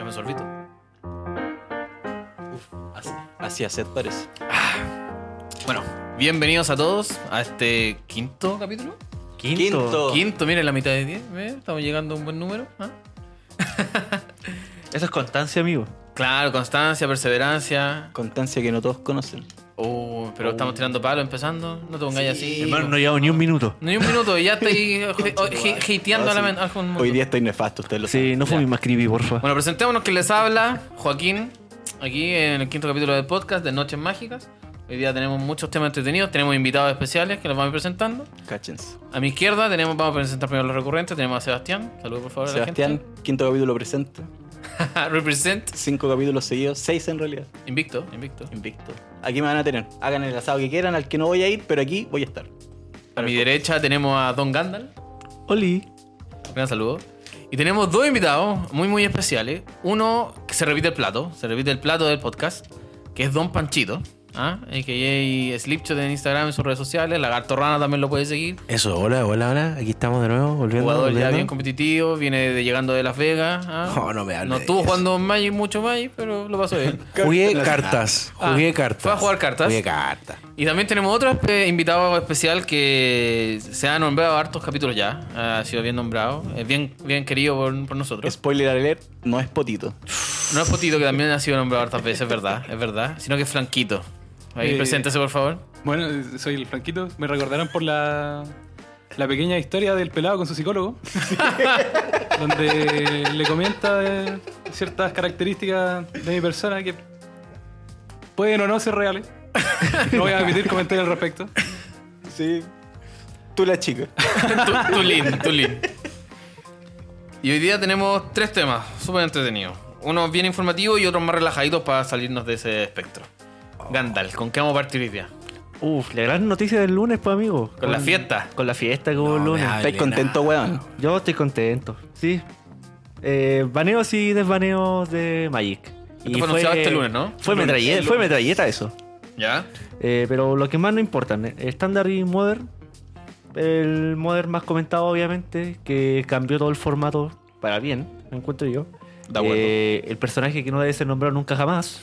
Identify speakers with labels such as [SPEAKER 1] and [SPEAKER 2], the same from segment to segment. [SPEAKER 1] uno solito.
[SPEAKER 2] Así, así hacer parece.
[SPEAKER 1] Bueno, bienvenidos a todos a este quinto capítulo.
[SPEAKER 2] Quinto.
[SPEAKER 1] Quinto, miren la mitad de diez. ¿ve? Estamos llegando a un buen número. ¿ah?
[SPEAKER 3] Eso es constancia, amigo.
[SPEAKER 1] Claro, constancia, perseverancia.
[SPEAKER 2] Constancia que no todos conocen.
[SPEAKER 1] Oh, pero estamos tirando palo empezando. No te pongáis así.
[SPEAKER 3] Hermano, no llevamos ni un minuto.
[SPEAKER 1] Ni un minuto y ya estoy he- he- he- hateando a la men- a algún mundo.
[SPEAKER 2] Ah, Hoy día estoy nefasto, ustedes lo
[SPEAKER 3] Sí, no fue mi más creepy, porfa.
[SPEAKER 1] Bueno, presentémonos que les habla Joaquín, aquí en el quinto capítulo del podcast de Noches Mágicas. Hoy día tenemos muchos temas entretenidos, tenemos invitados especiales que los vamos a ir presentando.
[SPEAKER 2] saben. Cáchense.
[SPEAKER 1] A mi izquierda tenemos, vamos a presentar primero los recurrentes, tenemos a Sebastián, saludos por favor a
[SPEAKER 2] Sebastián, quinto capítulo presente.
[SPEAKER 1] la gente. Represent,
[SPEAKER 2] Cinco capítulos seguidos, seis en realidad.
[SPEAKER 1] invicto, invicto.
[SPEAKER 2] Invicto. Aquí me van a tener. Hagan el asado que quieran, al que no voy a ir, pero aquí voy a estar.
[SPEAKER 1] A mi derecha tenemos a Don Gandalf,
[SPEAKER 3] Oli.
[SPEAKER 1] gran saludo. Y tenemos dos invitados muy muy especiales. Uno que se repite el plato, se repite el plato del podcast, que es Don Panchito. ¿Ah? AKA Slipshot en Instagram, en sus redes sociales. Lagarto Rana también lo puede seguir.
[SPEAKER 4] Eso, hola, hola, hola. Aquí estamos de nuevo, volviendo.
[SPEAKER 1] Jugador ya
[SPEAKER 4] volviendo.
[SPEAKER 1] bien competitivo, viene de llegando de Las Vegas. ¿ah?
[SPEAKER 4] Oh, no me hable
[SPEAKER 1] No
[SPEAKER 4] de
[SPEAKER 1] estuvo
[SPEAKER 4] eso.
[SPEAKER 1] jugando Magic, mucho Magic, pero lo pasó bien.
[SPEAKER 4] Jugué
[SPEAKER 2] Cartas.
[SPEAKER 4] cartas.
[SPEAKER 1] Ah,
[SPEAKER 4] Jugué cartas.
[SPEAKER 1] ¿fue a jugar cartas?
[SPEAKER 4] Jugué cartas.
[SPEAKER 1] Y también tenemos otro espe- invitado especial que se ha nombrado hartos capítulos ya. Ha sido bien nombrado. Es bien, bien querido por, por nosotros.
[SPEAKER 2] Spoiler alert, no es potito.
[SPEAKER 1] No es Potito, que también ha sido nombrado hartas veces, es verdad, es verdad. Sino que es Franquito. Ahí,
[SPEAKER 5] Eh,
[SPEAKER 1] preséntese, por favor.
[SPEAKER 5] Bueno, soy el Franquito. Me recordaron por la, la pequeña historia del pelado con su psicólogo. donde le comenta eh, ciertas características de mi persona que pueden o no ser reales. No voy a emitir comentarios al respecto.
[SPEAKER 2] Sí. Tú la chica.
[SPEAKER 1] Tu- Tulín, Tulín. Y hoy día tenemos tres temas súper entretenidos. Unos bien informativos y otros más relajaditos para salirnos de ese espectro. Gandalf, ¿con qué vamos a partir hoy día?
[SPEAKER 3] Uf, la gran noticia del lunes, pues, amigo.
[SPEAKER 1] Con la fiesta.
[SPEAKER 3] Con la fiesta que hubo el
[SPEAKER 4] No me
[SPEAKER 3] lunes.
[SPEAKER 4] hable.
[SPEAKER 2] ¿Estás contento, weón?
[SPEAKER 3] Yo estoy contento, sí. Eh, baneos y desbaneos de Magic.
[SPEAKER 1] Esto fue anunciado este lunes, ¿no?
[SPEAKER 3] Fue,
[SPEAKER 2] Lunes,
[SPEAKER 3] metralleta,
[SPEAKER 2] el
[SPEAKER 3] fue
[SPEAKER 2] lunes.
[SPEAKER 3] metralleta eso.
[SPEAKER 1] ¿Ya?
[SPEAKER 3] Eh, pero lo que más no importan, eh, estándar y modern. El modern más comentado, obviamente, que cambió todo el formato para bien, me encuentro yo.
[SPEAKER 1] De acuerdo.
[SPEAKER 3] Eh, el personaje que no debe ser nombrado nunca jamás.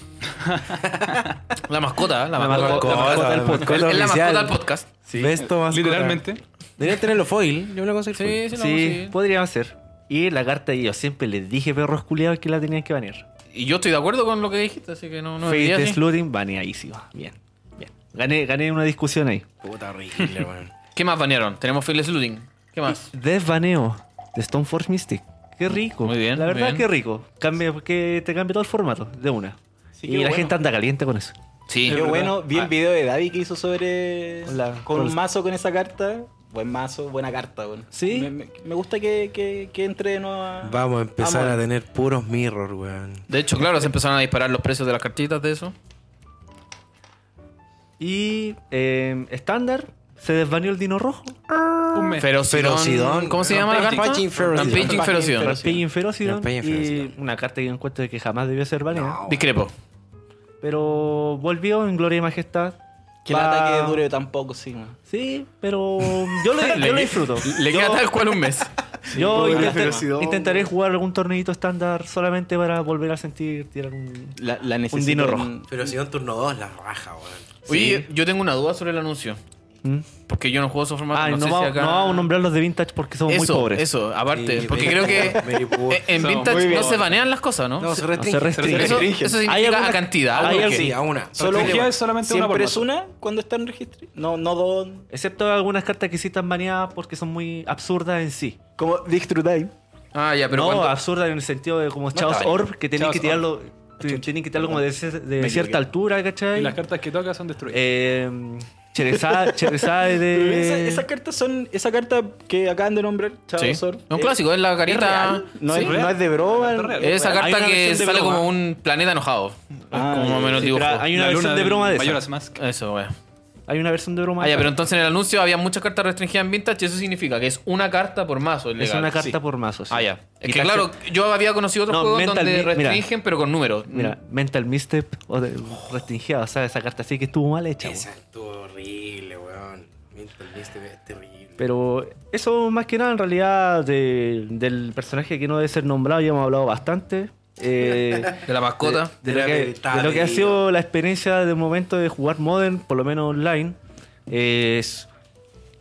[SPEAKER 1] La mascota, ¿eh? la,
[SPEAKER 3] La
[SPEAKER 1] mascota.
[SPEAKER 3] mascota,
[SPEAKER 1] la mascota.
[SPEAKER 3] la
[SPEAKER 1] del
[SPEAKER 3] mascota
[SPEAKER 1] podcast. Es la
[SPEAKER 4] oficial.
[SPEAKER 1] mascota del podcast.
[SPEAKER 4] ¿Ves esto más?
[SPEAKER 5] Literalmente.
[SPEAKER 4] Deberían tenerlo foil. Yo me lo conseguí.
[SPEAKER 1] Sí, sí, lo
[SPEAKER 3] Sí, pues.
[SPEAKER 1] vamos
[SPEAKER 3] podrían ser. Y la carta yo siempre les dije perros culiados que la tenían que banear.
[SPEAKER 1] a- Y yo estoy de acuerdo con lo que dijiste, así que no, no
[SPEAKER 3] Fate
[SPEAKER 1] debería, sí.
[SPEAKER 3] Sluting, baneadísima. Bien, bien. Gané, gané una discusión ahí.
[SPEAKER 4] foil. Puta horrible, weón.
[SPEAKER 1] ¿Qué más banearon? Tenemos Phil Sluting. ¿Qué más?
[SPEAKER 3] Desbaneo de Stoneforge Mystic. Qué rico.
[SPEAKER 1] Muy bien,
[SPEAKER 3] La
[SPEAKER 1] muy
[SPEAKER 3] verdad,
[SPEAKER 1] bien.
[SPEAKER 3] qué rico. Cambia, que te cambia todo el formato de una.
[SPEAKER 2] Sí,
[SPEAKER 3] y
[SPEAKER 2] qué
[SPEAKER 3] la
[SPEAKER 2] bueno.
[SPEAKER 3] gente anda caliente con eso.
[SPEAKER 1] Sí.
[SPEAKER 2] Qué bueno, vi
[SPEAKER 1] Ah.
[SPEAKER 2] el video de David que hizo sobre.
[SPEAKER 3] Con la-
[SPEAKER 2] con
[SPEAKER 3] con-
[SPEAKER 2] un mazo con esa carta. Buen mazo, buena carta, weón.
[SPEAKER 3] Sí.
[SPEAKER 2] Me, me- me gusta que, que, que entre de nuevo a.
[SPEAKER 4] Vamos a empezar
[SPEAKER 2] Vamos.
[SPEAKER 4] a tener puros mirror, weón.
[SPEAKER 1] Ah, De hecho, claro, se empezaron a disparar los precios de las cartitas de eso.
[SPEAKER 3] Y eh, estándar, se desbaneó el Dino Rojo.
[SPEAKER 1] Ah,
[SPEAKER 5] Un mes.
[SPEAKER 1] Ferocidón.
[SPEAKER 4] Ferocidón.
[SPEAKER 1] ¿Cómo se llama la carta?
[SPEAKER 4] Rampaging Ferocidón.
[SPEAKER 1] Rampaging Ferocidón.
[SPEAKER 2] Ferocidón.
[SPEAKER 3] Rampaging Ferocidon.
[SPEAKER 4] Rampaging
[SPEAKER 3] Y
[SPEAKER 4] Ferocidon.
[SPEAKER 3] una carta que yo encuentro que jamás debió ser baneada.
[SPEAKER 1] Discrepo.
[SPEAKER 3] Pero volvió en Gloria y Majestad.
[SPEAKER 2] Que el
[SPEAKER 3] Va-
[SPEAKER 2] ataque dure tampoco, sí, weón.
[SPEAKER 3] Sí, pero yo lo, yo lo disfruto.
[SPEAKER 1] Le
[SPEAKER 3] yo
[SPEAKER 1] queda tal cual un mes.
[SPEAKER 3] yo
[SPEAKER 2] Sí,
[SPEAKER 3] intentar-
[SPEAKER 2] la ferocidad.
[SPEAKER 3] intentaré jugar algún torneito estándar solamente para volver a sentir tirar un...
[SPEAKER 2] La, la necesito
[SPEAKER 3] dino
[SPEAKER 2] en-
[SPEAKER 3] rojo.
[SPEAKER 4] Ferocidón turno 2, la raja, weón.
[SPEAKER 1] Oye, yo tengo una duda sobre el anuncio.
[SPEAKER 3] ¿Mm?
[SPEAKER 1] Porque yo no juego esos formatos.
[SPEAKER 3] Ah,
[SPEAKER 1] no,
[SPEAKER 3] no,
[SPEAKER 1] sé
[SPEAKER 3] vamos
[SPEAKER 1] si acá...
[SPEAKER 3] no vamos a nombrar los de Vintage porque somos
[SPEAKER 1] eso,
[SPEAKER 3] muy pobres.
[SPEAKER 1] Eso, aparte.
[SPEAKER 4] Sí,
[SPEAKER 1] porque
[SPEAKER 4] Very
[SPEAKER 1] creo
[SPEAKER 4] poor, very poor.
[SPEAKER 1] que Eh, en
[SPEAKER 5] Somos muy
[SPEAKER 1] Vintage no
[SPEAKER 5] bien.
[SPEAKER 1] se banean las cosas, ¿no?
[SPEAKER 4] No,
[SPEAKER 1] Se-
[SPEAKER 4] se
[SPEAKER 3] No
[SPEAKER 4] restringe.
[SPEAKER 3] se restringe.
[SPEAKER 1] eso,
[SPEAKER 2] restringen.
[SPEAKER 1] eso significa
[SPEAKER 3] Hay alguna-
[SPEAKER 1] a cantidad.
[SPEAKER 3] hay
[SPEAKER 1] ¿o
[SPEAKER 3] algo-
[SPEAKER 1] qué?
[SPEAKER 4] Sí, a una.
[SPEAKER 5] Solo
[SPEAKER 4] Tranquilo,
[SPEAKER 5] es solamente una por
[SPEAKER 2] ¿Siempre es
[SPEAKER 5] mazo.
[SPEAKER 2] una cuando está en registro? No, no dos.
[SPEAKER 3] Excepto algunas cartas que sí están baneadas porque son muy absurdas en sí.
[SPEAKER 2] Como Dick True Time.
[SPEAKER 1] Ah, ya, pero
[SPEAKER 3] no,
[SPEAKER 1] cuando-
[SPEAKER 3] absurdas en el sentido de como Chaos
[SPEAKER 2] está bien.
[SPEAKER 3] Orb que tienen
[SPEAKER 5] Chaos
[SPEAKER 3] que tirarlo, te- tienen que tirarlo como de, ese- de
[SPEAKER 2] Me equivoqué.
[SPEAKER 3] cierta altura, ¿cachai?
[SPEAKER 5] Y las cartas que toca son destruidas.
[SPEAKER 3] Eh, Cherezade- Cherezade
[SPEAKER 2] Pero
[SPEAKER 3] de...
[SPEAKER 2] esa- esas cartas son. Esa carta que acaban de nombrar, Chao
[SPEAKER 1] Sí. Es
[SPEAKER 2] Sor,
[SPEAKER 1] un
[SPEAKER 2] eh,
[SPEAKER 1] clásico, es la
[SPEAKER 2] ¿Es
[SPEAKER 1] carita.
[SPEAKER 2] real? No,
[SPEAKER 1] Sí.
[SPEAKER 2] es, no es de broma.
[SPEAKER 5] Es real.
[SPEAKER 1] Esa
[SPEAKER 3] Hay
[SPEAKER 1] carta
[SPEAKER 3] una
[SPEAKER 1] que
[SPEAKER 3] versión de
[SPEAKER 1] sale
[SPEAKER 3] broma.
[SPEAKER 1] como un planeta enojado.
[SPEAKER 2] Ah,
[SPEAKER 1] como más o menos
[SPEAKER 3] sí,
[SPEAKER 1] dibujo.
[SPEAKER 3] pero hay una
[SPEAKER 5] La
[SPEAKER 3] versión
[SPEAKER 5] luna
[SPEAKER 3] de
[SPEAKER 5] del
[SPEAKER 3] broma de esa.
[SPEAKER 5] Majora's Mask.
[SPEAKER 1] Eso, wea.
[SPEAKER 3] Hay una versión de broma.
[SPEAKER 1] Ah, ya,
[SPEAKER 3] de
[SPEAKER 1] pero
[SPEAKER 3] esa.
[SPEAKER 1] entonces en el anuncio había muchas cartas restringidas en Vintage. Eso significa que es una carta por mazo.
[SPEAKER 3] es
[SPEAKER 1] legal.
[SPEAKER 3] una carta
[SPEAKER 1] Sí.
[SPEAKER 3] por mazo. sí.
[SPEAKER 1] Ah, ya. Es
[SPEAKER 3] Y
[SPEAKER 1] que
[SPEAKER 3] la-
[SPEAKER 1] claro, yo había conocido otros
[SPEAKER 3] No,
[SPEAKER 1] juegos
[SPEAKER 3] Mental
[SPEAKER 1] donde
[SPEAKER 3] Mi- mira.
[SPEAKER 1] restringen, pero con números.
[SPEAKER 3] Mira, Mental Misstep o de- restringida, o sea, esa carta sí que estuvo mal hecha.
[SPEAKER 4] Esa
[SPEAKER 3] po.
[SPEAKER 4] estuvo horrible, weón. Mental Beast es terrible.
[SPEAKER 3] Pero eso más que nada en realidad de- del personaje que no debe ser nombrado, ya hemos hablado bastante. eh,
[SPEAKER 1] De la mascota.
[SPEAKER 3] de, lo que, de lo que ha sido la experiencia de momento de jugar Modern, por lo menos online, eh, es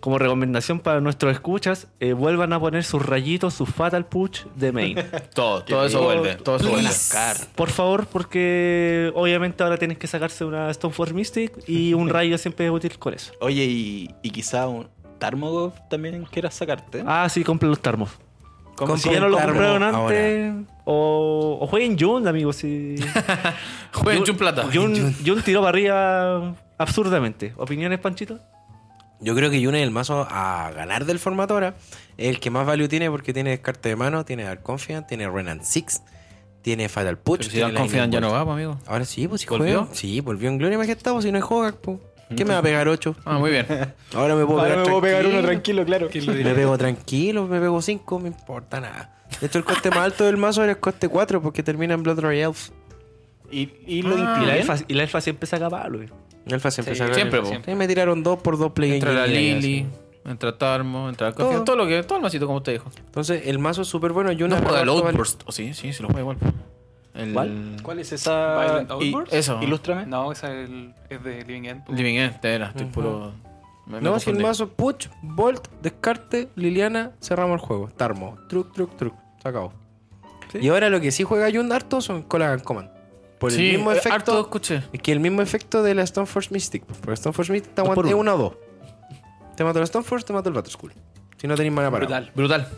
[SPEAKER 3] como recomendación para nuestros escuchas, eh, vuelvan a poner sus rayitos, sus Fatal Push de main.
[SPEAKER 1] Todo, todo eso vuelve. Todo eso vuelve.
[SPEAKER 6] Please.
[SPEAKER 3] Por favor, porque obviamente ahora tienes que sacarse una Stoneforge Mystic y un rayo siempre es útil con eso.
[SPEAKER 2] Oye, y, y quizá un Tarmogof también quieras sacarte.
[SPEAKER 3] Ah, sí, compren los tarmos.
[SPEAKER 6] Compren
[SPEAKER 3] si ya no los
[SPEAKER 6] tarmos
[SPEAKER 3] compraron
[SPEAKER 6] ahora.
[SPEAKER 3] antes, o, o jueguen Jun, amigos. Si...
[SPEAKER 1] Jueguen Jun Plata.
[SPEAKER 3] Jun, Jun tiró para arriba absurdamente. ¿Opiniones, Panchito?
[SPEAKER 6] Yo creo que Yune es el mazo a ganar del formato ahora. Es el que más value tiene porque tiene descarte de mano, tiene Dark Confiant, tiene Renan Six, tiene Fatal Push.
[SPEAKER 1] Pero si
[SPEAKER 6] tiene
[SPEAKER 1] dan
[SPEAKER 6] Lightning
[SPEAKER 1] confianza ya no
[SPEAKER 6] Bolt.
[SPEAKER 1] va, pues, amigo.
[SPEAKER 6] Ahora sí, pues si
[SPEAKER 1] ¿Volvió?
[SPEAKER 6] juega. Sí, volvió en Gloria y Majestad, pues si no es Hogak, pues. ¿Qué me va a pegar 8?
[SPEAKER 1] Ah, muy bien.
[SPEAKER 6] Ahora me puedo
[SPEAKER 2] Ahora
[SPEAKER 6] pegar
[SPEAKER 2] Ah, me puedo pegar uno
[SPEAKER 6] tranquilo.
[SPEAKER 2] tranquilo, claro.
[SPEAKER 5] ¿Quién lo
[SPEAKER 6] Me
[SPEAKER 5] diría?
[SPEAKER 6] pego tranquilo, me pego 5, me importa nada. De hecho, el coste más alto del mazo era el coste 4 porque termina en Blood Royale.
[SPEAKER 2] Y, y lo
[SPEAKER 1] Ah.
[SPEAKER 3] Y la,
[SPEAKER 2] impide.
[SPEAKER 3] elfa, y la elfa siempre saca palo. güey.
[SPEAKER 6] Alfa siempre
[SPEAKER 1] Sí,
[SPEAKER 6] saca-
[SPEAKER 1] siempre, po.
[SPEAKER 6] Sí, me tiraron 2 por 2 play
[SPEAKER 1] Entra la
[SPEAKER 6] game y ya,
[SPEAKER 1] Lili,
[SPEAKER 6] así.
[SPEAKER 1] entra Tarmo, entra Confianza.
[SPEAKER 6] Todo.
[SPEAKER 1] Todo lo que, todo el masito como usted dijo.
[SPEAKER 6] Entonces, el mazo es súper bueno. Yo
[SPEAKER 1] No juega el
[SPEAKER 6] el
[SPEAKER 1] Outburst. Oh, sí, sí, se lo juega igual. po. El
[SPEAKER 3] ¿Cuál?
[SPEAKER 5] ¿Cuál es esa?
[SPEAKER 2] Violent
[SPEAKER 5] ¿Y-
[SPEAKER 2] Outburst?
[SPEAKER 1] Eso.
[SPEAKER 2] Ilústrame.
[SPEAKER 5] No, esa es, el- es de Living End. po.
[SPEAKER 1] Living End, de veras, estoy puro. me- me
[SPEAKER 6] No, si el
[SPEAKER 1] confundí.
[SPEAKER 6] mazo Puch, Bolt, Descarte, Liliana, cerramos el juego. Tarmo, truc, truc, truc. Se acabó. Y ahora lo que sí juega Jun harto son Colagan Command. Por
[SPEAKER 1] Sí,
[SPEAKER 6] el mismo
[SPEAKER 1] eh,
[SPEAKER 6] efecto.
[SPEAKER 1] harto escuché.
[SPEAKER 6] Es que el mismo efecto de la Stoneforge Mystic. pues, Porque Stoneforge Mystic te
[SPEAKER 3] Dos por
[SPEAKER 6] aguanta
[SPEAKER 3] uno.
[SPEAKER 6] una o dos. Te mato la Stoneforge, te mato el Battle School. Si no tenéis mana para.
[SPEAKER 5] Brutal.
[SPEAKER 1] Brutal.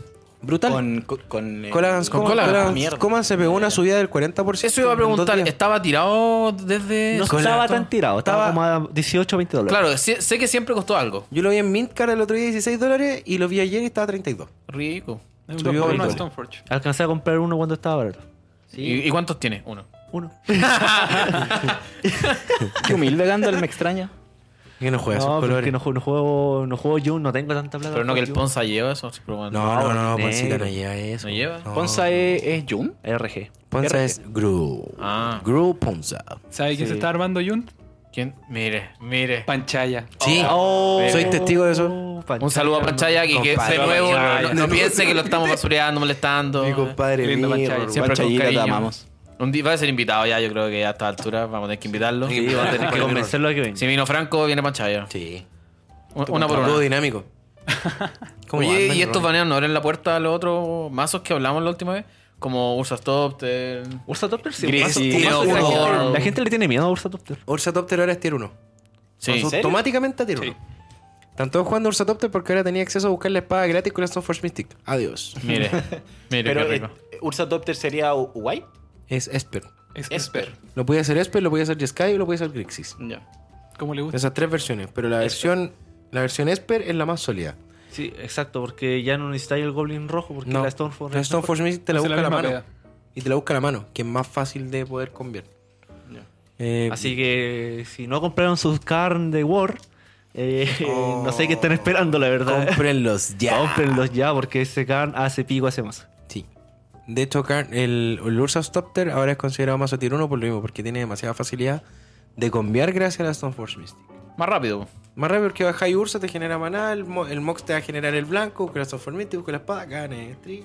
[SPEAKER 6] Brutal.
[SPEAKER 2] Con, con, con, eh,
[SPEAKER 6] Colagans
[SPEAKER 1] Con
[SPEAKER 6] Command.
[SPEAKER 1] Colagans.
[SPEAKER 6] Colagans
[SPEAKER 2] Mierda.
[SPEAKER 6] Command se pegó una subida del 40%.
[SPEAKER 1] Eso iba a
[SPEAKER 6] en dos
[SPEAKER 1] preguntar.
[SPEAKER 6] días.
[SPEAKER 1] ¿Estaba tirado desde.?
[SPEAKER 3] No
[SPEAKER 1] Con la-
[SPEAKER 3] estaba tan tirado, estaba, como a 18 20 dólares.
[SPEAKER 1] Claro, sé, sé que siempre costó algo.
[SPEAKER 6] Yo lo vi en Mintcar el otro día 16 dólares y lo vi ayer y estaba 32.
[SPEAKER 1] Rico.
[SPEAKER 5] Es un
[SPEAKER 6] Subió
[SPEAKER 5] 2 por uno
[SPEAKER 6] el doble.
[SPEAKER 5] de Stoneforge.
[SPEAKER 3] Alcancé a comprar uno cuando estaba barato.
[SPEAKER 1] ¿Y, y cuántos tiene? Uno.
[SPEAKER 3] Uno.
[SPEAKER 2] Qué humilde Gandalf, me extraña.
[SPEAKER 6] Que no juega
[SPEAKER 3] no,
[SPEAKER 6] esos colores.
[SPEAKER 3] porque no, ju- no juego, no juego Jun, no tengo tanta plata.
[SPEAKER 1] Pero no que el
[SPEAKER 3] Jun.
[SPEAKER 1] Ponza lleva eso. pero bueno.
[SPEAKER 6] No, no, no,
[SPEAKER 3] negro.
[SPEAKER 6] Poncita no lleva eso.
[SPEAKER 1] ¿No lleva?
[SPEAKER 2] Ponza es, es Jun.
[SPEAKER 3] RG.
[SPEAKER 6] Ponza es Gru.
[SPEAKER 1] Ah.
[SPEAKER 6] Gru Ponza.
[SPEAKER 5] ¿Sabe quién se
[SPEAKER 3] Sí.
[SPEAKER 5] está armando Jun?
[SPEAKER 1] ¿Quién? Mire, mire.
[SPEAKER 5] Panchaya.
[SPEAKER 6] Sí.
[SPEAKER 1] Oh,
[SPEAKER 3] Oh,
[SPEAKER 6] Soy testigo de eso.
[SPEAKER 1] Un saludo a Panchaya que que
[SPEAKER 6] Compadre,
[SPEAKER 1] de nuevo
[SPEAKER 6] Panchaya.
[SPEAKER 1] no, no piense que lo estamos basureando, molestando.
[SPEAKER 6] Mi compadre
[SPEAKER 5] Lindo
[SPEAKER 6] mío,
[SPEAKER 5] Panchaya.
[SPEAKER 6] hermano.
[SPEAKER 1] Siempre con
[SPEAKER 2] Panchayita, te
[SPEAKER 1] cariño.
[SPEAKER 2] amamos.
[SPEAKER 1] Un día va a ser invitado ya, yo creo que a esta altura vamos a tener que invitarlo.
[SPEAKER 6] Sí,
[SPEAKER 3] Sí, va a tener que
[SPEAKER 6] Panchaya.
[SPEAKER 3] convencerlo a que venga.
[SPEAKER 1] Si vino Franco, viene Panchaya.
[SPEAKER 6] Sí.
[SPEAKER 1] Un- Una por
[SPEAKER 6] Todo
[SPEAKER 1] una.
[SPEAKER 6] dinámico. ¿Cómo
[SPEAKER 1] Oye,
[SPEAKER 6] andan,
[SPEAKER 1] y estos
[SPEAKER 6] Ronnie?
[SPEAKER 1] baneos no abren la puerta a los otros mazos que hablamos la última vez, como Ursa Stopter.
[SPEAKER 3] Ursa Topter sí.
[SPEAKER 2] Gris,
[SPEAKER 3] más-
[SPEAKER 2] sí,
[SPEAKER 3] más-
[SPEAKER 1] Neo
[SPEAKER 3] la, gente,
[SPEAKER 1] World.
[SPEAKER 3] la gente le tiene miedo a Ursa Topter.
[SPEAKER 6] Ursa Topter ahora es tier 1.
[SPEAKER 1] Sí.
[SPEAKER 6] Pasó automáticamente a tier 1. Están todos jugando Ursa Topter porque ahora tenía acceso a buscar la espada gratis con la Stoneforge Mystic. Adiós.
[SPEAKER 1] Mire, mire,
[SPEAKER 2] Pero
[SPEAKER 1] qué rico.
[SPEAKER 2] eh, Ursa Topter sería u- White.
[SPEAKER 6] Es Esper.
[SPEAKER 5] Es
[SPEAKER 2] Esper.
[SPEAKER 6] Lo podía hacer Esper, lo podía hacer Jeskai y lo podía hacer Grixis.
[SPEAKER 1] Mm.
[SPEAKER 2] Ya.
[SPEAKER 5] ¿Cómo le gusta?
[SPEAKER 6] Esas tres versiones. Pero la versión, la versión Esper es la más sólida.
[SPEAKER 3] Sí, exacto, porque ya no necesitáis el Goblin rojo, porque
[SPEAKER 6] no,
[SPEAKER 3] la Stoneforge.
[SPEAKER 6] la Stoneforge Mystic te la
[SPEAKER 5] Hace
[SPEAKER 6] busca a la
[SPEAKER 5] misma
[SPEAKER 6] mano.
[SPEAKER 5] pega.
[SPEAKER 6] Y te la busca a la mano, que es más fácil de poder convertir.
[SPEAKER 2] Ya.
[SPEAKER 6] Eh,
[SPEAKER 3] Así que si no compraron sus carnes de War, eh,
[SPEAKER 6] Oh.
[SPEAKER 3] no sé qué están esperando, la verdad.
[SPEAKER 6] Cómprenlos Oh,
[SPEAKER 3] Oh.
[SPEAKER 6] ya.
[SPEAKER 3] Cómprenlos ya, porque ese carn hace pico, hace más.
[SPEAKER 6] Sí. De hecho, Karn- el, el Ursa Stopter ahora es considerado más tier 1 por lo mismo, porque tiene demasiada facilidad de conviar gracias a la Stoneforge Mystic.
[SPEAKER 1] Más rápido.
[SPEAKER 6] Más rápido que bajáis Ursa te genera maná, el, mo- el Mox te va a generar el blanco, con la Stoneforge Mystic, con la espada, gane, tri.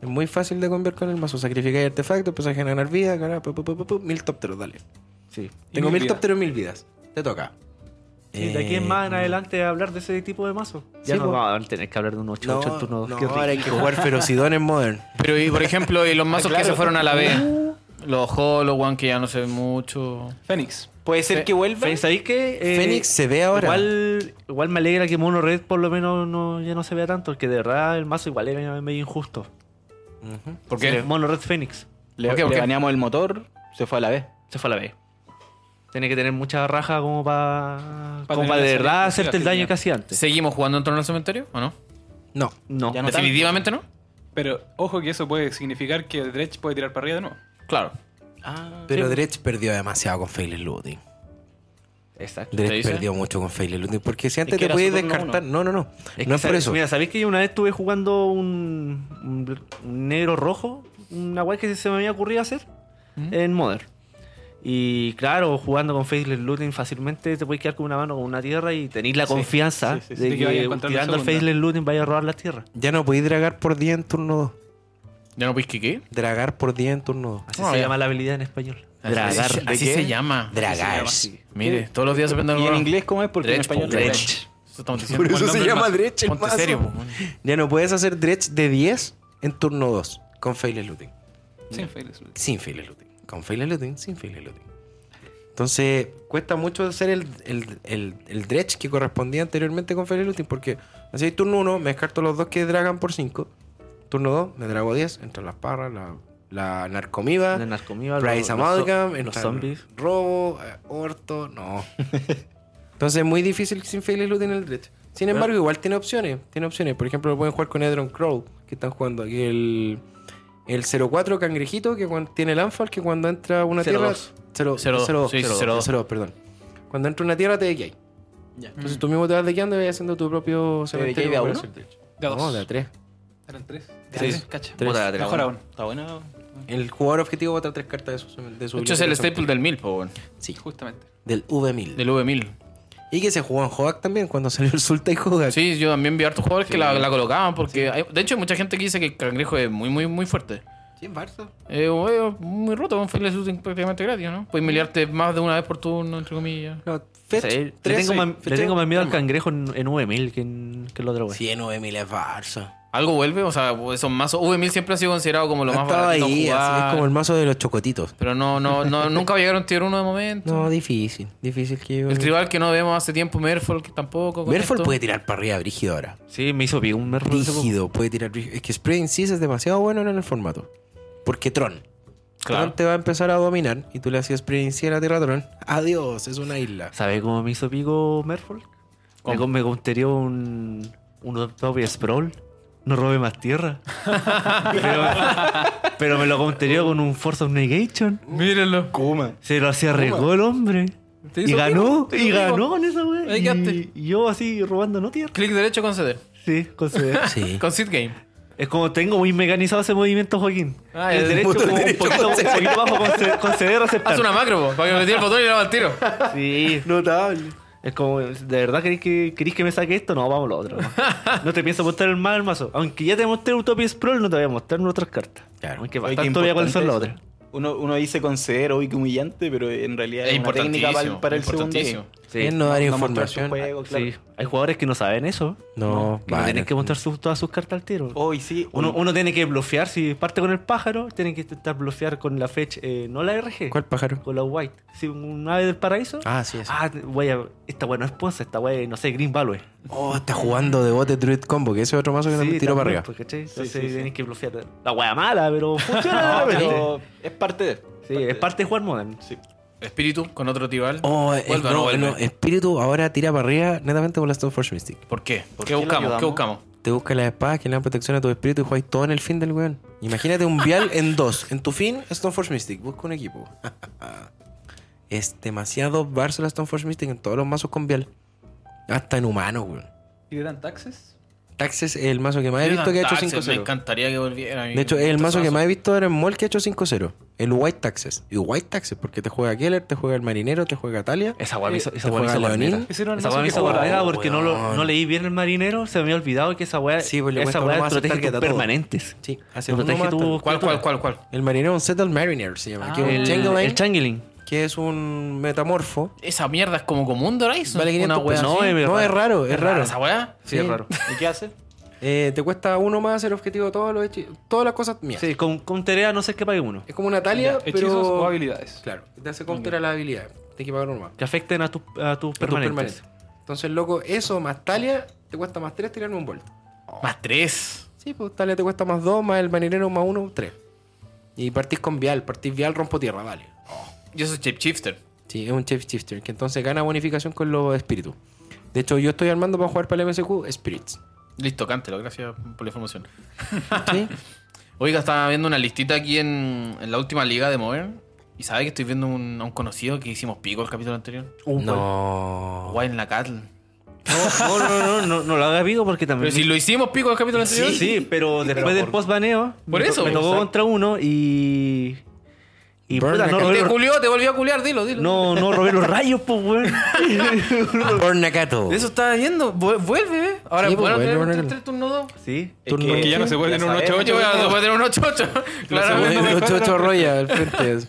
[SPEAKER 6] Es muy fácil de conviar con el mazo. Sacrificáis artefactos, empezás a generar vida, ganar, pu, pu, pu, pu, pu, mil topteros, dale.
[SPEAKER 3] Sí.
[SPEAKER 6] Tengo
[SPEAKER 5] mil
[SPEAKER 6] mil
[SPEAKER 5] vidas.
[SPEAKER 6] topteros, mil vidas. Te toca.
[SPEAKER 3] Y de aquí en
[SPEAKER 6] Eh,
[SPEAKER 3] más en adelante a hablar de ese tipo de mazo. Ya
[SPEAKER 6] Sí,
[SPEAKER 3] no
[SPEAKER 6] po.
[SPEAKER 3] vamos a tener que hablar de un 8-8
[SPEAKER 6] No,
[SPEAKER 3] en turno 2.
[SPEAKER 6] no, ahora hay que jugar Ferocidón en Modern.
[SPEAKER 1] Pero y por ejemplo, y los mazos que se fueron a la B. Los Holowan que ya no se ven mucho.
[SPEAKER 5] Fénix.
[SPEAKER 2] Puede ser que vuelva.
[SPEAKER 3] ¿Sabéis qué? Eh,
[SPEAKER 6] Fénix se ve ahora.
[SPEAKER 3] Igual, igual me alegra que Mono Red por lo menos no, ya no se vea tanto, que de verdad el mazo igual era medio injusto.
[SPEAKER 6] Ujú.
[SPEAKER 1] ¿Por qué?
[SPEAKER 3] Mono Red Fénix
[SPEAKER 2] Le,
[SPEAKER 1] ¿Por qué? ¿Por
[SPEAKER 2] le
[SPEAKER 1] qué?
[SPEAKER 2] baneamos el motor, se fue a la vez.
[SPEAKER 3] se fue a la B. Tiene que tener mucha raja como para
[SPEAKER 5] Pa
[SPEAKER 3] como
[SPEAKER 5] tener
[SPEAKER 3] para de
[SPEAKER 5] la salida
[SPEAKER 3] verdad
[SPEAKER 5] exclusiva
[SPEAKER 3] hacerte el
[SPEAKER 5] que
[SPEAKER 3] daño
[SPEAKER 5] tenía.
[SPEAKER 3] que hacía antes.
[SPEAKER 1] ¿Seguimos jugando en torno al cementerio o no?
[SPEAKER 6] No.
[SPEAKER 3] No.
[SPEAKER 2] Ya no tanto.
[SPEAKER 1] Definitivamente no.
[SPEAKER 5] Pero ojo que eso puede significar que Dredge puede tirar para arriba de nuevo.
[SPEAKER 1] Claro.
[SPEAKER 6] Pero Dredge perdió demasiado con Failed Looting.
[SPEAKER 3] Exacto.
[SPEAKER 1] ¿Te
[SPEAKER 6] Dredge
[SPEAKER 1] dice?
[SPEAKER 6] perdió mucho con Failed Looting. Porque si antes
[SPEAKER 2] que
[SPEAKER 6] te
[SPEAKER 2] era
[SPEAKER 6] podías
[SPEAKER 2] su turno
[SPEAKER 6] descartar. No, no,
[SPEAKER 3] Es
[SPEAKER 6] no. no
[SPEAKER 3] que
[SPEAKER 6] es por
[SPEAKER 3] sabe-
[SPEAKER 6] eso.
[SPEAKER 3] Mira, ¿sabéis que yo una vez estuve jugando un, un, un negro rojo? Una guay que se me había ocurrido hacer
[SPEAKER 5] Mm.
[SPEAKER 3] en Modern. Y claro, jugando con Faceless Looting fácilmente te puedes quedar con una mano con una tierra y tenéis la confianza
[SPEAKER 5] sí, sí,
[SPEAKER 3] de
[SPEAKER 5] sí, de que
[SPEAKER 3] que,
[SPEAKER 5] vaya a encontrar la
[SPEAKER 3] tirando el
[SPEAKER 5] segunda.
[SPEAKER 3] Faceless Looting vaya a robar las tierras.
[SPEAKER 6] Ya no podéis dragar por día en turno 2.
[SPEAKER 1] ¿Ya no que qué?
[SPEAKER 6] Dragar por día en turno
[SPEAKER 3] Así
[SPEAKER 1] Ah,
[SPEAKER 3] se
[SPEAKER 1] ya.
[SPEAKER 3] llama la habilidad en español.
[SPEAKER 1] Así,
[SPEAKER 2] Dragar,
[SPEAKER 1] se-
[SPEAKER 2] ¿de
[SPEAKER 1] así
[SPEAKER 2] qué?
[SPEAKER 1] se llama.
[SPEAKER 6] Dragar.
[SPEAKER 1] Mire, todos los días aprende algo
[SPEAKER 2] ¿Y en
[SPEAKER 1] nuevo.
[SPEAKER 2] inglés cómo es? Porque
[SPEAKER 1] Dredge,
[SPEAKER 2] en español
[SPEAKER 1] po,
[SPEAKER 2] es
[SPEAKER 1] dredge.
[SPEAKER 2] dredge.
[SPEAKER 1] Eso estamos diciendo.
[SPEAKER 6] Por eso
[SPEAKER 5] Cuando
[SPEAKER 6] se
[SPEAKER 5] el
[SPEAKER 6] llama
[SPEAKER 5] mazo-
[SPEAKER 6] Dredge el
[SPEAKER 1] Ponte
[SPEAKER 6] mazo.
[SPEAKER 1] serio. po.
[SPEAKER 6] Ya no puedes hacer Dredge de 10 en turno 2 con Failed Looting.
[SPEAKER 5] Sin fails.
[SPEAKER 6] Sin Failed Looting. Con Failed Looting, sin Failed Looting. Entonces, cuesta mucho hacer el, el, el, el Dredge que correspondía anteriormente con Failed Looting. Porque así hay turno 1, me descarto los dos que dragan por 5. Turno 2, me drago 10. Entran las parras, la, la
[SPEAKER 5] Ah.
[SPEAKER 6] narcomida.
[SPEAKER 3] La narcomía,
[SPEAKER 6] Bryce
[SPEAKER 3] los-
[SPEAKER 6] Amalgam,
[SPEAKER 3] los,
[SPEAKER 6] entran
[SPEAKER 3] los zombies.
[SPEAKER 6] Robo, eh, Orto, no. Entonces es muy difícil sin Failed Looting el Dredge. Sin embargo, igual tiene opciones. Tiene opciones. Por ejemplo, lo pueden jugar con Edron Crow, que están jugando aquí el. El 04 cangrejito que cuan- tiene el Anfal que cuando entra a una tierra.
[SPEAKER 3] 02.
[SPEAKER 6] 02,
[SPEAKER 1] Cero-
[SPEAKER 6] 02,
[SPEAKER 1] sí,
[SPEAKER 6] 02,
[SPEAKER 1] 02.
[SPEAKER 6] 02, perdón. Cuando entra a una tierra te dequeáis. Entonces tú mismo te vas dequeando y vas haciendo tu propio
[SPEAKER 2] dequeáis
[SPEAKER 6] cementerio.
[SPEAKER 2] de a
[SPEAKER 6] para
[SPEAKER 2] uno?
[SPEAKER 6] hacer Dredge.
[SPEAKER 5] De a
[SPEAKER 6] No,
[SPEAKER 5] dos.
[SPEAKER 6] de a tres.
[SPEAKER 5] Eran tres.
[SPEAKER 6] Tres.
[SPEAKER 5] Cacha.
[SPEAKER 6] Tres.
[SPEAKER 3] Puta, la dragón.
[SPEAKER 5] Mejor aún.
[SPEAKER 2] Está bueno.
[SPEAKER 6] El jugador objetivo bota tres cartas de su, de su
[SPEAKER 1] De hecho, es el
[SPEAKER 6] biblioteca.
[SPEAKER 1] staple del 1000, po, weón.
[SPEAKER 6] Sí,
[SPEAKER 5] Justamente.
[SPEAKER 6] del V1000.
[SPEAKER 1] Del V1000.
[SPEAKER 6] Y que se jugó en Hodak también cuando salió el Sulta y Hodak.
[SPEAKER 1] Sí, yo también vi hartos jugadores que la, la colocaban porque... hay- de hecho, hay mucha gente que dice que el cangrejo es muy, muy, muy fuerte.
[SPEAKER 6] Sí, en Barça.
[SPEAKER 1] Eh, weón, muy roto, un Fairless Looting prácticamente gratis, ¿no? Puedes miliarte más de una vez por turno, entre comillas.
[SPEAKER 6] No,
[SPEAKER 3] O
[SPEAKER 6] Fetch,
[SPEAKER 3] sea, le
[SPEAKER 6] tres,
[SPEAKER 3] tengo,
[SPEAKER 6] sí.
[SPEAKER 3] más,
[SPEAKER 6] Fetch
[SPEAKER 3] le tengo más miedo al
[SPEAKER 6] Roma.
[SPEAKER 3] cangrejo en, en 9000 que en que en los otros, güey.
[SPEAKER 6] Sí, en 9000 es Barça.
[SPEAKER 1] ¿Algo vuelve? O sea, esos mazos... V1000 siempre ha sido considerado como lo más
[SPEAKER 6] Estaba
[SPEAKER 1] barato a
[SPEAKER 6] ahí, así,
[SPEAKER 1] jugar.
[SPEAKER 6] es como el mazo de los chocotitos.
[SPEAKER 1] Pero no, no, no, nunca va a llegar a un tier 1 de momento.
[SPEAKER 6] No, difícil. Difícil que yo.
[SPEAKER 1] El tribal que no vemos hace tiempo, Merfolk que tampoco. con
[SPEAKER 6] Merfolk
[SPEAKER 1] esto.
[SPEAKER 6] puede tirar para arriba, brígido ahora.
[SPEAKER 3] Sí, me hizo bien un merro. ese juego.
[SPEAKER 6] Brígido, puede tirar brígido. Es que Spray en sí es demasiado bueno en el formato. Porque Tron.
[SPEAKER 1] Claro.
[SPEAKER 6] Tron te va a empezar a dominar y tú le hacías Spray en sí a la Tierra Tron. Adiós, es una isla.
[SPEAKER 3] ¿Sabe cómo me hizo pico Merfolk? Me,
[SPEAKER 1] ¿Cómo?
[SPEAKER 3] com- me conterió un, un Toby Sprawl. No robe más tierra. pero, pero me lo conterió con un Force of Negation.
[SPEAKER 1] Mírenlo.
[SPEAKER 2] Kuma.
[SPEAKER 3] Se lo hacía arriesgó el hombre.
[SPEAKER 1] Te
[SPEAKER 3] Y
[SPEAKER 1] hizo
[SPEAKER 3] ganó,
[SPEAKER 1] pico, te
[SPEAKER 3] y
[SPEAKER 1] hizo
[SPEAKER 3] ganó
[SPEAKER 1] pico.
[SPEAKER 3] con esa
[SPEAKER 1] Ahí
[SPEAKER 3] wea.
[SPEAKER 1] quedaste.
[SPEAKER 3] Y, y yo así robando no tierra.
[SPEAKER 1] Clic derecho, conceder.
[SPEAKER 3] Sí, conceder.
[SPEAKER 6] Sí.
[SPEAKER 1] Con Seed Game.
[SPEAKER 3] es como tengo muy mecanizado ese movimiento, Joaquín.
[SPEAKER 1] Ah,
[SPEAKER 3] el,
[SPEAKER 1] el
[SPEAKER 3] derecho
[SPEAKER 6] puto
[SPEAKER 3] como un
[SPEAKER 6] derecho
[SPEAKER 3] poquito, un
[SPEAKER 6] conceder.
[SPEAKER 3] poquito bajo, conceder, conceder, aceptar.
[SPEAKER 1] Haz una macro, po, para que le tire el botón y le haga el tiro.
[SPEAKER 3] Sí.
[SPEAKER 2] Notable.
[SPEAKER 3] Es como, ¿de verdad queréis que, queréis que me saque esto? No, vamos a lo otro. ¿no? No te pienso mostrar el mal mazo. Aunque ya te mostré Utopia Sprawl, no te voy a mostrar nuestras cartas.
[SPEAKER 6] Claro.
[SPEAKER 3] Aunque
[SPEAKER 2] Oye, qué
[SPEAKER 3] bastante voy a cuáles son las
[SPEAKER 2] importante
[SPEAKER 3] otras.
[SPEAKER 2] eso. Uno, uno dice conceder, hoy que humillante, pero en realidad
[SPEAKER 1] Es
[SPEAKER 2] es, una técnica
[SPEAKER 1] importantísimo.
[SPEAKER 2] para, para el segundo.
[SPEAKER 1] importantísimo.
[SPEAKER 2] game.
[SPEAKER 3] Sí.
[SPEAKER 6] Eh, no dar
[SPEAKER 2] No mostrar su
[SPEAKER 6] información.
[SPEAKER 2] juego, claro.
[SPEAKER 3] Sí. Hay jugadores que no saben eso.
[SPEAKER 6] No,
[SPEAKER 3] Que no tienen que mostrar sus- todas sus cartas al tiro.
[SPEAKER 2] Hoy sí.
[SPEAKER 3] Uno, uno tiene que blofear, si parte con el pájaro, tiene que intentar blofear con la fecha, eh, no la RG,
[SPEAKER 6] ¿Cuál pájaro?
[SPEAKER 3] con la white. Si un ave del paraíso,
[SPEAKER 6] Ah, sí, sí.
[SPEAKER 3] ah, voy a, esta wea no es Ponce, esta wea, no sé, Green Value.
[SPEAKER 6] Oh, está jugando de bote Druid Combo, que ese es otro mazo que no me tiro para arriba.
[SPEAKER 1] pues.
[SPEAKER 3] pues, Entonces
[SPEAKER 2] sí, sí.
[SPEAKER 3] tenés que blofear. La wea mala, pero funciona.
[SPEAKER 2] No,
[SPEAKER 3] de repente.
[SPEAKER 2] pero es parte de.
[SPEAKER 3] Ah, Sí, es parte de jugar modern.
[SPEAKER 2] Sí.
[SPEAKER 1] Espíritu con otro tribal.
[SPEAKER 6] Oh, eh,
[SPEAKER 1] Vuelve,
[SPEAKER 6] no,
[SPEAKER 1] no, vuelve.
[SPEAKER 6] no, Espíritu ahora tira para arriba netamente por la Stone Force Mystic.
[SPEAKER 1] ¿Por qué? ¿Por qué,
[SPEAKER 2] qué lo
[SPEAKER 1] buscamos?
[SPEAKER 2] ayudamos?
[SPEAKER 1] ¿Qué buscamos?
[SPEAKER 6] Te busca las espadas que le dan protección a tu espíritu y juegas todo en el fin del weón. Imagínate un vial en dos. En tu fin, Stone Force Mystic. Busca un equipo. es demasiado Barça la Stone Force Mystic en todos los mazos con vial. Hasta en humanos, weón.
[SPEAKER 5] ¿Y dan taxes?
[SPEAKER 6] Taxes es el mazo que más he visto que ha hecho
[SPEAKER 1] Taxes, Me
[SPEAKER 6] 5-0.
[SPEAKER 1] encantaría que volviera.
[SPEAKER 6] De hecho, es el mazo que más he visto ahora en Mol que ha hecho 5-0. El White Taxes. Y White Taxes, porque te juega Keller, te juega el Marinero, te juega Talia.
[SPEAKER 3] Esa wea me hizo, esa
[SPEAKER 6] ¿Te
[SPEAKER 3] wea me
[SPEAKER 6] juega
[SPEAKER 3] hizo
[SPEAKER 6] Leonin?
[SPEAKER 3] guarnera.
[SPEAKER 5] Ese era el
[SPEAKER 3] Esa
[SPEAKER 5] mazo
[SPEAKER 3] wea me
[SPEAKER 5] que
[SPEAKER 3] hizo
[SPEAKER 5] jugaba.
[SPEAKER 3] guarnera porque no, lo-
[SPEAKER 6] Weón.
[SPEAKER 3] no leí bien el marinero, se me había olvidado que esa wea,
[SPEAKER 6] Sí, pues le cuesta
[SPEAKER 3] esa
[SPEAKER 6] uno
[SPEAKER 3] wea
[SPEAKER 6] más
[SPEAKER 3] protege
[SPEAKER 6] acercarte
[SPEAKER 3] tus
[SPEAKER 6] a todo.
[SPEAKER 3] permanentes.
[SPEAKER 6] Sí, hace
[SPEAKER 3] No
[SPEAKER 6] uno
[SPEAKER 3] protege
[SPEAKER 6] más
[SPEAKER 3] tu
[SPEAKER 1] ¿Cuál, cuál, cuál, cuál?
[SPEAKER 6] El marinero es un Settled Mariner, se llama. que es un
[SPEAKER 3] el,
[SPEAKER 6] Changeling,
[SPEAKER 3] el Changeling.
[SPEAKER 6] que es un metamorfo.
[SPEAKER 1] Esa mierda es como Común de Horizon.
[SPEAKER 6] Vale 500
[SPEAKER 1] una wea
[SPEAKER 6] pesos.
[SPEAKER 1] así.
[SPEAKER 3] No, es
[SPEAKER 6] No, es raro, es raro.
[SPEAKER 1] ¿Esa wea?
[SPEAKER 6] Sí, es raro.
[SPEAKER 2] ¿Y qué hace?
[SPEAKER 6] Eh, te cuesta uno más el objetivo, todos los hechi- todas las cosas mías.
[SPEAKER 3] Sí, con, con Terea no sé qué pague uno.
[SPEAKER 6] Es como una talia,
[SPEAKER 5] Hechizos
[SPEAKER 6] pero.
[SPEAKER 5] o habilidades.
[SPEAKER 6] Claro, te hace counter a la habilidad. Tienes que pagar uno más.
[SPEAKER 3] Que afecten a tus a tus
[SPEAKER 6] Pero tú
[SPEAKER 3] permanentes.
[SPEAKER 6] permanente. Entonces, loco, eso más talia te cuesta más 3 tirarme un vuelto.
[SPEAKER 1] Más tres.
[SPEAKER 6] Sí, pues talia te cuesta más 2, más el marinero más 1, 3. Y partís con vial, partís vial, rompo tierra, vale.
[SPEAKER 1] Yo soy Chip Shifter.
[SPEAKER 6] Sí, es un Shape Shifter, que entonces gana bonificación con los espíritus. De hecho, yo estoy armando para jugar para el MSQ Spirits.
[SPEAKER 1] Listo, cántelo. Gracias por la información.
[SPEAKER 6] ¿Sí?
[SPEAKER 1] Oiga, estaba viendo una listita aquí en, en la última liga de Modern. Y sabe que estoy viendo un- a un conocido que hicimos pico el capítulo anterior.
[SPEAKER 6] no.
[SPEAKER 1] Guay en la Catl.
[SPEAKER 3] No, no, no, no, no, no lo hagas vivo porque
[SPEAKER 1] Pero
[SPEAKER 3] también.
[SPEAKER 1] si lo hicimos pico el capítulo anterior.
[SPEAKER 3] Sí, sí, pero después del post baneo
[SPEAKER 1] Por eso,
[SPEAKER 3] me tocó
[SPEAKER 1] exacto.
[SPEAKER 3] contra uno y Y
[SPEAKER 6] Burn
[SPEAKER 3] puta,
[SPEAKER 6] a
[SPEAKER 3] no
[SPEAKER 6] Kato.
[SPEAKER 3] robé,
[SPEAKER 1] Te
[SPEAKER 3] los,
[SPEAKER 1] culió, te volvió a culiar, dilo, dilo.
[SPEAKER 3] no, no robé los rayos, pues, weón.
[SPEAKER 6] Por Nakato.
[SPEAKER 1] De eso estaba yendo. Vu- Vuelve, eh. Ahora,
[SPEAKER 6] Sí, pues,
[SPEAKER 1] bueno,
[SPEAKER 6] vuelve,
[SPEAKER 1] tener un
[SPEAKER 6] vuelve.
[SPEAKER 1] 3 turno 2.
[SPEAKER 3] Sí.
[SPEAKER 5] Turno que ya no se puede
[SPEAKER 2] ya
[SPEAKER 5] en un
[SPEAKER 2] sabemos,
[SPEAKER 5] 8-8.
[SPEAKER 1] Yo voy a
[SPEAKER 5] weón.
[SPEAKER 1] voy a tener un 8-8.
[SPEAKER 6] Claramente.
[SPEAKER 1] Claramente.
[SPEAKER 6] Los chocho Roya al frente.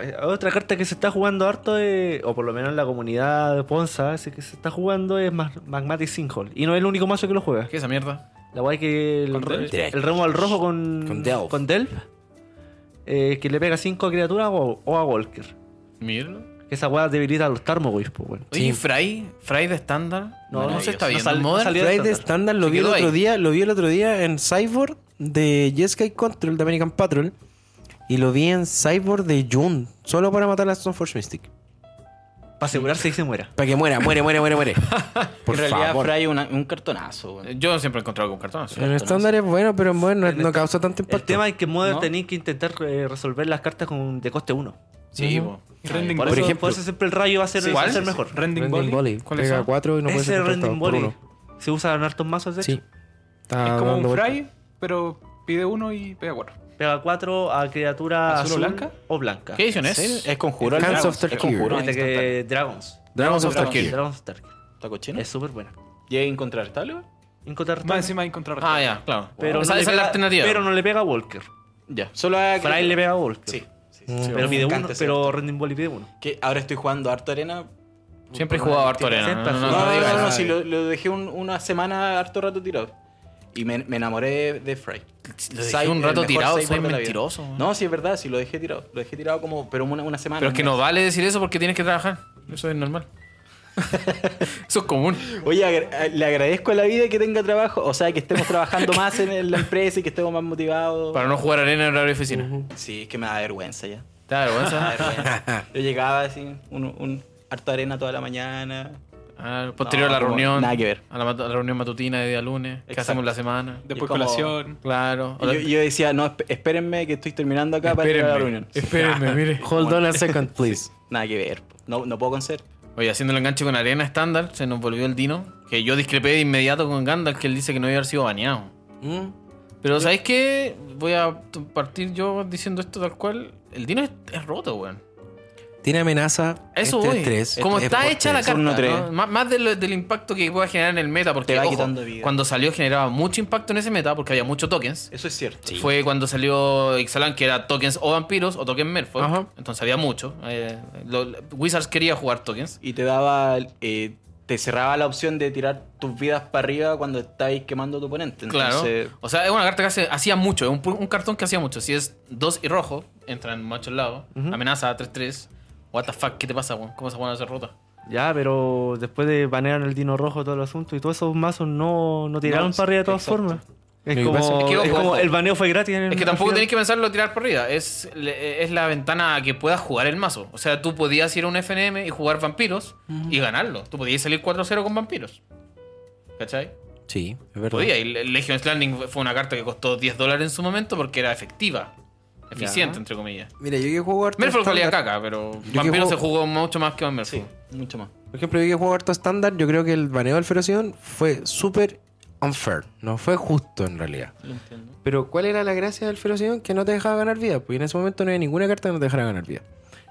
[SPEAKER 3] Eh, Otra carta que se está jugando harto, eh, o por lo menos en la comunidad de Ponza, ese que se está jugando es Mag- Magmatic Sinkhole. Y no es el único mazo que lo juega.
[SPEAKER 1] ¿Qué es esa mierda?
[SPEAKER 3] La guay que el,
[SPEAKER 5] Con
[SPEAKER 3] re-
[SPEAKER 6] Delph.
[SPEAKER 3] el remo al rojo con,
[SPEAKER 6] Con Delph.
[SPEAKER 3] con Delph, eh, que le pega 5 a criatura o, o a Walker.
[SPEAKER 1] Mierda.
[SPEAKER 3] Que esa weá debilita a los Tarmogoyf, pues, bueno.
[SPEAKER 1] Oye, ¿y Fry, Fry de estándar. No, no se está viendo.
[SPEAKER 3] sal-
[SPEAKER 1] en Modern?
[SPEAKER 3] salió de
[SPEAKER 6] Flight de
[SPEAKER 3] estándar.
[SPEAKER 6] estándar lo
[SPEAKER 1] Se
[SPEAKER 6] vi el
[SPEAKER 1] quedó
[SPEAKER 6] otro
[SPEAKER 1] ahí.
[SPEAKER 6] día, lo vi el otro día en Cyborg de Jeskai Control de American Patrol y lo vi en Cyborg de June, solo para matar a Stoneforge Mystic.
[SPEAKER 3] Para asegurarse que se muera.
[SPEAKER 6] Para que muera, muere, muere, muere, muere. Por
[SPEAKER 2] en realidad,
[SPEAKER 6] favor.
[SPEAKER 2] Fry es una- un cartonazo. weón.
[SPEAKER 1] Yo siempre he encontrado con cartones.
[SPEAKER 6] En estándar es bueno, pero bueno,
[SPEAKER 3] En
[SPEAKER 6] no
[SPEAKER 3] esta-
[SPEAKER 6] causa tanto
[SPEAKER 3] El
[SPEAKER 6] impacto.
[SPEAKER 3] tema es que en Modern
[SPEAKER 2] ¿No?
[SPEAKER 3] tenéis que intentar eh, resolver las cartas con, de coste 1.
[SPEAKER 1] Sí,
[SPEAKER 6] Ujú.
[SPEAKER 1] po.
[SPEAKER 5] Rending
[SPEAKER 3] Por,
[SPEAKER 5] Volley.
[SPEAKER 3] eso-
[SPEAKER 6] ejemplo.
[SPEAKER 3] por eso siempre el rayo va a ser,
[SPEAKER 1] Sí,
[SPEAKER 3] va a
[SPEAKER 1] ¿cuál?
[SPEAKER 3] ser mejor.
[SPEAKER 5] Rending
[SPEAKER 6] Rending
[SPEAKER 5] Volley.
[SPEAKER 6] Volley.
[SPEAKER 1] ¿Cuáles
[SPEAKER 6] Pega
[SPEAKER 1] son?
[SPEAKER 6] 4 y no puede
[SPEAKER 3] Ese
[SPEAKER 6] ser
[SPEAKER 3] Rending
[SPEAKER 6] contratado por
[SPEAKER 3] Volley
[SPEAKER 6] uno.
[SPEAKER 3] se usa en hartos mazos, de hecho.
[SPEAKER 6] Sí. Está
[SPEAKER 5] Es como
[SPEAKER 6] Ah, dando
[SPEAKER 5] un
[SPEAKER 6] vuelta.
[SPEAKER 5] fry, pero pide uno y pega cuatro.
[SPEAKER 3] Pega 4 a criatura
[SPEAKER 5] ¿Azul o
[SPEAKER 3] azul,
[SPEAKER 5] blanca?
[SPEAKER 3] o blanca.
[SPEAKER 1] ¿Qué edición es?
[SPEAKER 2] Sí, Es conjuro. el
[SPEAKER 6] Hands
[SPEAKER 2] dragón,
[SPEAKER 6] of Tarkir.
[SPEAKER 2] Es conjuro.
[SPEAKER 3] Fíjate
[SPEAKER 2] instantáneo.
[SPEAKER 3] Este que Dragons.
[SPEAKER 6] Dragons of
[SPEAKER 2] Dragons.
[SPEAKER 6] Tarkir.
[SPEAKER 3] Dragons of Tarkir.
[SPEAKER 2] ¿Está cochino?
[SPEAKER 3] Es súper buena.
[SPEAKER 2] ¿Llega incontrartable? weón?
[SPEAKER 5] Más encima encontrar.
[SPEAKER 1] Ah, ya, claro.
[SPEAKER 3] Pero,
[SPEAKER 1] esa
[SPEAKER 3] no le
[SPEAKER 1] esa es la
[SPEAKER 3] pega-
[SPEAKER 1] alternativa.
[SPEAKER 3] pero no le pega a Walker.
[SPEAKER 2] Ya. Solo a.
[SPEAKER 3] Fry le pega a Walker.
[SPEAKER 2] Ah, Sí. sí, sí,
[SPEAKER 6] Mm.
[SPEAKER 2] sí,
[SPEAKER 3] Pero,
[SPEAKER 2] me
[SPEAKER 3] pide
[SPEAKER 2] encanta
[SPEAKER 3] uno,
[SPEAKER 2] ese
[SPEAKER 3] pero Rending Volley pide uno.
[SPEAKER 2] Que ahora estoy jugando harto arena.
[SPEAKER 1] Siempre he jugado harto arena.
[SPEAKER 3] Siempre
[SPEAKER 1] No,
[SPEAKER 3] has
[SPEAKER 1] no,
[SPEAKER 2] No,
[SPEAKER 1] no,
[SPEAKER 2] no, no,
[SPEAKER 1] digas
[SPEAKER 2] no,
[SPEAKER 1] eso.
[SPEAKER 2] sí, lo, lo dejé un- una semana harto rato tirado. Y me, me enamoré de Fry.
[SPEAKER 1] Lo
[SPEAKER 2] Sai-
[SPEAKER 1] dejé un
[SPEAKER 2] el
[SPEAKER 1] rato
[SPEAKER 2] mejor
[SPEAKER 1] tirado,
[SPEAKER 2] cyborg
[SPEAKER 1] soy
[SPEAKER 2] de la vida.
[SPEAKER 1] mentiroso. No,
[SPEAKER 2] No, sí, es verdad, sí, lo dejé tirado. Lo dejé tirado como, pero una, una semana.
[SPEAKER 1] pero es que
[SPEAKER 2] un
[SPEAKER 1] no
[SPEAKER 2] mes.
[SPEAKER 1] vale decir eso porque tienes que trabajar. Eso es normal. eso es común.
[SPEAKER 2] Oye, agra- eh, le agradezco a la vida que tenga trabajo. O sea, que estemos trabajando más en, en la empresa y que estemos más motivados.
[SPEAKER 1] Para no jugar arena en horario de oficina.
[SPEAKER 2] Sí, es que me da vergüenza ya.
[SPEAKER 1] ¿Te da
[SPEAKER 2] Me da
[SPEAKER 1] vergüenza?
[SPEAKER 2] vergüenza. Yo llegaba así, un, un harto arena toda la mañana.
[SPEAKER 1] Ah, Posterior a la
[SPEAKER 2] No, como-
[SPEAKER 1] reunión.
[SPEAKER 2] nada que ver.
[SPEAKER 1] A la, mat- a la reunión matutina de día lunes. ¿Qué
[SPEAKER 2] Exacto.
[SPEAKER 1] hacemos la semana?
[SPEAKER 5] Después
[SPEAKER 2] Y como-
[SPEAKER 5] colación.
[SPEAKER 1] Claro.
[SPEAKER 2] Y yo, y yo decía, no, esp- espérenme que estoy terminando acá para ir a la reunión.
[SPEAKER 1] Espérenme, mire.
[SPEAKER 6] Hold on a second, please.
[SPEAKER 2] Nada que ver. po. No, no puedo conceder.
[SPEAKER 1] Oye, haciendo el enganche con arena estándar, se nos volvió el Dino. Que yo discrepé de inmediato con Gandalf, que él dice que no iba a haber sido baneado.
[SPEAKER 6] Mm.
[SPEAKER 1] Pero ¿sabéis qué? Voy a t- partir yo diciendo esto tal cual. El Dino es, es roto, weón.
[SPEAKER 6] Tiene amenaza.
[SPEAKER 1] A Eso
[SPEAKER 2] Este
[SPEAKER 6] es
[SPEAKER 1] voy.
[SPEAKER 6] 3-3,
[SPEAKER 1] Como
[SPEAKER 6] es
[SPEAKER 1] está
[SPEAKER 6] por
[SPEAKER 1] hecha la
[SPEAKER 6] tres.
[SPEAKER 1] carta.
[SPEAKER 2] Turno
[SPEAKER 1] ¿no?
[SPEAKER 2] tres.
[SPEAKER 1] Más, más de lo- del impacto que pueda generar en el meta. Porque
[SPEAKER 2] Te va
[SPEAKER 1] ojo,
[SPEAKER 2] quitando vida.
[SPEAKER 1] cuando salió generaba mucho impacto en ese meta porque había muchos tokens.
[SPEAKER 2] Eso es cierto.
[SPEAKER 1] Fue cuando salió Ixalan, que era tokens o vampiros o tokens Merfolk.
[SPEAKER 6] Ajá.
[SPEAKER 1] Entonces había mucho. Eh, lo- Wizards quería jugar tokens.
[SPEAKER 2] Y te daba. eh, te cerraba la opción de tirar tus vidas para arriba cuando estáis quemando a tu oponente.
[SPEAKER 1] Claro.
[SPEAKER 2] Entonces,
[SPEAKER 1] O sea, es una carta que hace- hacía mucho, es un, pu- un cartón que hacía mucho. Si es 2 y rojo, entra en muchos lados. Amenaza 3-3. What the fuck, ¿qué te pasa, weón? ¿Cómo se pone a hacer rota?
[SPEAKER 3] Ya, pero después de banear el Dino Rojo todo el asunto y todos esos mazos no, no tiraron
[SPEAKER 2] No,
[SPEAKER 3] para arriba de todas
[SPEAKER 2] exacto.
[SPEAKER 3] formas. Es
[SPEAKER 6] Lo que
[SPEAKER 3] como,
[SPEAKER 6] pasa
[SPEAKER 1] es que, ojo,
[SPEAKER 3] es como
[SPEAKER 1] ojo.
[SPEAKER 3] el baneo fue gratis. en el-
[SPEAKER 1] Es que tampoco
[SPEAKER 3] al
[SPEAKER 1] tenéis
[SPEAKER 3] final.
[SPEAKER 1] que pensarlo tirar por arriba. Es, le- es la ventana a que puedas jugar el mazo. O sea, tú podías ir a un FNM y jugar vampiros y ganarlo. Tú podías salir 4-0 con vampiros. ¿Cachai?
[SPEAKER 6] Sí, es verdad.
[SPEAKER 1] Podía. Y Le- Legion's Landing fue una carta que costó 10 dólares en su momento porque era efectiva. Eficiente, entre comillas.
[SPEAKER 6] Mira, yo que juego harto.
[SPEAKER 1] Merfolk valía
[SPEAKER 6] estándar-
[SPEAKER 1] caca, pero
[SPEAKER 6] que
[SPEAKER 1] Vampiros
[SPEAKER 6] juego-
[SPEAKER 1] se jugó mucho más que con Merfolk.
[SPEAKER 2] sí, mucho más.
[SPEAKER 6] Por ejemplo, yo que juego harto estándar, yo creo que el baneo del Feroción fue súper unfair. No fue justo en realidad.
[SPEAKER 2] Lo entiendo.
[SPEAKER 6] Pero ¿cuál era la gracia del Feroción? Que no te dejaba ganar vida. Pues en ese momento no había ninguna carta que no te dejara ganar vida.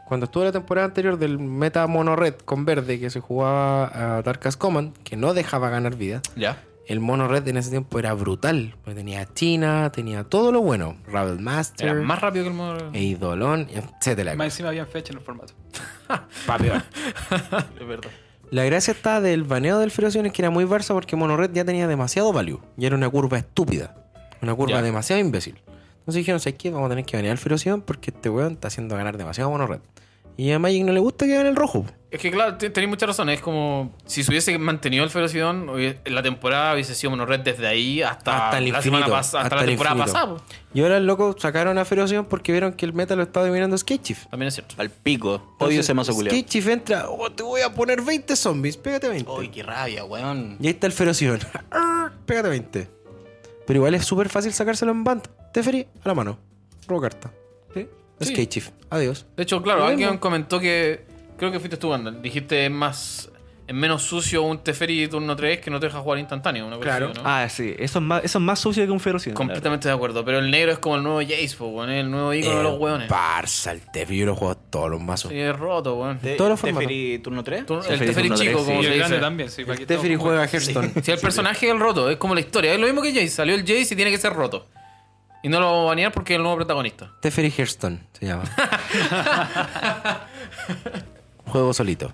[SPEAKER 6] Cuando estuvo la temporada anterior del meta mono red con verde que se jugaba a Darkest Command, que no dejaba ganar vida,
[SPEAKER 1] Ya.
[SPEAKER 6] el mono red en ese tiempo era brutal. Porque tenía China, tenía todo lo bueno. Ravel
[SPEAKER 1] Era
[SPEAKER 6] Master,
[SPEAKER 1] más rápido que el modo.
[SPEAKER 6] Eidolon, etcétera.
[SPEAKER 5] Más encima habían fecha en el formato.
[SPEAKER 6] Pa' peor.
[SPEAKER 2] Es verdad.
[SPEAKER 6] La gracia está del baneo del Feroción es que era muy versa porque Monored ya tenía demasiado value. Y era una curva estúpida. Una curva
[SPEAKER 1] Ya.
[SPEAKER 6] demasiado imbécil. Entonces dijeron, ¿sabes qué? Vamos a tener que banear al Feroción porque este weón está haciendo ganar demasiado a Monored. Y a Magic no le gusta que gane el rojo.
[SPEAKER 1] Es que claro, te- tenéis mucha razón. Es como si se hubiese mantenido el Ferocidón, hubie- la temporada hubiese sido monorred desde ahí hasta,
[SPEAKER 6] Hasta el
[SPEAKER 1] la
[SPEAKER 6] infinito,
[SPEAKER 1] semana pas- hasta,
[SPEAKER 6] hasta
[SPEAKER 1] la
[SPEAKER 6] el
[SPEAKER 1] temporada
[SPEAKER 6] infinito.
[SPEAKER 1] pasada. po.
[SPEAKER 6] Y ahora el loco sacaron a Feroción porque vieron que el meta lo estaba dominando Sketchiff.
[SPEAKER 1] También es cierto.
[SPEAKER 2] Al pico. Odio ese mazo culiado.
[SPEAKER 6] Sketchiff entra, oh, te voy a poner 20 zombies, pégate 20.
[SPEAKER 2] Uy, qué rabia, weón.
[SPEAKER 6] Y ahí está el Feroción. Arr, Ah, pégate 20. Pero igual es súper fácil sacárselo en band. Teferi, a la mano. Robo carta.
[SPEAKER 3] Sí.
[SPEAKER 1] Sí.
[SPEAKER 6] Sketchiff, adiós.
[SPEAKER 1] De hecho, claro,
[SPEAKER 6] Lo
[SPEAKER 1] alguien
[SPEAKER 6] mismo.
[SPEAKER 1] comentó que. Creo que fuiste tú, Gandalf. Dijiste es más. es menos sucio un Teferi de turno 3 que no te deja jugar instantáneo. Una cosa
[SPEAKER 6] Claro.
[SPEAKER 1] así, ¿no?
[SPEAKER 3] Ah, sí. Eso es más, eso es más sucio que un ferocino.
[SPEAKER 1] Completamente de acuerdo. Pero el negro es como el nuevo Jace, po, weón, es el nuevo ícono de los hueones.
[SPEAKER 6] Barça, Eh, el Tefi, yo lo juego todos los mazos.
[SPEAKER 1] Sí, es roto, weón.
[SPEAKER 2] Te-
[SPEAKER 6] todos los
[SPEAKER 2] te
[SPEAKER 6] formatos.
[SPEAKER 2] ferí turno 3?
[SPEAKER 1] Tú- el
[SPEAKER 3] Teferi
[SPEAKER 1] Teferi
[SPEAKER 3] turno tres,
[SPEAKER 1] chico,
[SPEAKER 3] sí.
[SPEAKER 1] como
[SPEAKER 5] Y
[SPEAKER 1] se
[SPEAKER 5] el grande
[SPEAKER 1] dice.
[SPEAKER 5] también, sí. para que
[SPEAKER 6] El Teferi
[SPEAKER 5] todos
[SPEAKER 6] juega Hearthstone.
[SPEAKER 1] Si el personaje es el roto, es como la historia. Es lo mismo que Jace. Salió el Jace y tiene que ser roto. Y no lo vamos a banear porque es el nuevo protagonista.
[SPEAKER 6] Teferi Hearthstone se llama. Juego solito.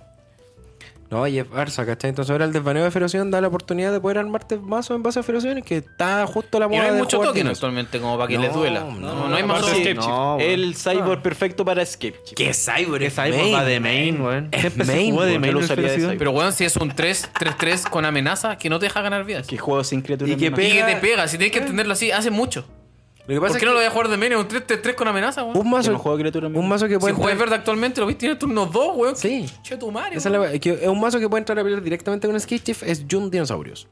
[SPEAKER 6] No, y es Barça, ¿cachai? Entonces ahora el desvaneo de Ferocion da la oportunidad de poder armarte mazos en base a Feroción, que está justo la
[SPEAKER 1] Y no
[SPEAKER 6] moda
[SPEAKER 1] hay
[SPEAKER 6] de
[SPEAKER 1] mucho
[SPEAKER 6] jugar
[SPEAKER 1] token
[SPEAKER 6] dinos.
[SPEAKER 1] actualmente como para que
[SPEAKER 6] No,
[SPEAKER 1] les duela. No,
[SPEAKER 6] no,
[SPEAKER 1] no, hay más
[SPEAKER 5] aparte
[SPEAKER 1] token.
[SPEAKER 5] escape chip.
[SPEAKER 3] No, weón.
[SPEAKER 2] El cyborg perfecto para escape. chip.
[SPEAKER 6] ¿Qué Cyborg?
[SPEAKER 3] Que
[SPEAKER 6] Es
[SPEAKER 3] Cyborg
[SPEAKER 6] main.
[SPEAKER 3] va de main, weón.
[SPEAKER 6] Es
[SPEAKER 3] Siempre se
[SPEAKER 6] main,
[SPEAKER 3] jugó de
[SPEAKER 6] weón.
[SPEAKER 3] main
[SPEAKER 2] Yo lo
[SPEAKER 3] el
[SPEAKER 2] usaría de
[SPEAKER 3] Ferocino.
[SPEAKER 2] cyborg.
[SPEAKER 1] Pero weón, si es un 3-3-3 con amenaza que no te deja ganar vidas.
[SPEAKER 2] Que juego sin criaturas.
[SPEAKER 6] Y que
[SPEAKER 2] nomás.
[SPEAKER 1] Y que te
[SPEAKER 6] pega-
[SPEAKER 1] pega, si tienes que entenderlo así, hace mucho.
[SPEAKER 6] Lo que pasa
[SPEAKER 1] ¿Por
[SPEAKER 6] es
[SPEAKER 1] qué no lo
[SPEAKER 6] que
[SPEAKER 1] voy a jugar de menos? Un 3-3-3 con amenaza, weón.
[SPEAKER 6] un
[SPEAKER 2] Que
[SPEAKER 6] mazo,
[SPEAKER 2] no juego criaturas.
[SPEAKER 6] un mazo que
[SPEAKER 1] Si
[SPEAKER 6] puede
[SPEAKER 1] juegas
[SPEAKER 6] entrar-
[SPEAKER 1] verde actualmente, lo viste, tiene turnos 2, weón.
[SPEAKER 6] Sí.
[SPEAKER 1] Che, tu madre,
[SPEAKER 6] Esa es,
[SPEAKER 1] weón.
[SPEAKER 6] la- que es un mazo que puede entrar a pelear directamente con Skate Chief es Jun Dinosaurios.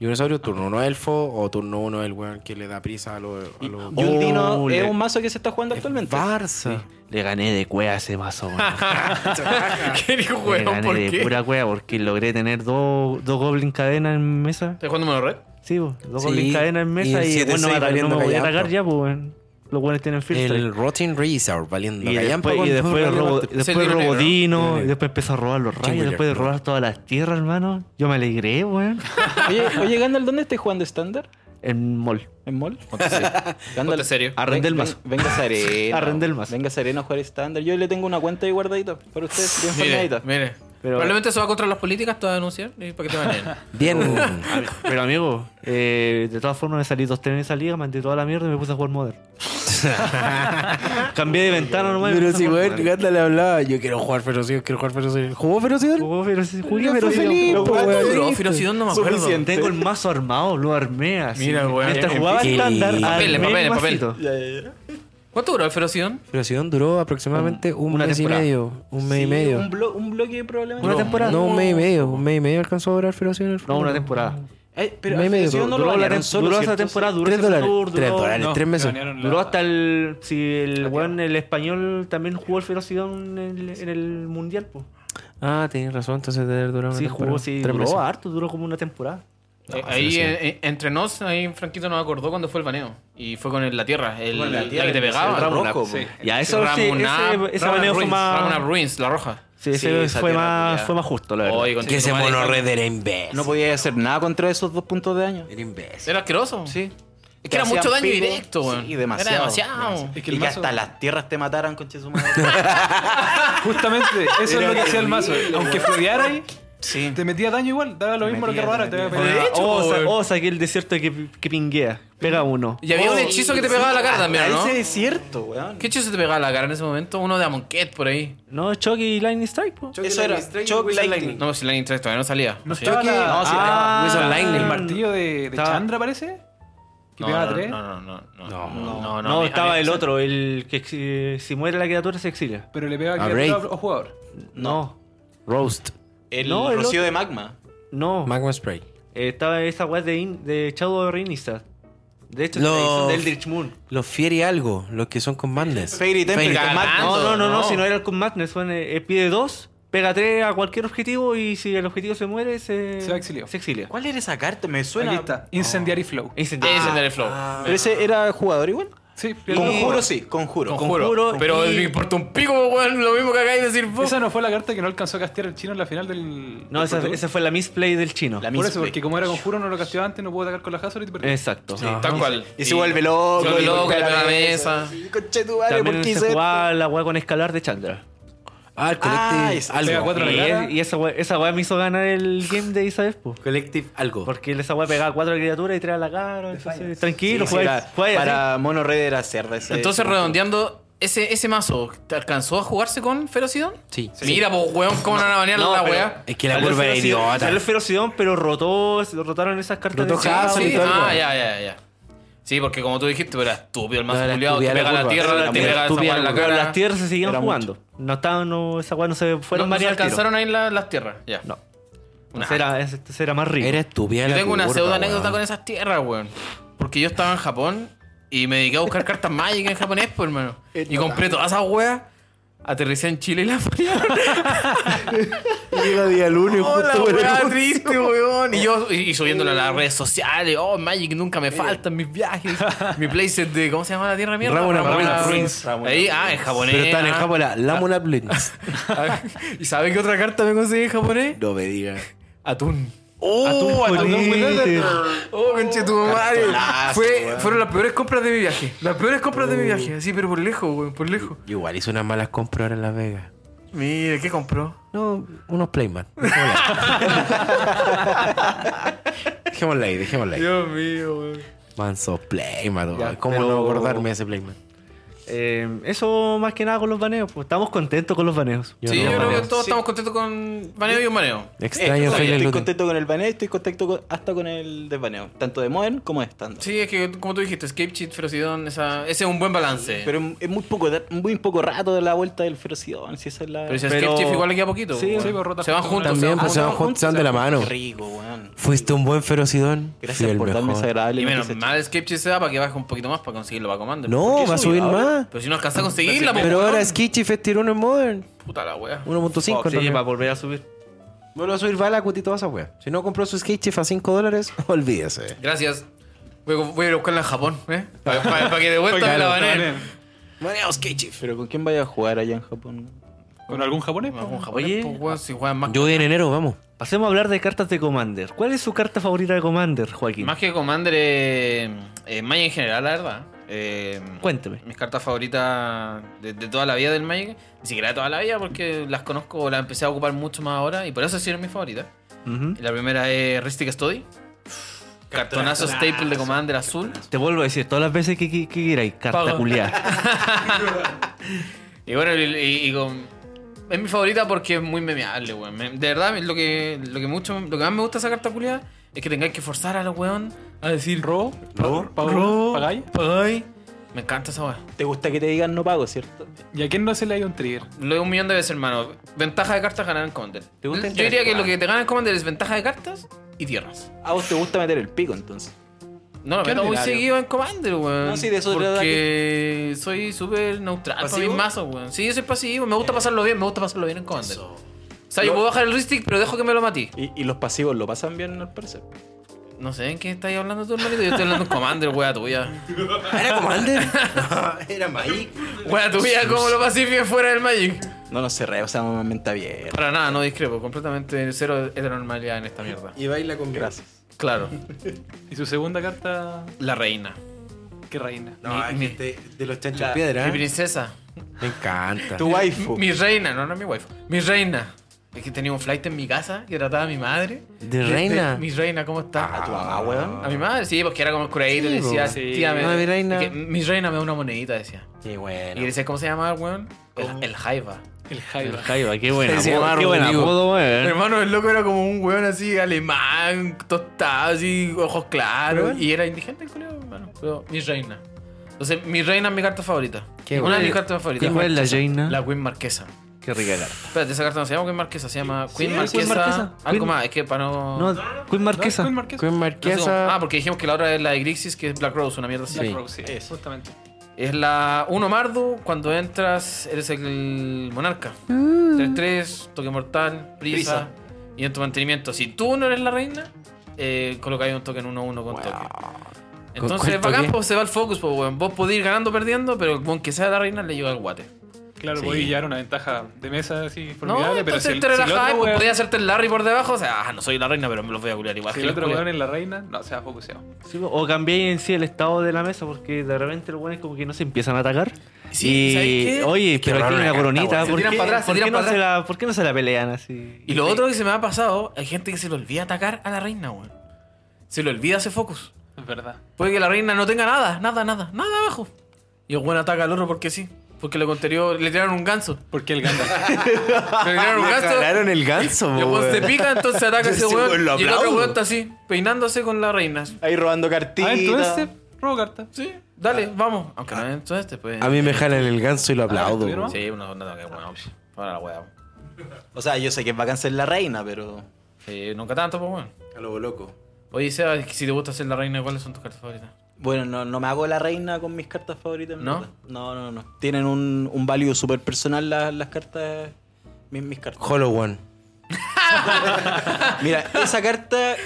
[SPEAKER 6] Dinosaurio turno 1 elfo o turno 1 el weón que le da prisa a los... a los-
[SPEAKER 2] Y un dino
[SPEAKER 3] Oh,
[SPEAKER 2] es
[SPEAKER 3] le-
[SPEAKER 2] un mazo que se está jugando actualmente.
[SPEAKER 6] Barça.
[SPEAKER 3] Le gané de cueva a ese mazo, weón.
[SPEAKER 1] ¿Qué dijo,
[SPEAKER 3] Le
[SPEAKER 1] weón?
[SPEAKER 3] gané
[SPEAKER 1] ¿Por
[SPEAKER 3] de
[SPEAKER 1] qué?
[SPEAKER 3] pura cueva porque logré tener dos dos goblin cadenas en mesa.
[SPEAKER 1] ¿Estás jugando Mono Red?
[SPEAKER 3] Sí, po, dos
[SPEAKER 6] Sí,
[SPEAKER 3] goblin cadenas en
[SPEAKER 6] y
[SPEAKER 3] mesa
[SPEAKER 6] el
[SPEAKER 3] y, bueno, no, me
[SPEAKER 6] 7-6
[SPEAKER 3] ata- no
[SPEAKER 6] valiendo
[SPEAKER 3] me voy a
[SPEAKER 6] callampa.
[SPEAKER 3] atacar ya, pues, weón. Los buenos tienen filtro.
[SPEAKER 6] El Rotting Razor valiendo
[SPEAKER 3] Y
[SPEAKER 6] callampa
[SPEAKER 3] después, y
[SPEAKER 6] con-
[SPEAKER 3] después
[SPEAKER 6] con-
[SPEAKER 3] robo,
[SPEAKER 1] Es el
[SPEAKER 3] después
[SPEAKER 1] dinero negro.
[SPEAKER 3] robodino, y después empezó a robar los
[SPEAKER 6] King
[SPEAKER 3] rayos, después de
[SPEAKER 6] William,
[SPEAKER 3] robar todas las tierras, hermano. Yo me alegré, weón.
[SPEAKER 2] Oye, oye, Gandalf, ¿dónde estás jugando estándar?
[SPEAKER 3] En mall.
[SPEAKER 2] ¿En mall?
[SPEAKER 1] Ponte serio.
[SPEAKER 3] Arrendé el mazo.
[SPEAKER 2] Venga sereno.
[SPEAKER 3] Arrendé el mazo.
[SPEAKER 2] Venga sereno a jugar estándar. Yo le tengo una cuenta ahí guardadita para ustedes, bien
[SPEAKER 1] Mire,
[SPEAKER 2] formadita.
[SPEAKER 1] mire.
[SPEAKER 3] Pero-
[SPEAKER 1] Probablemente eso va contra las políticas, te va a denunciar y para que te baneen.
[SPEAKER 6] Bien.
[SPEAKER 3] Pero amigo, eh, de todas formas me salí dos tenis en esa liga, mandé toda la mierda y me puse a jugar Modern. Cambié de ventana nomás. y me
[SPEAKER 6] Pero
[SPEAKER 3] puse
[SPEAKER 6] si
[SPEAKER 3] a jugar
[SPEAKER 6] weón,
[SPEAKER 3] Modern.
[SPEAKER 6] Gata le hablaba, yo quiero jugar Ferocidad, quiero jugar Ferocidad. ¿Jugó Ferocidad?
[SPEAKER 3] Jugó, Oh, pero sí, jugué, pero sí,
[SPEAKER 6] Felipe,
[SPEAKER 3] weón.
[SPEAKER 6] weón.
[SPEAKER 1] Duró, Firosidón, no me acuerdo.
[SPEAKER 2] Suficiente.
[SPEAKER 3] Tengo el mazo armado, lo armé así.
[SPEAKER 1] Mira, weón.
[SPEAKER 3] Mientras jugaba
[SPEAKER 6] Sí.
[SPEAKER 3] estándar,
[SPEAKER 1] Papeles,
[SPEAKER 3] armé el
[SPEAKER 1] papeles, papeles.
[SPEAKER 3] masito.
[SPEAKER 2] Ya, ya, ya.
[SPEAKER 1] ¿Cuánto duró el Ferocidón?
[SPEAKER 6] Ferocidad duró aproximadamente un
[SPEAKER 3] Una
[SPEAKER 6] mes
[SPEAKER 3] temporada.
[SPEAKER 6] y medio. Un mes y
[SPEAKER 2] Sí,
[SPEAKER 6] medio.
[SPEAKER 2] Un, blo- un bloque probablemente.
[SPEAKER 3] Una temporada.
[SPEAKER 6] No, un mes y medio. Un mes y medio alcanzó a durar Ferocidad. en el
[SPEAKER 3] No,
[SPEAKER 6] fondo.
[SPEAKER 3] una temporada.
[SPEAKER 2] Eh, pero
[SPEAKER 6] Un mes y medio,
[SPEAKER 2] al final no lo
[SPEAKER 3] duró, la
[SPEAKER 2] bañaron
[SPEAKER 3] tem-
[SPEAKER 2] solo,
[SPEAKER 3] duró esa
[SPEAKER 2] ¿cierto?
[SPEAKER 3] temporada, duró
[SPEAKER 6] Tres
[SPEAKER 3] ese
[SPEAKER 6] dólares.
[SPEAKER 3] tour,
[SPEAKER 6] Tres
[SPEAKER 3] duró-
[SPEAKER 6] dólares.
[SPEAKER 5] No,
[SPEAKER 6] tres meses.
[SPEAKER 5] te banearon la-
[SPEAKER 3] Duró hasta el. Si el weón, el español también jugó el ferocidad en el, en el mundial, pues.
[SPEAKER 6] Ah, tenías razón, entonces debe haber durado una
[SPEAKER 3] Sí, jugó,
[SPEAKER 6] temporada.
[SPEAKER 3] sí,
[SPEAKER 6] Ah, Tres
[SPEAKER 3] duró
[SPEAKER 6] meses.
[SPEAKER 3] harto, duró como una temporada.
[SPEAKER 1] Eh, ahí eh, entre nos, ahí Franquito nos acordó cuando fue el baneo. Y fue con el- la tierra. El,
[SPEAKER 2] Con la
[SPEAKER 1] la
[SPEAKER 2] tierra,
[SPEAKER 1] que te
[SPEAKER 2] el
[SPEAKER 1] pegaba.
[SPEAKER 2] Ramon
[SPEAKER 1] Rojo.
[SPEAKER 2] Rojo,
[SPEAKER 5] Sí.
[SPEAKER 3] Ya, eso sí,
[SPEAKER 1] Ramonab-
[SPEAKER 3] ese, ese
[SPEAKER 1] Ramon
[SPEAKER 3] baneo fue
[SPEAKER 1] Ruins,
[SPEAKER 3] más.
[SPEAKER 1] Ramon Ruins, la roja.
[SPEAKER 3] Sí, ese
[SPEAKER 2] esa
[SPEAKER 3] fue,
[SPEAKER 2] tierra
[SPEAKER 3] más,
[SPEAKER 2] culiada.
[SPEAKER 3] fue más justo, la verdad.
[SPEAKER 1] Oye, con
[SPEAKER 6] Que
[SPEAKER 1] tu
[SPEAKER 6] ese
[SPEAKER 1] madre,
[SPEAKER 6] mono
[SPEAKER 1] hijo.
[SPEAKER 6] red era imbécil.
[SPEAKER 2] No podía hacer nada contra esos dos puntos de daño.
[SPEAKER 6] Era imbécil.
[SPEAKER 1] Era asqueroso.
[SPEAKER 2] Sí.
[SPEAKER 1] Es que era mucho daño directo, weón.
[SPEAKER 2] Sí, demasiado.
[SPEAKER 1] Era demasiado.
[SPEAKER 5] Es que
[SPEAKER 2] Y
[SPEAKER 5] el
[SPEAKER 2] que
[SPEAKER 5] mazo-
[SPEAKER 2] hasta las tierras te mataran, conche su madre.
[SPEAKER 5] Justamente, eso es lo que hacía el mazo. Aunque flodeara ahí,
[SPEAKER 2] Sí.
[SPEAKER 5] te metía daño igual. Daba lo
[SPEAKER 2] Te
[SPEAKER 5] mismo lo que
[SPEAKER 2] metía,
[SPEAKER 5] robara.
[SPEAKER 2] te
[SPEAKER 5] Te iba a
[SPEAKER 2] metía.
[SPEAKER 5] pegar.
[SPEAKER 1] De hecho,
[SPEAKER 3] Oh, sa-
[SPEAKER 1] weón.
[SPEAKER 3] oh, saqué el desierto que, que pinguea. Pega uno.
[SPEAKER 1] Y había un
[SPEAKER 2] Oh,
[SPEAKER 1] hechizo
[SPEAKER 2] sí,
[SPEAKER 1] que te pegaba la cara también, ¿no?
[SPEAKER 2] Ese es cierto, weón.
[SPEAKER 1] ¿Qué hechizo te pegaba la cara en ese momento? Uno de Amonkhet por ahí.
[SPEAKER 3] No, Chucky y Lightning Strike, po.
[SPEAKER 2] Eso era Choke Lightning.
[SPEAKER 1] No, si Lightning 3 todavía no salía. No, sé.
[SPEAKER 5] estaba
[SPEAKER 2] Choke-
[SPEAKER 5] la-
[SPEAKER 2] No, sí,
[SPEAKER 3] Ah,
[SPEAKER 2] era-
[SPEAKER 6] Wizard Lightning.
[SPEAKER 5] El martillo de, de
[SPEAKER 3] Estaba-
[SPEAKER 5] Chandra, parece. Que
[SPEAKER 1] no,
[SPEAKER 5] pegaba
[SPEAKER 1] no,
[SPEAKER 5] tres.
[SPEAKER 1] no, no, no, no, no, no,
[SPEAKER 3] No,
[SPEAKER 1] a mí- a
[SPEAKER 3] estaba
[SPEAKER 1] mí-
[SPEAKER 3] el otro, el que si, si muere la criatura se exilia.
[SPEAKER 5] Pero le pegaba
[SPEAKER 6] A
[SPEAKER 5] a criatura
[SPEAKER 6] Wraith.
[SPEAKER 5] o jugador.
[SPEAKER 3] No,
[SPEAKER 6] Roast.
[SPEAKER 2] El
[SPEAKER 3] No, el
[SPEAKER 2] rocío de magma.
[SPEAKER 3] no.
[SPEAKER 6] Magma Spray.
[SPEAKER 3] Eh, estaba esa weá de, In- de Shadow of Reinistad. De hecho,
[SPEAKER 6] Los-
[SPEAKER 3] la hizo de Eldritch Moon.
[SPEAKER 6] Los Fieri algo, los que son con Madness.
[SPEAKER 2] Fairy Temple
[SPEAKER 6] Fairy
[SPEAKER 2] con
[SPEAKER 1] Temple.
[SPEAKER 2] magma.
[SPEAKER 3] Ah, No, no, no, no,
[SPEAKER 1] no.
[SPEAKER 3] si no era el con Madness, son, eh, eh, pide dos, pega tres a cualquier objetivo y si el objetivo se muere, se,
[SPEAKER 5] Se va exiliado.
[SPEAKER 3] Se exilia.
[SPEAKER 2] ¿Cuál era esa carta? Me suena.
[SPEAKER 5] Aquí está. Incendiary Flow.
[SPEAKER 3] Incendiario.
[SPEAKER 1] Ese era el flow.
[SPEAKER 3] Ah.
[SPEAKER 2] ¿Pero ese era jugador igual?
[SPEAKER 5] Sí, pero-
[SPEAKER 2] Conjuro, sí, conjuro.
[SPEAKER 1] Conjuro.
[SPEAKER 3] Conjuro
[SPEAKER 1] Pero
[SPEAKER 3] y-
[SPEAKER 1] me importa un pico, weón. Lo mismo que acabáis de decir vos.
[SPEAKER 5] Esa no fue la carta que no alcanzó a castear el chino en la final del.
[SPEAKER 3] No,
[SPEAKER 5] del
[SPEAKER 3] esa,
[SPEAKER 5] Pro Tour.
[SPEAKER 3] esa fue la misplay del chino.
[SPEAKER 2] La
[SPEAKER 5] Por eso,
[SPEAKER 2] misplay.
[SPEAKER 5] porque como era conjuro, no lo casteaba antes, no pudo atacar con la Hazard y perdió.
[SPEAKER 3] Exacto. Ah.
[SPEAKER 1] Sí, Tal cual.
[SPEAKER 2] Y se vuelve loco.
[SPEAKER 1] Se vuelve
[SPEAKER 2] y
[SPEAKER 1] loco,
[SPEAKER 2] golpea
[SPEAKER 1] le pega la mesa.
[SPEAKER 2] Sí, Conche tu madre, ¿por
[SPEAKER 3] También
[SPEAKER 2] qué
[SPEAKER 3] se
[SPEAKER 2] hice esto?
[SPEAKER 3] jugaba la weá con escalar de Chandra.
[SPEAKER 6] Ah, el
[SPEAKER 2] Ah,
[SPEAKER 6] Collective
[SPEAKER 2] es-
[SPEAKER 5] pega
[SPEAKER 6] algo.
[SPEAKER 5] cuatro.
[SPEAKER 3] Y,
[SPEAKER 5] Claro.
[SPEAKER 3] es- y esa, weá, esa weá me hizo ganar el game de Isabel, po.
[SPEAKER 6] Collective algo.
[SPEAKER 3] Porque esa weá pegaba cuatro criaturas y tres a la cara. Entonces, tranquilo,
[SPEAKER 2] Sí, sí,
[SPEAKER 3] juega,
[SPEAKER 2] era- Para Mono Red era cerda ese.
[SPEAKER 1] Entonces, redondeando, ese, ese mazo, ¿te alcanzó a jugarse con Ferocidón?
[SPEAKER 6] Sí.
[SPEAKER 1] Mira, pues, weón, cómo no van a banear
[SPEAKER 3] No,
[SPEAKER 1] la
[SPEAKER 3] pero-
[SPEAKER 1] weá.
[SPEAKER 6] Es que la curva era idiota.
[SPEAKER 3] Salió el ferocidón, pero rotó, rotaron esas cartas.
[SPEAKER 6] Rotó
[SPEAKER 3] de
[SPEAKER 6] Hazard
[SPEAKER 3] Chandra,
[SPEAKER 6] y
[SPEAKER 1] Sí,
[SPEAKER 3] weón.
[SPEAKER 6] todo el
[SPEAKER 1] ah,
[SPEAKER 6] weón.
[SPEAKER 1] ya, ya, ya. Sí, porque como tú dijiste, pero era estúpido el mazo
[SPEAKER 6] No, era
[SPEAKER 1] culiado. Te
[SPEAKER 6] estúpida la
[SPEAKER 1] pega la
[SPEAKER 6] curva.
[SPEAKER 1] tierra,
[SPEAKER 6] Era
[SPEAKER 1] te
[SPEAKER 6] muy
[SPEAKER 1] pega esa
[SPEAKER 6] estúpida
[SPEAKER 1] weá en
[SPEAKER 6] la
[SPEAKER 1] la
[SPEAKER 3] Pero
[SPEAKER 1] cara.
[SPEAKER 3] las tierras se siguieron
[SPEAKER 2] Era
[SPEAKER 3] jugando. No estaban, no, esa weá no se
[SPEAKER 1] No
[SPEAKER 3] fueron
[SPEAKER 1] no se
[SPEAKER 3] varias al tiro.
[SPEAKER 1] alcanzaron ahí la- las tierras. Ya.
[SPEAKER 3] No.
[SPEAKER 1] Una-
[SPEAKER 3] Ese era, ese- ese era más rico.
[SPEAKER 6] Era estúpida
[SPEAKER 1] Yo
[SPEAKER 6] la
[SPEAKER 1] tengo una
[SPEAKER 6] curva,
[SPEAKER 1] pseudo anécdota
[SPEAKER 6] weón.
[SPEAKER 1] con esas tierras, weón. Porque yo estaba en Japón y me dediqué a buscar cartas mágicas en japonés, pues, hermano. Y compré todas esas weas, aterricé en Chile y las variaron.
[SPEAKER 3] llega día lunes
[SPEAKER 1] Oh, la
[SPEAKER 3] justo por el
[SPEAKER 1] weá
[SPEAKER 3] último.
[SPEAKER 1] triste, weón. Y yo y y subiéndolo a las redes sociales. Oh, Magic, nunca me faltan mis viajes. Mi playset de. ¿Cómo se llama la tierra mierda?
[SPEAKER 3] Ramona
[SPEAKER 1] Ramona
[SPEAKER 3] Ruins.
[SPEAKER 1] Ahí, ah, en japonés.
[SPEAKER 4] Pero están en
[SPEAKER 1] ah.
[SPEAKER 4] Japón, la Lamona Blitz.
[SPEAKER 1] ¿Y sabe qué otra carta me conseguí en japonés?
[SPEAKER 4] No me digas.
[SPEAKER 1] Atún.
[SPEAKER 3] Atún
[SPEAKER 5] Twitter.
[SPEAKER 1] Oh, conchetumario.
[SPEAKER 4] Cartolazo,
[SPEAKER 1] Fue,
[SPEAKER 4] weón.
[SPEAKER 1] fueron las peores compras de mi viaje. Las peores compras de mi viaje. Así, pero por lejos, weón, por lejos.
[SPEAKER 4] Yo Igual hice unas malas compras ahora en Las Vegas.
[SPEAKER 1] Mira, ¿qué compró?
[SPEAKER 4] No, unos Playman. Dejémosla. Dejémosla ahí, dejémosla ahí.
[SPEAKER 1] Dios mío, weón.
[SPEAKER 4] Manso Playman.
[SPEAKER 3] Ya,
[SPEAKER 4] ¿Cómo
[SPEAKER 3] pero-
[SPEAKER 4] no acordarme de ese Playman?
[SPEAKER 3] Eh, eso más que nada con los baneos. pues, estamos contentos con los baneos.
[SPEAKER 4] Yo
[SPEAKER 1] sí,
[SPEAKER 4] no
[SPEAKER 1] yo creo
[SPEAKER 4] baneo.
[SPEAKER 1] que todos estamos contentos con baneo y un baneo.
[SPEAKER 4] Extraño
[SPEAKER 2] Oye,
[SPEAKER 4] Fairy
[SPEAKER 2] Eh, estoy
[SPEAKER 4] Lute.
[SPEAKER 2] contento con el baneo, estoy contento con- hasta con el desbaneo, tanto de modern como de estándar.
[SPEAKER 1] Sí, es que como tú dijiste, Escape Cheat, Ferocidón, esa, ese es un buen balance. pero,
[SPEAKER 2] Pero en en muy poco, muy poco rato de la vuelta del ferocidón, si esa es la. Ah,
[SPEAKER 1] si
[SPEAKER 3] pero-
[SPEAKER 1] Escape Cheat igual le queda poquito.
[SPEAKER 5] Sí,
[SPEAKER 1] weón.
[SPEAKER 5] sí, pues, rotas
[SPEAKER 1] se van
[SPEAKER 5] con-
[SPEAKER 1] juntos.
[SPEAKER 4] También,
[SPEAKER 1] se van
[SPEAKER 4] pues, se van
[SPEAKER 1] juntos.
[SPEAKER 4] juntos, se van de la mano.
[SPEAKER 2] Qué rico, weón.
[SPEAKER 4] Fuiste un buen ferocidón.
[SPEAKER 2] Gracias
[SPEAKER 4] Fui el
[SPEAKER 2] por darme
[SPEAKER 4] mejor.
[SPEAKER 2] esa agradable
[SPEAKER 1] Y menos
[SPEAKER 2] noticia,
[SPEAKER 1] mal Escape Cheat se da para que baje un poquito más para conseguirlo para Commander.
[SPEAKER 4] No, va a subir más.
[SPEAKER 1] Pero si no alcanza a conseguirla, pues,
[SPEAKER 4] Pero ahora
[SPEAKER 1] weón.
[SPEAKER 4] es Kitschy Festival 1 en Modern.
[SPEAKER 1] Puta la wea.
[SPEAKER 4] 1.5. en
[SPEAKER 3] Oh, Sí,
[SPEAKER 4] realidad.
[SPEAKER 3] para volver a subir.
[SPEAKER 4] Vuelve a subir Balakut y toda esa wea. Si no compró su skate chef a 5 dólares, olvídese.
[SPEAKER 1] Gracias. Voy a, voy a ir a buscarla en Japón, ¿eh? Para que de vuelta me la baneen.
[SPEAKER 4] Maneo skate chef.
[SPEAKER 2] Pero ¿con quién vaya a jugar allá en Japón?
[SPEAKER 5] ¿Con algún japonés? po?
[SPEAKER 1] Con japonés,
[SPEAKER 3] Oye.
[SPEAKER 1] pues, weón, si juegan más,
[SPEAKER 4] Yo voy en enero, vamos.
[SPEAKER 3] Pasemos a hablar de cartas de Commander. ¿Cuál es su carta favorita de Commander, Joaquín?
[SPEAKER 1] más que Commander, eh, eh, Magic en general, la verdad. Eh,
[SPEAKER 3] Cuénteme.
[SPEAKER 1] Mis cartas favoritas de, de toda la vida del Magic. Ni siquiera de toda la vida, porque las conozco, las empecé a ocupar mucho más ahora. Y por eso sí eran mis favoritas.
[SPEAKER 3] Ujú.
[SPEAKER 1] Y La primera es Ristic Study. Cartonazo staple de Commander azul.
[SPEAKER 3] Te vuelvo a decir todas las veces que, que, que queráis, carta
[SPEAKER 1] Pago.
[SPEAKER 3] culiada.
[SPEAKER 1] Y bueno, y, y- y con- es mi favorita porque es muy memeable, weón. Me- De verdad, lo que, lo, que mucho, lo que más me gusta de esa carta culiada es que tengáis que forzar a los weón a decir robo,
[SPEAKER 5] ¿Robo?
[SPEAKER 1] robo,
[SPEAKER 5] ¿Pagáis?
[SPEAKER 1] pagáis. Me encanta esa weón.
[SPEAKER 2] ¿Te gusta que te digan no pago, cierto?
[SPEAKER 5] ¿Y a quién no se le hay un trigger?
[SPEAKER 1] Lo he un millón de veces, hermano. Ventaja de cartas ganar en Commander.
[SPEAKER 3] ¿Te
[SPEAKER 1] Yo
[SPEAKER 3] gusta
[SPEAKER 1] diría que
[SPEAKER 3] interactuar?
[SPEAKER 1] lo que te gana en Commander es ventaja de cartas y tierras.
[SPEAKER 2] A vos te gusta meter el pico entonces.
[SPEAKER 1] No, lo
[SPEAKER 5] Qué
[SPEAKER 1] meto muy
[SPEAKER 5] ordinario.
[SPEAKER 1] seguido en Commander, weón.
[SPEAKER 2] No, sí, de eso se trata
[SPEAKER 1] Porque soy súper neutral para
[SPEAKER 2] ¿Pasivo? Eh,
[SPEAKER 1] mis mazos, weón. Sí, yo soy pasivo. Me gusta pasarlo bien, me gusta pasarlo bien en Commander. O sea, yo puedo bajar el Ristic, pero dejo que me lo matí.
[SPEAKER 2] Y, y los pasivos lo pasan bien al parecer.
[SPEAKER 1] No sé en qué estáis hablando tú, hermanito. Yo estoy hablando en Commander, wea tuya.
[SPEAKER 4] ¿Era Commander? Era Magic.
[SPEAKER 1] Wea tuya, como lo pacifique fuera del Magic.
[SPEAKER 2] No nos cerré, o sea, mente abierta.
[SPEAKER 1] Para nada, no discrepo. Completamente cero heteronormalidad en esta mierda.
[SPEAKER 4] Y baila con
[SPEAKER 2] Gracias.
[SPEAKER 1] Claro,
[SPEAKER 5] ¿Y su segunda carta?
[SPEAKER 1] la reina.
[SPEAKER 5] ¿Qué reina?
[SPEAKER 1] Mi-
[SPEAKER 4] No, es
[SPEAKER 1] mi-
[SPEAKER 4] que te- de los chanchos piedra.
[SPEAKER 1] Mi
[SPEAKER 4] ¿eh?
[SPEAKER 1] princesa.
[SPEAKER 4] Me encanta.
[SPEAKER 2] Tu waifu.
[SPEAKER 1] Mi reina, no, no mi wife. Mi reina. Es que tenía un flight en mi casa que trataba a mi madre.
[SPEAKER 4] ¿De reina?
[SPEAKER 1] mi reina, ¿cómo está? Ah,
[SPEAKER 2] A tu mamá, Ah, weón.
[SPEAKER 1] A mi madre, sí, porque era como el curadito
[SPEAKER 4] Sí,
[SPEAKER 1] y le decía,
[SPEAKER 4] po.
[SPEAKER 1] sí, tía, me-
[SPEAKER 4] No, mi reina.
[SPEAKER 1] es que mi reina me da una monedita, decía.
[SPEAKER 4] Qué
[SPEAKER 1] Y le
[SPEAKER 4] bueno.
[SPEAKER 1] decía, ¿cómo se llama, weón? El, el Jaiba.
[SPEAKER 5] El
[SPEAKER 3] El
[SPEAKER 5] Jaiba.
[SPEAKER 3] Jaiba, qué buena.
[SPEAKER 4] Se
[SPEAKER 3] modo-
[SPEAKER 4] llama
[SPEAKER 3] qué buena.
[SPEAKER 4] Rodrigo.
[SPEAKER 3] modo, weón.
[SPEAKER 1] Hermano, el loco era como un weón así, alemán, tostado, así, ojos claros. Y era indigente el culeo, hermano. Pero mi reina. Entonces, mi reina es mi carta favorita.
[SPEAKER 4] Qué
[SPEAKER 1] Una de
[SPEAKER 4] bueno.
[SPEAKER 1] mis cartas favoritas.
[SPEAKER 3] ¿Y cuál es la reina?
[SPEAKER 1] La Queen Marquesa.
[SPEAKER 3] Qué rica carta.
[SPEAKER 1] Espérate, esa carta no se llama Queen Marquesa, se llama Queen,
[SPEAKER 3] es
[SPEAKER 1] Marquesa,
[SPEAKER 3] Queen Marquesa.
[SPEAKER 1] Algo
[SPEAKER 3] Queen-
[SPEAKER 1] más, es que para no. no
[SPEAKER 3] No, Queen
[SPEAKER 5] ¿No?
[SPEAKER 3] Marquesa.
[SPEAKER 5] ¿Queen Marquesa?
[SPEAKER 4] Queen
[SPEAKER 1] sé cómo-
[SPEAKER 4] Marquesa.
[SPEAKER 1] ah, porque dijimos que la otra es la de Grixis, que es Black Rose, una mierda así.
[SPEAKER 5] Black
[SPEAKER 4] Sí.
[SPEAKER 5] Rock, sí, justamente.
[SPEAKER 1] Es la 1 Mardu, cuando entras eres el monarca. 3-3, toque mortal, prisa, y en tu mantenimiento. Si tú no eres la reina, eh, colocáis un token 1-1 con toque.
[SPEAKER 4] ¿Con
[SPEAKER 1] Entonces
[SPEAKER 4] cuál
[SPEAKER 1] es bacán,
[SPEAKER 4] toque?
[SPEAKER 1] pues, se va el focus, pues, weón. Vos podés ir ganando o perdiendo, pero el que sea la reina le llega al guate.
[SPEAKER 5] Claro,
[SPEAKER 4] Sí.
[SPEAKER 5] voy a llevar una ventaja de mesa así
[SPEAKER 1] No,
[SPEAKER 5] formidable, pero si
[SPEAKER 1] entonces
[SPEAKER 5] el,
[SPEAKER 1] te
[SPEAKER 5] si el otro
[SPEAKER 1] relajás, pues,
[SPEAKER 5] weón-
[SPEAKER 1] podés hacerte el Larry por debajo. O sea, ah, no soy la reina, pero me los voy a culiar igual. que
[SPEAKER 5] si el
[SPEAKER 1] los
[SPEAKER 5] otro
[SPEAKER 1] culiados.
[SPEAKER 5] weón es la reina, no, se va focuseado.
[SPEAKER 3] Sí, o cambié en sí el estado de la mesa porque de repente los weones como que no se empiezan a atacar.
[SPEAKER 1] Sí,
[SPEAKER 3] y,
[SPEAKER 1] ¿sabes qué?
[SPEAKER 3] Oye, pero
[SPEAKER 4] raro
[SPEAKER 3] aquí hay
[SPEAKER 4] la
[SPEAKER 3] una
[SPEAKER 4] carta,
[SPEAKER 3] coronita.
[SPEAKER 4] weón.
[SPEAKER 1] Se
[SPEAKER 3] ¿Por
[SPEAKER 1] tiran
[SPEAKER 3] qué-
[SPEAKER 1] para atrás, se
[SPEAKER 3] por qué
[SPEAKER 1] tiran
[SPEAKER 3] no
[SPEAKER 1] para
[SPEAKER 3] se la- por qué no se la pelean así?
[SPEAKER 1] Y lo otro que se me ha pasado, hay gente que se le olvida atacar a la reina, weón. Se le olvida ese focus.
[SPEAKER 5] Es verdad.
[SPEAKER 1] Puede que la reina no tenga nada, nada, nada, nada abajo. Y el weón ataca al otro porque sí. Porque le conterió, le tiraron un ganso.
[SPEAKER 5] Porque Ah, el Gandalf.
[SPEAKER 1] Le tiraron un ganso.
[SPEAKER 4] Ganaron el ganso,
[SPEAKER 1] Y el weón se
[SPEAKER 4] weón.
[SPEAKER 1] pica, entonces ataca a ese
[SPEAKER 4] Ese weón
[SPEAKER 1] weón.
[SPEAKER 4] lo
[SPEAKER 1] Y el otro
[SPEAKER 4] aplaudo.
[SPEAKER 1] weón está así, peinándose con la reina.
[SPEAKER 2] Ahí robando
[SPEAKER 5] ah,
[SPEAKER 2] cartitas.
[SPEAKER 5] entonces, robo carta.
[SPEAKER 1] Sí, dale, vamos. Aunque no entonces después.
[SPEAKER 4] Ah. A mí me jalan el ganso y lo
[SPEAKER 5] Ah,
[SPEAKER 4] aplaudo.
[SPEAKER 5] ¿estuvieron?
[SPEAKER 4] weón.
[SPEAKER 1] Sí, una onda que weón. psh, Ahora la weá.
[SPEAKER 2] o sea, yo sé que es vacancia en la reina, pero.
[SPEAKER 1] Sí, nunca tanto, pues weón.
[SPEAKER 4] A lo loco.
[SPEAKER 1] Oye, Seba, si te gusta ser la reina, ¿cuáles son tus cartas favoritas?
[SPEAKER 2] Bueno, no, no me hago la reina con mis cartas favoritas. en
[SPEAKER 1] ¿No?
[SPEAKER 2] verdad. No, no, no. Tienen un, un value súper personal las, las cartas. Mis, mis cartas.
[SPEAKER 4] Hollow One.
[SPEAKER 2] Mira, esa carta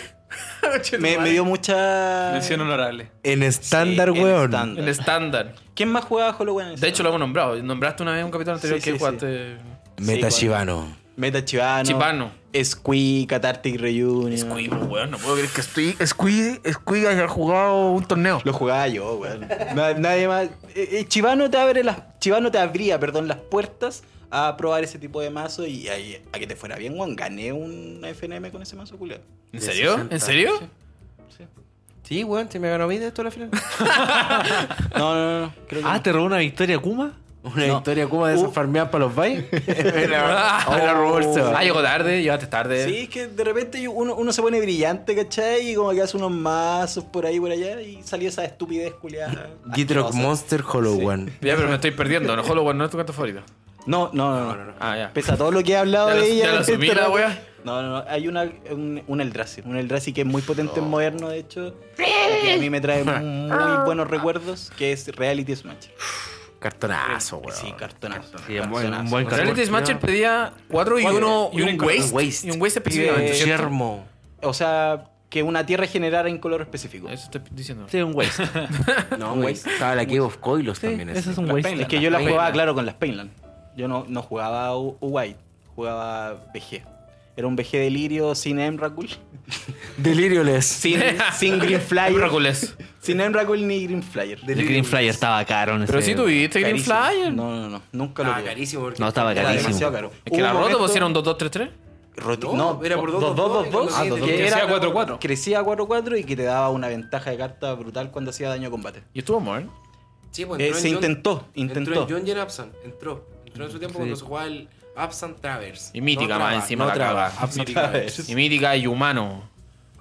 [SPEAKER 2] me, me dio mucha.
[SPEAKER 5] Mención honorable.
[SPEAKER 4] En
[SPEAKER 2] Sí,
[SPEAKER 4] estándar,
[SPEAKER 2] en
[SPEAKER 4] weón.
[SPEAKER 2] estándar.
[SPEAKER 1] El estándar.
[SPEAKER 2] ¿Quién más jugaba Hollow en
[SPEAKER 1] De hecho, lo hemos nombrado. Nombraste una vez un capítulo anterior
[SPEAKER 2] Sí,
[SPEAKER 1] que
[SPEAKER 2] sí, Ah,
[SPEAKER 1] jugaste.
[SPEAKER 4] Meta
[SPEAKER 2] Sí,
[SPEAKER 4] Shibano.
[SPEAKER 2] Meta Chivano.
[SPEAKER 1] Chipano.
[SPEAKER 2] Squee, Catartic Reunion.
[SPEAKER 1] Squid, weón. No puedo creer que estoy. Squid, Squid haya jugado un torneo.
[SPEAKER 2] Lo jugaba yo, weón. Na- Nadie más. eh, eh, Chivano te abre las. Chivano te abría, perdón, las puertas a probar ese tipo de mazo y ahí- a que te fuera bien, weón. Gané un FNM con ese mazo, culiado.
[SPEAKER 1] ¿En serio? Ah, ¿En serio?
[SPEAKER 4] Sí, weón, se me ganó a mí de esto a la final.
[SPEAKER 2] No, no, no, no. Creo que
[SPEAKER 3] Ah, ¿te robó una victoria Kuma?
[SPEAKER 4] Una
[SPEAKER 2] No.
[SPEAKER 4] victoria Cuba de esas
[SPEAKER 2] Uh.
[SPEAKER 4] farmeadas para los valles.
[SPEAKER 1] Ah,
[SPEAKER 4] Me la robó el Seba.
[SPEAKER 1] Ah, llegó tarde, llegaste tarde.
[SPEAKER 2] Sí, es que de repente yo- uno, uno se pone brillante, ¿cachai? Y como que hace unos mazos por ahí, por allá, y salió esa estupidez culiada.
[SPEAKER 4] Gitrock
[SPEAKER 2] asquerosa.
[SPEAKER 4] Monster Hollow One.
[SPEAKER 1] Ya, pero me estoy perdiendo. No, Hollow no es tu canto favorito.
[SPEAKER 2] No, no, no, no.
[SPEAKER 1] Ah, ya.
[SPEAKER 2] Pese a todo lo que he hablado
[SPEAKER 1] Ya lo-
[SPEAKER 2] de
[SPEAKER 1] ya
[SPEAKER 2] ella.
[SPEAKER 1] lo
[SPEAKER 2] en este
[SPEAKER 1] asumí, la
[SPEAKER 2] rato-
[SPEAKER 1] wea.
[SPEAKER 2] No, no, no. Hay una, un, un Eldrazi. Un Eldrazi que es muy potente en moderno, de hecho. Que a mí me trae muy, muy buenos recuerdos, que es Reality Smash.
[SPEAKER 6] Oh,
[SPEAKER 4] Cartonazo, weón.
[SPEAKER 2] Sí, cartonazo.
[SPEAKER 3] Sí, es buen-
[SPEAKER 2] cartonazo.
[SPEAKER 3] un buen
[SPEAKER 1] Reality Smasher pedía 4 y
[SPEAKER 5] Cuatro.
[SPEAKER 1] 1 y
[SPEAKER 5] Y un
[SPEAKER 1] un
[SPEAKER 5] inco-
[SPEAKER 1] waste.
[SPEAKER 4] waste.
[SPEAKER 1] Y un waste específicamente.
[SPEAKER 4] Pibe
[SPEAKER 1] ¿cierto?
[SPEAKER 4] Yermo.
[SPEAKER 2] O sea, que una tierra generara en color específico.
[SPEAKER 1] Eso estoy diciendo.
[SPEAKER 3] Sí, un waste.
[SPEAKER 4] No, güey. Estaba la Cave of Coilos también.
[SPEAKER 3] Eso
[SPEAKER 4] ese.
[SPEAKER 3] es un
[SPEAKER 5] La
[SPEAKER 3] waste.
[SPEAKER 5] pena.
[SPEAKER 2] Es que yo la
[SPEAKER 4] Las
[SPEAKER 2] jugaba,
[SPEAKER 4] Painland.
[SPEAKER 2] claro, con las Painland. Yo no, no jugaba U- White, jugaba BG. Era un BG delirio sin Emrakul,
[SPEAKER 4] Delirioles.
[SPEAKER 2] sin, sin Green Flyer.
[SPEAKER 1] Hércules.
[SPEAKER 2] sin Emrakul ni Green Flyer.
[SPEAKER 3] El Green Flyer estaba caro. en
[SPEAKER 1] Pero
[SPEAKER 3] ese-
[SPEAKER 1] si tuviste Green
[SPEAKER 2] Carísimo.
[SPEAKER 1] Flyer.
[SPEAKER 2] No, no, no. Nunca lo
[SPEAKER 4] Ah,
[SPEAKER 2] tuve.
[SPEAKER 4] carísimo. porque-
[SPEAKER 3] No, estaba
[SPEAKER 2] Era
[SPEAKER 3] carísimo.
[SPEAKER 2] demasiado caro.
[SPEAKER 1] Es que la
[SPEAKER 2] Hubo un
[SPEAKER 1] roto
[SPEAKER 2] momento-
[SPEAKER 1] pusieron 2-2-3-3.
[SPEAKER 2] Roti-
[SPEAKER 4] No,
[SPEAKER 2] no,
[SPEAKER 4] era por dos, dos, dos, dos,
[SPEAKER 2] Ah,
[SPEAKER 4] y
[SPEAKER 2] dos,
[SPEAKER 4] te
[SPEAKER 2] dos,
[SPEAKER 5] crecía
[SPEAKER 2] era-
[SPEAKER 5] 4-4.
[SPEAKER 2] Crecía 4-4 y que te daba una ventaja de carta brutal cuando hacía daño a combate.
[SPEAKER 1] Y estuvo Morn.
[SPEAKER 6] Sí, pues,
[SPEAKER 2] Eh,
[SPEAKER 6] entró en
[SPEAKER 2] se
[SPEAKER 6] John-
[SPEAKER 2] intentó,
[SPEAKER 6] Entró
[SPEAKER 2] intentó.
[SPEAKER 6] en John y en Absent, entró. Entró en su tiempo cuando se jugaba el Absent Traverse.
[SPEAKER 1] Y mítica
[SPEAKER 6] No
[SPEAKER 1] más
[SPEAKER 6] traba,
[SPEAKER 1] encima
[SPEAKER 6] no
[SPEAKER 1] la
[SPEAKER 6] traba.
[SPEAKER 1] caga.
[SPEAKER 6] Absent
[SPEAKER 1] Y mítica y humano.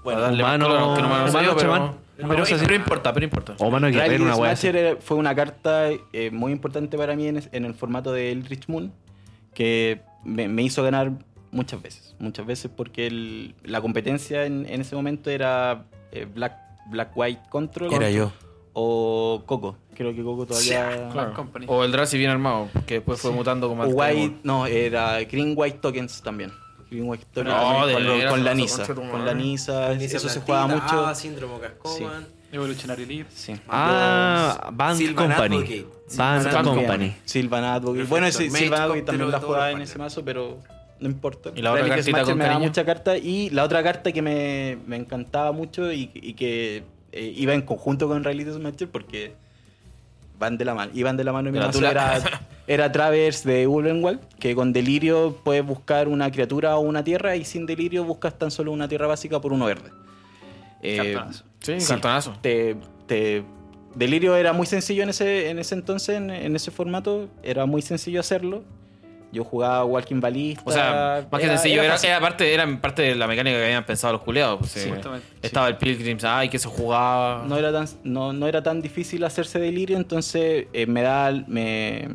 [SPEAKER 2] Bueno,
[SPEAKER 1] Para darle más
[SPEAKER 3] humano-
[SPEAKER 1] color, aunque no me lo
[SPEAKER 3] humano,
[SPEAKER 1] salió, pero-
[SPEAKER 3] chamán.
[SPEAKER 1] pero,
[SPEAKER 3] Pero eso sí.
[SPEAKER 1] pero importa, pero importa.
[SPEAKER 3] O mano de
[SPEAKER 2] Rally
[SPEAKER 3] guerrero, una wea así.
[SPEAKER 2] Smasher era- fue una carta eh, muy importante para mí en, es- en el formato de Eldritch Moon que me, me hizo ganar muchas veces. Muchas veces porque el- la competencia en, en ese momento era eh, Black, Black White Control
[SPEAKER 4] Era yo.
[SPEAKER 2] o Coco. Creo que Coco todavía...
[SPEAKER 1] ah, Claro.
[SPEAKER 5] Company.
[SPEAKER 1] O el Drazi bien armado, que después fue mutando como
[SPEAKER 2] O
[SPEAKER 1] al
[SPEAKER 2] White, no, era Green White Tokens también. Green White Tokens
[SPEAKER 1] No,
[SPEAKER 2] también
[SPEAKER 1] de
[SPEAKER 2] con, lo-
[SPEAKER 1] veras,
[SPEAKER 2] con la
[SPEAKER 1] no,
[SPEAKER 2] Nisa.
[SPEAKER 1] concha tu
[SPEAKER 2] Con
[SPEAKER 1] madre.
[SPEAKER 2] la Nisa,
[SPEAKER 6] Inicia
[SPEAKER 2] eso se
[SPEAKER 6] plantita,
[SPEAKER 2] jugaba mucho.
[SPEAKER 1] Ah,
[SPEAKER 6] Ava, síndrome Cascoman.
[SPEAKER 5] Evolutionary Leap.
[SPEAKER 2] Sí.
[SPEAKER 3] Ah, Band
[SPEAKER 6] Silvan
[SPEAKER 3] Company.
[SPEAKER 6] Advocate.
[SPEAKER 3] Band
[SPEAKER 6] Silvan
[SPEAKER 3] Company.
[SPEAKER 2] Silvan Advocate.
[SPEAKER 6] Perfecto.
[SPEAKER 2] Bueno, ese
[SPEAKER 6] Mage
[SPEAKER 2] Silvan Advocate
[SPEAKER 6] Copter
[SPEAKER 2] también
[SPEAKER 6] de
[SPEAKER 2] la
[SPEAKER 6] todos
[SPEAKER 2] jugaba
[SPEAKER 6] los
[SPEAKER 2] en ese
[SPEAKER 6] paneles.
[SPEAKER 2] mazo, pero no importa.
[SPEAKER 1] ¿Y la otra
[SPEAKER 2] Relic
[SPEAKER 1] cartita
[SPEAKER 2] Smasher
[SPEAKER 1] con
[SPEAKER 2] me daba
[SPEAKER 1] cariño?
[SPEAKER 2] mucha carta y la otra carta que me, me encantaba mucho y, y que eh, iba en conjunto con Reality Smasher porque van de la mano. Iban de la mano en mi
[SPEAKER 1] Pero tú
[SPEAKER 2] mazo.
[SPEAKER 1] la-
[SPEAKER 2] Era, era Traverse de Ulvenwald, que con Delirio puedes buscar una criatura o una tierra y sin Delirio buscas tan solo una tierra básica por uno verde. Eh,
[SPEAKER 5] Cartonazo.
[SPEAKER 1] Sí,
[SPEAKER 2] Sí.
[SPEAKER 1] cartonazo.
[SPEAKER 2] te, te- Delirio era muy sencillo en ese, en ese entonces, en, en ese formato. Era muy sencillo hacerlo. Yo jugaba Walking Ballista.
[SPEAKER 1] O sea, más que sencillo, era, era parte, era parte de la mecánica que habían pensado los culeados. pues, sí.
[SPEAKER 5] Justamente.
[SPEAKER 1] Estaba el Pilgrims, ay, que se jugaba.
[SPEAKER 2] no, era tan, no, no era tan difícil hacerse Delirio, entonces eh, me da... Me,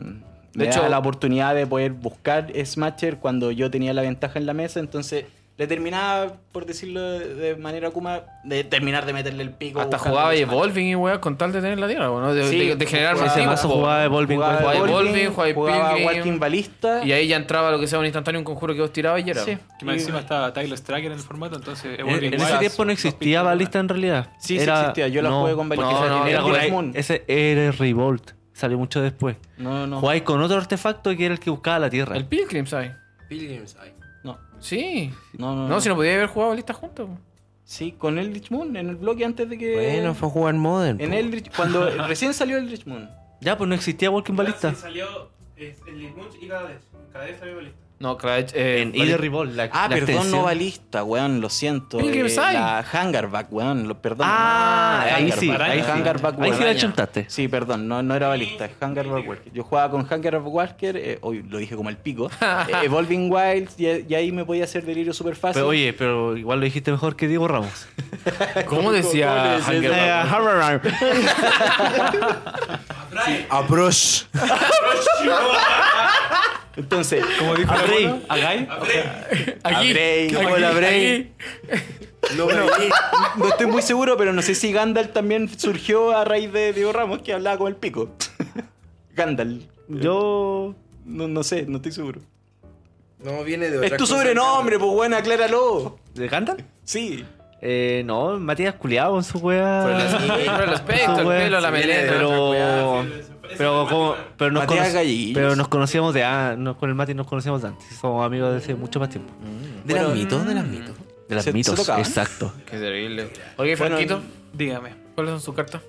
[SPEAKER 2] me
[SPEAKER 1] hecho-
[SPEAKER 2] da la oportunidad de poder buscar Smasher cuando yo tenía la ventaja en la mesa, entonces le terminaba, por decirlo de de manera Kuma, de terminar de meterle el pico.
[SPEAKER 1] Hasta
[SPEAKER 2] buscando
[SPEAKER 1] jugaba
[SPEAKER 2] el Smasher.
[SPEAKER 1] Evolving y weá con tal de tener la tierra, pues, ¿no? De,
[SPEAKER 2] Sí,
[SPEAKER 1] de- de generar pues.
[SPEAKER 2] jugaba-
[SPEAKER 1] más
[SPEAKER 3] Ese
[SPEAKER 2] Sí,
[SPEAKER 3] mazo
[SPEAKER 1] tiempo.
[SPEAKER 3] jugaba Evolving
[SPEAKER 2] Jugaba
[SPEAKER 3] White.
[SPEAKER 1] Jugaba
[SPEAKER 2] Evolving,
[SPEAKER 1] Evolving, jugaba
[SPEAKER 2] jugaba
[SPEAKER 1] Pilgrim.
[SPEAKER 2] Walking Ballista.
[SPEAKER 1] Y ahí ya entraba lo que sea un instantáneo, un conjuro que vos tirabas y era.
[SPEAKER 2] Sí.
[SPEAKER 5] Que más encima estaba Tyler Striker en el formato, entonces
[SPEAKER 3] En
[SPEAKER 5] Evolving
[SPEAKER 3] en
[SPEAKER 5] Wilds,
[SPEAKER 3] ese tiempo no existía balista en realidad.
[SPEAKER 2] Sí, sí existía, yo la jugué con balista.
[SPEAKER 3] No,
[SPEAKER 1] Porque
[SPEAKER 3] no,
[SPEAKER 1] era
[SPEAKER 3] era
[SPEAKER 1] Green
[SPEAKER 3] con-
[SPEAKER 2] Moon.
[SPEAKER 3] Ese era el Revolt. Salió mucho después.
[SPEAKER 2] No, no.
[SPEAKER 3] Jugáis con otro artefacto que era el que buscaba la tierra.
[SPEAKER 1] El Pilgrims, ahí.
[SPEAKER 6] Pilgrim's Eye.
[SPEAKER 2] No,
[SPEAKER 1] Sí.
[SPEAKER 2] no, no.
[SPEAKER 1] No, si no podía haber jugado listas juntos. pues.
[SPEAKER 2] Sí, con Eldritch Moon en el bloque antes de que.
[SPEAKER 4] Bueno, fue a jugar Modern.
[SPEAKER 2] En
[SPEAKER 4] po.
[SPEAKER 2] Eldritch. Cuando recién salió Eldritch Moon.
[SPEAKER 3] Ya, pues no existía Walking Balista.
[SPEAKER 7] Sí, salió es, el Limunch y cada vez. Cada vez salió balista.
[SPEAKER 1] No, Crash. Eh,
[SPEAKER 3] En Ida Revolt. la-
[SPEAKER 2] Ah,
[SPEAKER 3] la
[SPEAKER 2] perdón,
[SPEAKER 3] extensión.
[SPEAKER 2] no balista, weón, lo siento. eh,
[SPEAKER 1] Pilgrim Side.
[SPEAKER 2] la Hangarback, weón, lo- perdón.
[SPEAKER 3] Ah, ahí sí,
[SPEAKER 2] Hangarback,
[SPEAKER 3] ahí sí.
[SPEAKER 2] Hangarback,
[SPEAKER 3] Ahí
[SPEAKER 2] weón.
[SPEAKER 3] sí la chuntaste.
[SPEAKER 2] Sí, perdón, no, no era balista, es Hangarback Walker. Yo jugaba con Hangarback Walker, eh, hoy lo dije como el pico. eh, Evolving Wilds, y, y ahí me podía hacer delirio súper fácil.
[SPEAKER 3] Pero, oye, pero igual lo dijiste mejor que Diego Ramos.
[SPEAKER 1] ¿Cómo decía Eh, Hangar
[SPEAKER 4] Ah, Approach.
[SPEAKER 2] Entonces,
[SPEAKER 5] Como dijo
[SPEAKER 3] Al rey.
[SPEAKER 5] Apolo, a Guy,
[SPEAKER 1] Aquí.
[SPEAKER 2] Abrey,
[SPEAKER 1] aquí,
[SPEAKER 2] hola, Abrey.
[SPEAKER 1] aquí.
[SPEAKER 4] No me vi.
[SPEAKER 2] No estoy muy seguro, pero no sé si Gandalf también surgió a raíz de Diego Ramos que hablaba con el pico. Gandalf.
[SPEAKER 3] Yo.
[SPEAKER 2] No, no sé, no estoy seguro.
[SPEAKER 6] No, viene de otra
[SPEAKER 4] Es tu
[SPEAKER 6] cosa.
[SPEAKER 4] sobrenombre, pues weón, acláralo.
[SPEAKER 3] ¿De Gandalf?
[SPEAKER 4] Sí.
[SPEAKER 3] Eh, no, Matías culiado con su weá.
[SPEAKER 1] Por el aspecto, por el aspecto, el pelo, la
[SPEAKER 6] Sí, viene
[SPEAKER 1] melena.
[SPEAKER 6] de-
[SPEAKER 3] Ah, Pero. Pero, como, pero, nos
[SPEAKER 4] Matías
[SPEAKER 3] conoc-
[SPEAKER 4] Galleguillas.
[SPEAKER 3] pero nos conocíamos de ah, no, con el Mati nos conocíamos de antes. Somos amigos de hace mucho más tiempo.
[SPEAKER 4] De las mitos, de las mitos.
[SPEAKER 3] De las
[SPEAKER 4] ¿Se- se
[SPEAKER 3] mitos,
[SPEAKER 4] tocaban?
[SPEAKER 3] exacto.
[SPEAKER 1] Qué terrible. Oye,
[SPEAKER 4] Bueno,
[SPEAKER 1] Franquito,
[SPEAKER 5] Dígame.
[SPEAKER 1] ¿cuáles son sus cartas?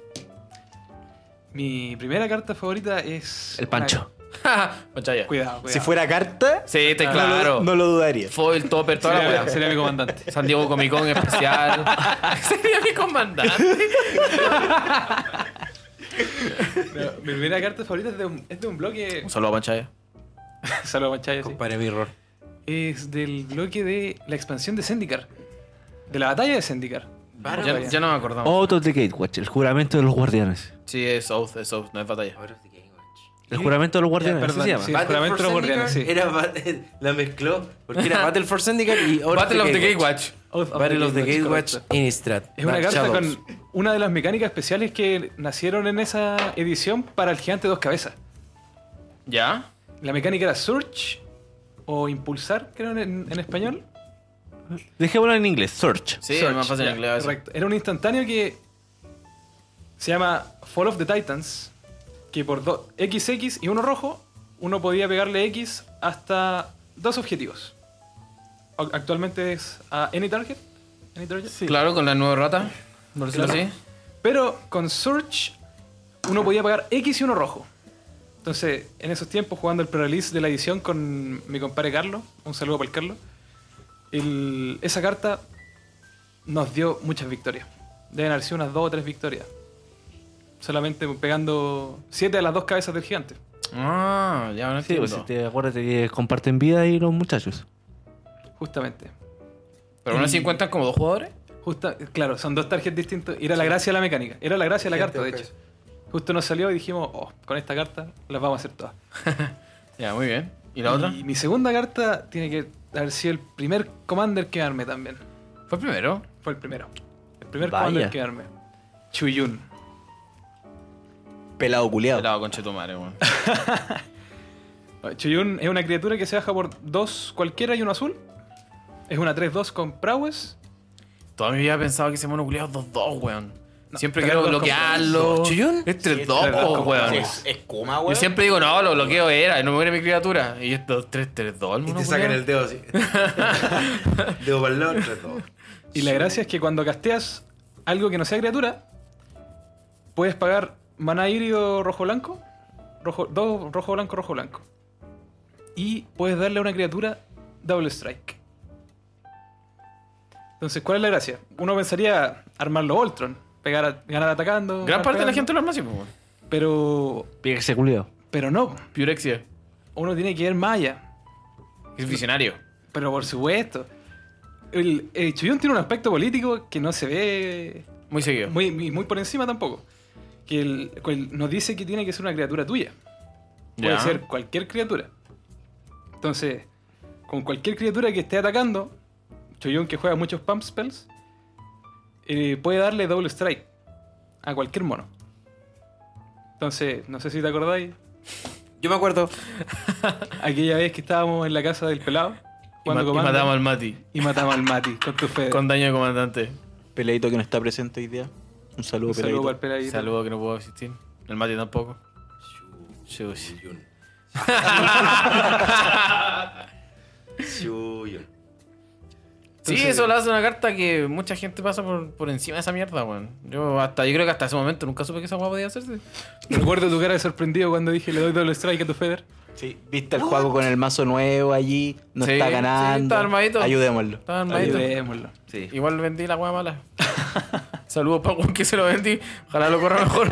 [SPEAKER 5] Mi primera carta favorita es.
[SPEAKER 3] El Pancho.
[SPEAKER 1] Pachaya.
[SPEAKER 5] Cuidado, cuidado.
[SPEAKER 4] Si fuera carta,
[SPEAKER 1] Sí, está
[SPEAKER 5] No lo-
[SPEAKER 1] claro.
[SPEAKER 4] no lo dudaría.
[SPEAKER 1] Foil, topper, toda la
[SPEAKER 5] Sería,
[SPEAKER 1] weá.
[SPEAKER 5] sería mi comandante.
[SPEAKER 1] San Diego Comic Con especial. Sería mi comandante.
[SPEAKER 5] No, mi primera carta favorita es de un, es de un bloque.
[SPEAKER 1] Un saludo a Panchaya.
[SPEAKER 5] Saludos, Manchaya. sí.
[SPEAKER 4] Compadre Mirror.
[SPEAKER 5] Es del bloque de la expansión de Zendikar. De la batalla de Zendikar.
[SPEAKER 6] Ah,
[SPEAKER 1] Ya, ya no me acordamos.
[SPEAKER 3] Otro de Gatewatch, el juramento de los guardianes.
[SPEAKER 1] Sí, es Oath, es Oath, no es batalla.
[SPEAKER 6] Ahora sí que hay, güey.
[SPEAKER 3] El juramento de los guardianes,
[SPEAKER 5] Ya,
[SPEAKER 3] así
[SPEAKER 5] perdón,
[SPEAKER 3] se llama.
[SPEAKER 5] sí.
[SPEAKER 6] Battle
[SPEAKER 5] juramento
[SPEAKER 6] for
[SPEAKER 5] de los guardianes,
[SPEAKER 6] Zendikar
[SPEAKER 5] sí.
[SPEAKER 6] era Bat- la mezcló. Porque era Battle for Syndicate y ahora
[SPEAKER 1] Battle of the
[SPEAKER 6] Gatewatch.
[SPEAKER 1] Gatewatch.
[SPEAKER 5] Oath of
[SPEAKER 6] Battle of the
[SPEAKER 5] Gatewatch,
[SPEAKER 6] Gatewatch
[SPEAKER 5] correcto.
[SPEAKER 6] Innistrad.
[SPEAKER 5] Es una
[SPEAKER 6] Dark
[SPEAKER 5] carta
[SPEAKER 6] Shadows.
[SPEAKER 5] con una de las mecánicas especiales que nacieron en esa edición para el gigante dos cabezas.
[SPEAKER 1] ¿Ya?
[SPEAKER 5] La mecánica era Search o Impulsar, creo en, en español.
[SPEAKER 3] Dejémoslo en inglés, search.
[SPEAKER 1] Sí,
[SPEAKER 5] Search,
[SPEAKER 1] es más fácil
[SPEAKER 5] ya,
[SPEAKER 1] en inglés. eso.
[SPEAKER 5] Correcto. Era un instantáneo que se llama Fall of the Titans, que por do- XX y uno rojo, uno podía pegarle X hasta dos objetivos. A- Actualmente es a Any Target. Any target.
[SPEAKER 1] Claro, con la nueva rata, por decirlo
[SPEAKER 5] Claro.
[SPEAKER 1] así.
[SPEAKER 5] Pero con Search uno podía pagar X y uno rojo. Entonces, en esos tiempos, jugando el pre-release de la edición con mi compadre Carlos, un saludo para el Carlos, el- esa carta nos dio muchas victorias. Deben haber sido unas dos o tres victorias. Solamente pegando siete de las dos cabezas del gigante.
[SPEAKER 1] Ah, ya no
[SPEAKER 3] Sí,
[SPEAKER 1] entiendo.
[SPEAKER 3] pues si te acuérdate que comparten vida ahí los muchachos.
[SPEAKER 5] Justamente.
[SPEAKER 1] Pero aún así cuentan como dos jugadores.
[SPEAKER 5] Justa, claro, son dos tarjetas distintas. Era la gracia de la mecánica. Era la gracia de la
[SPEAKER 6] Gente,
[SPEAKER 5] carta, de
[SPEAKER 6] ok.
[SPEAKER 5] hecho. Justo nos salió y dijimos, oh, con esta carta las vamos a hacer todas.
[SPEAKER 1] Ya, muy bien. ¿Y la otra?
[SPEAKER 5] Y mi segunda carta tiene que haber sido el primer Commander que arme también.
[SPEAKER 1] Fue primero.
[SPEAKER 5] Fue el primero. El primer
[SPEAKER 3] Vaya.
[SPEAKER 5] Commander que arme. Chuyun.
[SPEAKER 4] Pelado culiado.
[SPEAKER 1] Pelado, conche tu madre, weón.
[SPEAKER 5] Chuyun es una criatura que se baja por dos cualquiera y uno azul. Es una 3-2 con Prowess.
[SPEAKER 1] Toda mi vida he pensado que ese mono culiado es 2-2, weón.
[SPEAKER 5] No,
[SPEAKER 1] siempre
[SPEAKER 5] tres,
[SPEAKER 1] quiero
[SPEAKER 5] dos,
[SPEAKER 1] bloquearlo.
[SPEAKER 6] dos. ¿Chillón?
[SPEAKER 1] Es
[SPEAKER 5] tres,
[SPEAKER 1] 3-2,
[SPEAKER 5] dos,
[SPEAKER 1] po,
[SPEAKER 5] como-
[SPEAKER 1] pues, weón.
[SPEAKER 5] sí,
[SPEAKER 2] Es, es Kuma, weón.
[SPEAKER 1] Yo siempre digo, no, lo bloqueo era, y no muere mi criatura. Y es 2-3-3-2 el
[SPEAKER 6] Y
[SPEAKER 1] mono
[SPEAKER 6] te sacan
[SPEAKER 1] culiao.
[SPEAKER 6] el dedo así. dedo para el lado, entre todo.
[SPEAKER 5] Y la gracia es que cuando casteas algo que no sea criatura, puedes pagar maná híbrido rojo-blanco, rojo, dos rojo-blanco, rojo-blanco. Y puedes darle a una criatura double strike. Entonces, ¿cuál es la gracia? Uno pensaría armarlo Voltron, pegar a- ganar atacando.
[SPEAKER 1] Gran
[SPEAKER 5] ganar
[SPEAKER 1] parte de la
[SPEAKER 5] pegando,
[SPEAKER 1] gente lo arma así, po, weón.
[SPEAKER 5] Pero,
[SPEAKER 3] Píquese culiado.
[SPEAKER 5] pero no,
[SPEAKER 1] Purexia.
[SPEAKER 5] uno tiene que ir maya.
[SPEAKER 1] Es visionario.
[SPEAKER 5] Pero por supuesto. El, el Chuyun tiene un aspecto político que no se ve
[SPEAKER 1] Muy seguido.
[SPEAKER 5] muy, muy, muy por encima tampoco. Que el- cual- nos dice que tiene que ser una criatura tuya. Puede
[SPEAKER 1] Ya.
[SPEAKER 5] ser cualquier criatura. Entonces, con cualquier criatura que esté atacando, Choyun que juega muchos pump spells, eh, puede darle double strike a cualquier mono. Entonces, no sé si te acordáis,
[SPEAKER 6] Yo me acuerdo.
[SPEAKER 5] aquella vez que estábamos en la casa del
[SPEAKER 1] Y,
[SPEAKER 5] pelado,
[SPEAKER 1] ma-
[SPEAKER 5] jugando
[SPEAKER 1] y
[SPEAKER 5] Commander,
[SPEAKER 1] matamos al Mati.
[SPEAKER 5] y matamos al Mati con tu fe.
[SPEAKER 1] Con daño de comandante.
[SPEAKER 2] Peladito que no está presente hoy día. Un saludo,
[SPEAKER 5] Un saludo
[SPEAKER 2] peladito.
[SPEAKER 5] para el peladito.
[SPEAKER 1] Saludo que no puedo asistir. El Mati tampoco. Shush.
[SPEAKER 6] Chuyun. Chuyun.
[SPEAKER 1] Sí, eso le hace una carta que mucha gente pasa por, por encima de esa mierda, weón. Yo hasta, yo creo que hasta ese momento nunca supe que esa weá podía hacerse.
[SPEAKER 5] Recuerdo tu cara de sorprendido cuando dije le doy double strike a tu Feder.
[SPEAKER 2] Sí, viste al juego con el mazo nuevo allí. No
[SPEAKER 1] Sí,
[SPEAKER 2] está
[SPEAKER 1] sí,
[SPEAKER 2] ganando.
[SPEAKER 1] está armadito.
[SPEAKER 2] Ayudémoslo.
[SPEAKER 1] Estaba armadito.
[SPEAKER 5] Ayudémoslo.
[SPEAKER 1] Igual vendí la weá mala. Saludos para Juan que se lo vendí. Ojalá lo corra mejor.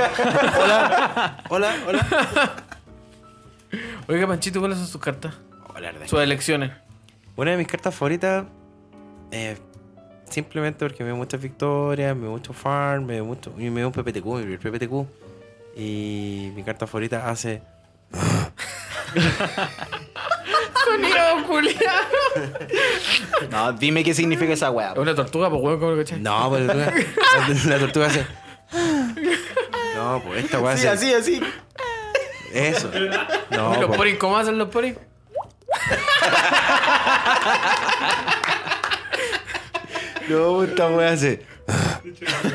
[SPEAKER 6] Hola, hola.
[SPEAKER 1] Oiga, Panchito, ¿cuáles son sus cartas?
[SPEAKER 6] Hola, Arda.
[SPEAKER 1] Sus elecciones.
[SPEAKER 6] Una de mis cartas favoritas, eh, simplemente porque me dio muchas victorias, me dio mucho farm, me dio, mucho, y me dio un PPTQ, me dio el PPTQ. Y mi carta favorita hace.
[SPEAKER 1] Sonido culiao.
[SPEAKER 2] No, dime qué significa esa weá.
[SPEAKER 1] Es una tortuga, pues weón, ¿cómo lo caché?
[SPEAKER 6] No, pues la tortuga, la tortuga hace. No, pues esta weá
[SPEAKER 2] Sí,
[SPEAKER 6] hace.
[SPEAKER 2] así, así.
[SPEAKER 6] Eso. No,
[SPEAKER 1] ¿Y los
[SPEAKER 6] pues,
[SPEAKER 1] poris? ¿Cómo hacen los poris?
[SPEAKER 6] No, pues, esta weá hace.